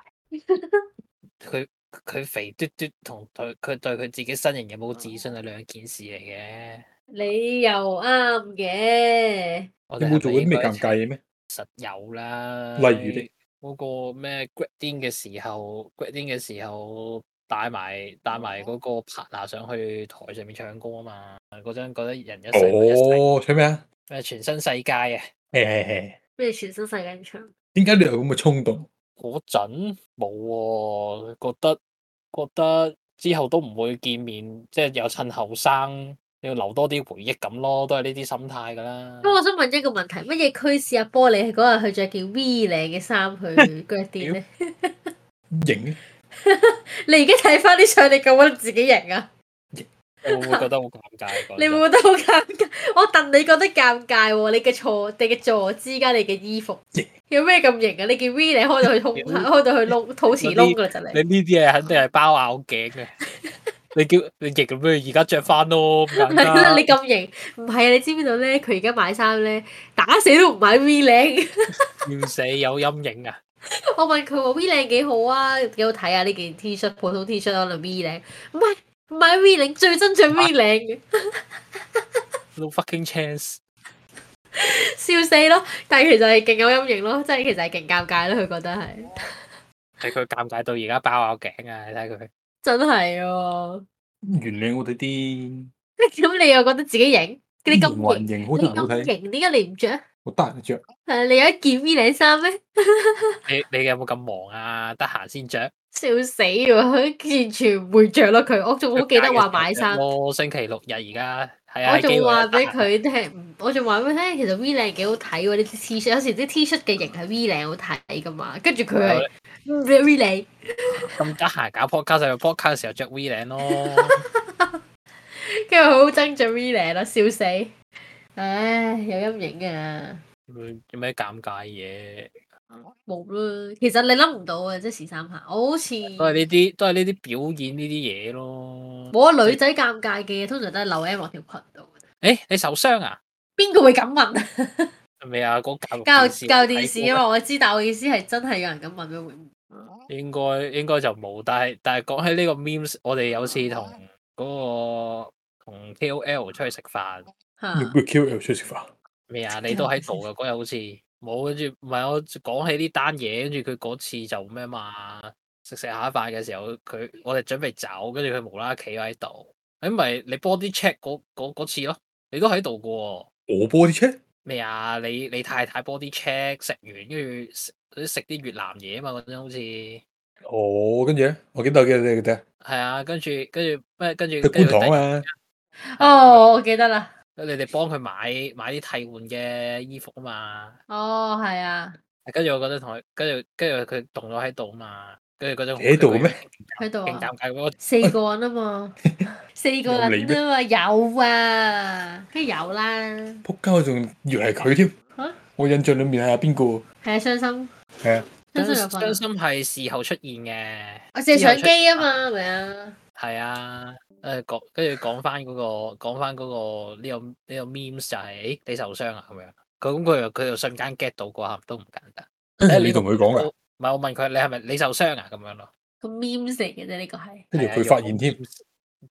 [SPEAKER 3] 佢佢肥嘟嘟同對佢對佢自己身形有冇自信係兩件事嚟嘅。
[SPEAKER 2] 你又啱嘅，
[SPEAKER 3] 我
[SPEAKER 1] 你
[SPEAKER 3] 哋
[SPEAKER 1] 冇做過
[SPEAKER 3] 過
[SPEAKER 1] 啲咩尷尬嘅咩？
[SPEAKER 3] 實有啦。
[SPEAKER 1] 例如呢
[SPEAKER 3] 嗰個咩 grading 嘅時候，grading 嘅時候帶埋帶埋嗰個 partner 上去台上面唱歌啊嘛，嗰張覺得人一世物一世
[SPEAKER 1] 哦，睇咩啊？
[SPEAKER 3] 咩全新世界啊！
[SPEAKER 1] 誒誒誒，
[SPEAKER 2] 咩全身世界唱？
[SPEAKER 3] 嗯
[SPEAKER 1] 點解你有咁嘅衝動？
[SPEAKER 3] 嗰陣冇喎，覺得覺得之後都唔會見面，即係又趁後生，要留多啲回憶咁咯，都係呢啲心態噶啦
[SPEAKER 2] 不。過我想問一個問題，乜嘢驅使阿波你嗰日去着件 V 領嘅 衫去嗰啲咧？
[SPEAKER 1] 型啊
[SPEAKER 2] 你而家睇翻啲相，你咁得自己型啊？
[SPEAKER 3] 你會唔會覺得好尷 尬？
[SPEAKER 2] 你會唔會覺得好尷尬？我戥你覺得尷尬喎，你嘅坐、你嘅坐姿加你嘅衣 服，有咩咁型啊？你件 V 領開到去胸，開到去 窿肚臍窿噶啦，就嚟。
[SPEAKER 3] 你呢啲嘢肯定係包拗頸嘅。你叫你亦咁樣，而家着翻咯，咁簡
[SPEAKER 2] 係啦，
[SPEAKER 3] 單
[SPEAKER 2] 你。咁型，唔係啊？你知唔知道咧？佢而家買衫咧，打死都唔買 V 領。
[SPEAKER 3] 要死有陰影啊！
[SPEAKER 2] 我問佢話 V 領幾好啊，幾好睇啊！呢件 T 恤普通 T 恤可能 V 領，唔係唔係 V 領，最憎着 V 領嘅，
[SPEAKER 3] No fucking chance！
[SPEAKER 2] 笑死咯！但係其實係勁有陰影咯，即係其實係勁尷尬咯，佢覺得係
[SPEAKER 3] 係佢尷尬到而家包拗頸啊！你睇佢
[SPEAKER 2] 真係喎。
[SPEAKER 1] 原諒我哋啲
[SPEAKER 2] 咁你又覺得自己型？你咁型，
[SPEAKER 1] 還型好
[SPEAKER 2] 你
[SPEAKER 1] 難好
[SPEAKER 2] 咁
[SPEAKER 1] 睇，
[SPEAKER 2] 型，點解你唔着啊？
[SPEAKER 1] 我得閒着。
[SPEAKER 2] 誒，你有一件 V 領衫咩？
[SPEAKER 3] 你你有冇咁忙啊？得閒先着。
[SPEAKER 2] 笑死喎！佢完全唔會着咯，佢我仲好記得話買衫。
[SPEAKER 3] 咯，星期六日而家係啊，
[SPEAKER 2] 我仲話
[SPEAKER 3] 話
[SPEAKER 2] 俾佢聽，我仲話俾佢聽，其實 V 領幾好睇喎，呢啲 T 恤有時啲 T 恤嘅型係 V 領好睇噶嘛，跟住佢係嗯 V V
[SPEAKER 3] 啊咁得閒搞 podcast 就 podcast 嘅時候着 V 領 咯，
[SPEAKER 2] 領，跟住佢好憎着 V 領啦，笑死！唉，有陰影啊，
[SPEAKER 3] 嗯有咩尷尬嘢？
[SPEAKER 2] 冇啦。其實你諗唔到啊，即係時三下，我好似
[SPEAKER 3] 都係呢啲，都係呢啲表演呢啲嘢咯。
[SPEAKER 2] 冇啊女仔尷尬嘅嘢，通常都係留 M 落條裙 度。
[SPEAKER 3] 誒，你受傷啊？
[SPEAKER 2] 邊個會咁問啊？
[SPEAKER 3] 係咪啊？嗰教
[SPEAKER 2] 教育
[SPEAKER 3] 育電視
[SPEAKER 2] 教育電視
[SPEAKER 3] 睇
[SPEAKER 2] 啊
[SPEAKER 3] 過
[SPEAKER 2] 嘛，我知，但我意思係真係有人咁問咩會唔
[SPEAKER 3] 應該應該就冇，但係但係講起呢個 memes，我哋有次同嗰個同 KOL 出去食飯，
[SPEAKER 2] 嚇？
[SPEAKER 1] 你會 Q L 出去食飯？
[SPEAKER 3] 咩啊？你都喺度㗎嗰日好似冇，跟住唔係我講起呢單嘢，跟住佢嗰次就咩嘛，食食下飯嘅時候，佢我哋準備走，跟住佢無啦啦企喺度，咁咪你 body check 嗰嗰嗰次咯，你都喺度㗎喎。
[SPEAKER 1] 我 body check，
[SPEAKER 3] 咩啊？你你太太 body check 食完，跟住食食啲越南嘢啊嘛，嗰陣好似係
[SPEAKER 1] 哦，跟住咧，我記得我記得記得，
[SPEAKER 3] 啊，跟住跟住咩？跟住
[SPEAKER 1] 去
[SPEAKER 3] 跟
[SPEAKER 1] 觀
[SPEAKER 3] 住佢
[SPEAKER 1] 塘
[SPEAKER 3] 突然
[SPEAKER 1] 啊嘛，
[SPEAKER 2] 哦，我記得啦，
[SPEAKER 3] 你哋幫佢買買啲替換嘅衣服啊嘛，
[SPEAKER 2] 哦，係啊。
[SPEAKER 3] 跟住我覺得同佢，跟住跟住佢凍咗喺度啊嘛，跟住嗰陣
[SPEAKER 1] 你喺度嘅咩？
[SPEAKER 2] 喺度
[SPEAKER 3] 勁
[SPEAKER 2] 啊，
[SPEAKER 3] 尷尬，我
[SPEAKER 2] 四個人啊 嘛，四個
[SPEAKER 1] 有你
[SPEAKER 2] 人
[SPEAKER 1] 咩
[SPEAKER 2] 啊嘛，有啊，梗係有啦，
[SPEAKER 1] 仆街我仲以為係佢添
[SPEAKER 2] 嚇，
[SPEAKER 1] 我印象裡面係阿邊個？
[SPEAKER 2] 係啊，傷心，
[SPEAKER 1] 係啊，
[SPEAKER 2] 傷心有份啊
[SPEAKER 3] 傷，心係事後出現嘅，
[SPEAKER 2] 我借相機啊嘛，係咪啊？
[SPEAKER 3] 係啊，誒講跟住講翻嗰個講翻嗰個呢個呢個 memes 就係、誒你受傷啊咁樣，咁佢又佢又瞬間 get 到嗰下都唔簡單。誒
[SPEAKER 1] 你同佢講㗎，
[SPEAKER 3] 唔係我問佢你係咪你受傷啊咁樣咯，
[SPEAKER 2] 個 memes 嚟嘅啫，呢個係，
[SPEAKER 1] 跟住
[SPEAKER 3] 係啊
[SPEAKER 1] 佢發現添，，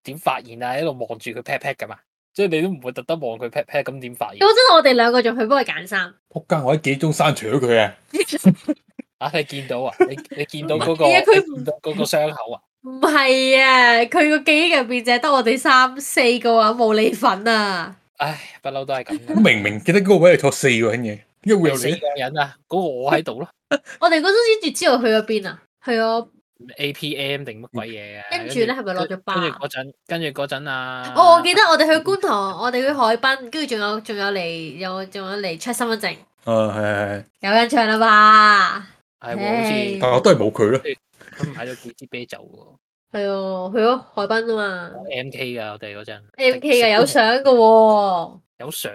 [SPEAKER 3] 點發現啊？喺度望住佢 pat pat 噶嘛，即係你都唔會特登望佢 pat pat 咁點發現
[SPEAKER 2] 嗰？陣我哋兩個仲去幫佢揀衫，
[SPEAKER 1] 仆街我喺幾中刪除咗佢啊！
[SPEAKER 3] 啊！你見到啊？你你見到嗰個？
[SPEAKER 2] 唔係啊佢
[SPEAKER 3] 你見到嗰個傷口啊？
[SPEAKER 2] 唔係啊，佢個記憶入边淨係得我哋三四個啊，冇你份啊！
[SPEAKER 3] 唉，不嬲都係咁
[SPEAKER 1] 我
[SPEAKER 3] 嘅。
[SPEAKER 1] 明明記得嗰個位係坐四個人嘅，點解會有
[SPEAKER 3] 四
[SPEAKER 1] 你？
[SPEAKER 3] 個人啊，嗰個我喺度咯
[SPEAKER 2] 我哋嗰陣先至知道去咗邊啊，去咗
[SPEAKER 3] ，APM 定乜鬼嘢啊？
[SPEAKER 2] 跟住咧係咪落咗巴
[SPEAKER 3] 跟住
[SPEAKER 2] 啊？
[SPEAKER 3] 嗰陣，跟住嗰陣啊，
[SPEAKER 2] 哦，我記得我哋去觀塘，我哋去海濱，跟住仲有仲有嚟有仲有嚟 check 身份證，
[SPEAKER 1] 啊，係係係，
[SPEAKER 2] 有印象啦吧？
[SPEAKER 3] 係喎，好似
[SPEAKER 2] 唉
[SPEAKER 1] 但我都係冇佢咯。
[SPEAKER 3] 佢買咗幾支啤酒喎
[SPEAKER 2] 係啊，去咗海濱啊嘛
[SPEAKER 3] ，M K 㗎，我哋嗰陣
[SPEAKER 2] ，M K 嘅有相噶喎，
[SPEAKER 3] 有相，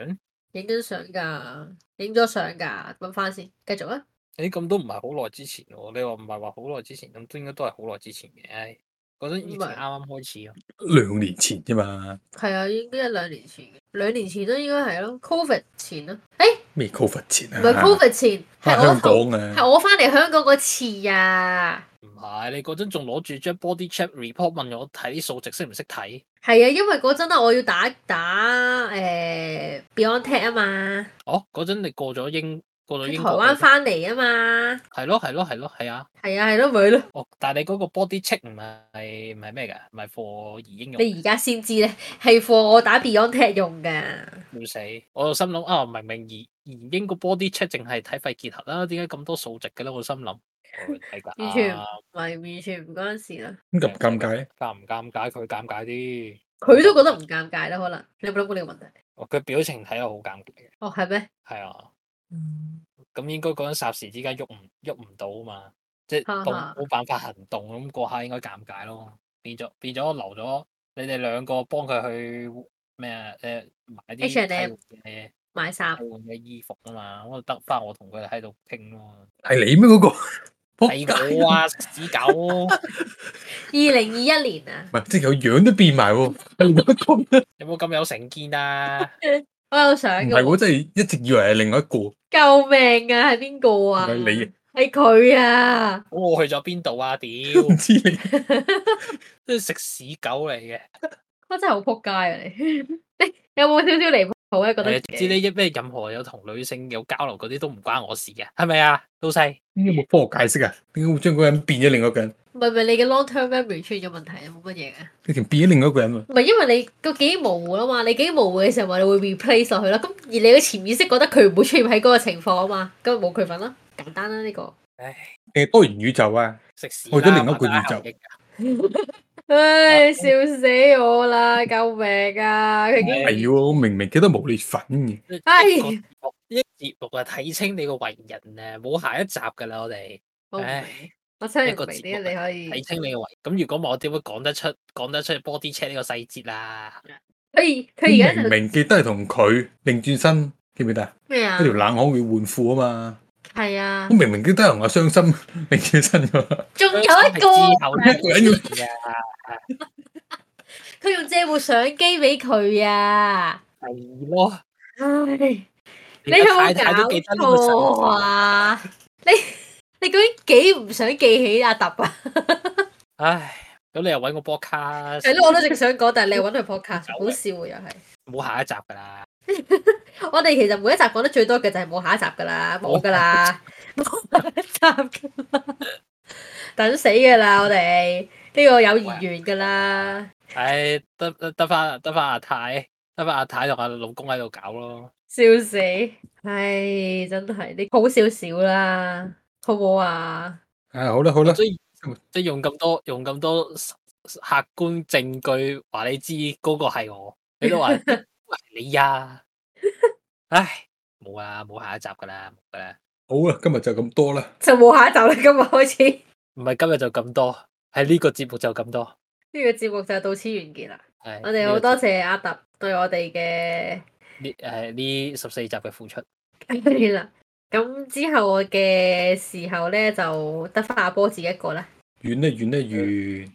[SPEAKER 2] 影緊相㗎，影咗相㗎，搵翻先，繼續啊！
[SPEAKER 3] 誒咁都唔係好耐之前喎，你話唔係話好耐之前，咁都應該都係好耐之前嘅，唉，嗰陣疫情
[SPEAKER 2] 唔係
[SPEAKER 3] 啱啱開始啊咯，
[SPEAKER 1] 兩年前啫嘛，
[SPEAKER 2] 係啊，應該一兩年前嘅，兩年前都應該係咯，Covid 前咯，誒
[SPEAKER 1] 咩 Covid 前啊？
[SPEAKER 2] 唔係 Covid 前，
[SPEAKER 1] 翻
[SPEAKER 2] 係我
[SPEAKER 1] 香港
[SPEAKER 2] 同
[SPEAKER 1] 啊，
[SPEAKER 2] 係我翻嚟香港嗰次啊，
[SPEAKER 3] 唔係你嗰陣仲攞住張 body check report 問我睇啲數值識唔識睇，
[SPEAKER 2] 係啊，因為嗰陣啊，我要打打誒 Beyond Tech 啊嘛。
[SPEAKER 3] 哦嗰陣你過咗英過咗
[SPEAKER 2] 喺
[SPEAKER 3] 哦
[SPEAKER 2] 台
[SPEAKER 3] 英國
[SPEAKER 2] 灣
[SPEAKER 3] 嗰陣
[SPEAKER 2] 翻嚟啊嘛，
[SPEAKER 3] 係咯係咯係咯係啊，
[SPEAKER 2] 係啊係咯咪咯，
[SPEAKER 3] 哦但係你嗰個 body check 唔係唔係咩㗎，唔係 for 兒嬰用。
[SPEAKER 2] 你而家先知咧，係 for 我打 Beyond Tech 用㗎，
[SPEAKER 3] 要死！我就心諗啊，明明而而英個 body check 淨係睇肺結核啦，點解咁多數值嘅咧？我心 諗，我睇㗎
[SPEAKER 2] 完全
[SPEAKER 3] 啊
[SPEAKER 2] 唔係完全唔關事啦。
[SPEAKER 1] 咁咁尷尬，
[SPEAKER 3] 尷唔尷尬？佢尷尬啲，
[SPEAKER 2] 佢都覺得唔尷尬啦，可能你有冇諗過呢個問題？
[SPEAKER 3] 哦佢表情睇落好尷尬嘅，
[SPEAKER 2] 哦，係咩？
[SPEAKER 3] 係啊，
[SPEAKER 2] 嗯
[SPEAKER 3] 咁應該嗰陣霎時之間喐唔喐唔到啊嘛，即係
[SPEAKER 2] 哈
[SPEAKER 3] 動
[SPEAKER 2] 哈
[SPEAKER 3] 冇辦法行動咁，嗰下應該尷尬咯，變咗變咗留咗你哋兩個幫佢去咩啊？誒買啲
[SPEAKER 2] H&M
[SPEAKER 3] 替換嘅
[SPEAKER 2] 買
[SPEAKER 3] 替
[SPEAKER 2] 衫
[SPEAKER 3] 換嘅衣服啊嘛，我得翻我同佢哋喺度傾咯。
[SPEAKER 1] 係你咩嗰個？仆街
[SPEAKER 3] 係我啊，屎狗！
[SPEAKER 2] 二零二一年啊，
[SPEAKER 1] 唔係，即係有樣都變埋喎。係另外一個咩
[SPEAKER 3] 有冇咁有成見啊？
[SPEAKER 2] 我有相
[SPEAKER 1] 唔
[SPEAKER 2] 嘅
[SPEAKER 1] 係，我
[SPEAKER 2] 喎，
[SPEAKER 1] 真係一直以為係另外一個，唔
[SPEAKER 2] 救命啊！係邊個啊？
[SPEAKER 1] 係你，
[SPEAKER 2] 係佢啊！
[SPEAKER 3] 咁我去咗邊度啊？屌，
[SPEAKER 1] 唔知你
[SPEAKER 3] 即係食屎狗嚟嘅。
[SPEAKER 2] 我真係好撲街啊！你你 有冇少少離譜啊咧？覺得
[SPEAKER 1] 啊
[SPEAKER 3] 你
[SPEAKER 2] 自己
[SPEAKER 3] 知呢一咩任何有同女性有交流嗰啲都唔關我事嘅，係咪啊，老細？
[SPEAKER 1] 點解冇科學解釋啊？點解會將嗰個人變咗另外一個人？
[SPEAKER 2] 唔係唔係你嘅 long term memory 出現咗問題啊？冇乜嘢嘅。
[SPEAKER 1] 直情變咗另外一個人啊喎。
[SPEAKER 2] 唔係因為你個記憶模糊啦嘛，你記憶模糊嘅時候，咪你會 replace 落去啦。咁而你嘅潛意識覺得佢唔會出現喺嗰個情況啊嘛，咁冇佢份啦，簡單啦呢、個。
[SPEAKER 1] 誒多元宇宙啊，
[SPEAKER 3] 食屎
[SPEAKER 1] 去咗另一個宇宙
[SPEAKER 3] 宙。
[SPEAKER 2] 唉，笑死我啦！救命啊！佢已經
[SPEAKER 1] 係喎，我明明記得冇你份嘅。
[SPEAKER 2] 唉，
[SPEAKER 3] 呢節目啊，睇清你個為人啊，冇下一集㗎啦，我哋
[SPEAKER 2] 我唔
[SPEAKER 3] 唉
[SPEAKER 2] 明，我真係
[SPEAKER 3] 一個
[SPEAKER 2] 唔明
[SPEAKER 3] 節
[SPEAKER 2] 點
[SPEAKER 3] 目
[SPEAKER 2] 解你可
[SPEAKER 3] 睇
[SPEAKER 2] 以
[SPEAKER 3] 清你個為。咁如果唔係我點會講得出講得出 body check 呢個細節啊？
[SPEAKER 2] 佢而佢 而家
[SPEAKER 1] 明
[SPEAKER 2] 就
[SPEAKER 1] 明記得係同佢擰轉身，記唔記得啊？
[SPEAKER 2] 咩啊
[SPEAKER 1] 嗰？條冷巷會換褲啊嘛。
[SPEAKER 2] 係啊
[SPEAKER 1] 我，明明記得係同阿傷心擰轉身㗎嘛。
[SPEAKER 2] 仲有一個，
[SPEAKER 3] 之後
[SPEAKER 1] 一個人要
[SPEAKER 3] 嘅。
[SPEAKER 2] 佢仲借部相機俾佢啊！
[SPEAKER 3] 係咯，
[SPEAKER 2] 唉。你
[SPEAKER 3] 你
[SPEAKER 2] 有冇
[SPEAKER 3] 太太都記得呢
[SPEAKER 2] 搞
[SPEAKER 3] 個神
[SPEAKER 2] 錯
[SPEAKER 3] 節
[SPEAKER 2] 啊？你你究竟幾唔想記起阿揼啊？
[SPEAKER 3] 唉，咁你又揾個波卡，
[SPEAKER 2] 係咯，我都正想講，但係你揾佢 podcast
[SPEAKER 3] 有嘅
[SPEAKER 2] 好笑啊，又係。
[SPEAKER 3] 冇下一集㗎啦。
[SPEAKER 2] 我哋其實每一集講得最多嘅就係冇下一集噶啦，冇噶啦，冇下一集噶啦，等死噶啦！我哋呢個有兒園噶啦，
[SPEAKER 3] 唉，得得得翻得翻阿太，得翻阿太同阿老公喺度搞咯。
[SPEAKER 2] 笑死！唉，真係你好少少啦，好唔好啊？
[SPEAKER 1] 啊，好啦好啦，
[SPEAKER 3] 即即係用咁多用咁多客觀證據話你知嗰個係我，你都話係你呀？唉，冇啊，冇下一集㗎啦，冇㗎啦。
[SPEAKER 1] 好啦，今日就咁多啦。
[SPEAKER 2] 就冇下一集啦，今日開始
[SPEAKER 3] 唔係今日就咁多，喺呢個節目就咁多。
[SPEAKER 2] 呢個節目就到此完結啦。
[SPEAKER 3] 係
[SPEAKER 2] 我哋好多謝阿特對我哋嘅
[SPEAKER 3] 呢誒呢十四集嘅付出。
[SPEAKER 2] 係啦。咁之後我嘅時候咧，就得翻阿波子一個啦。嗯
[SPEAKER 1] 遠咧遠咧遠。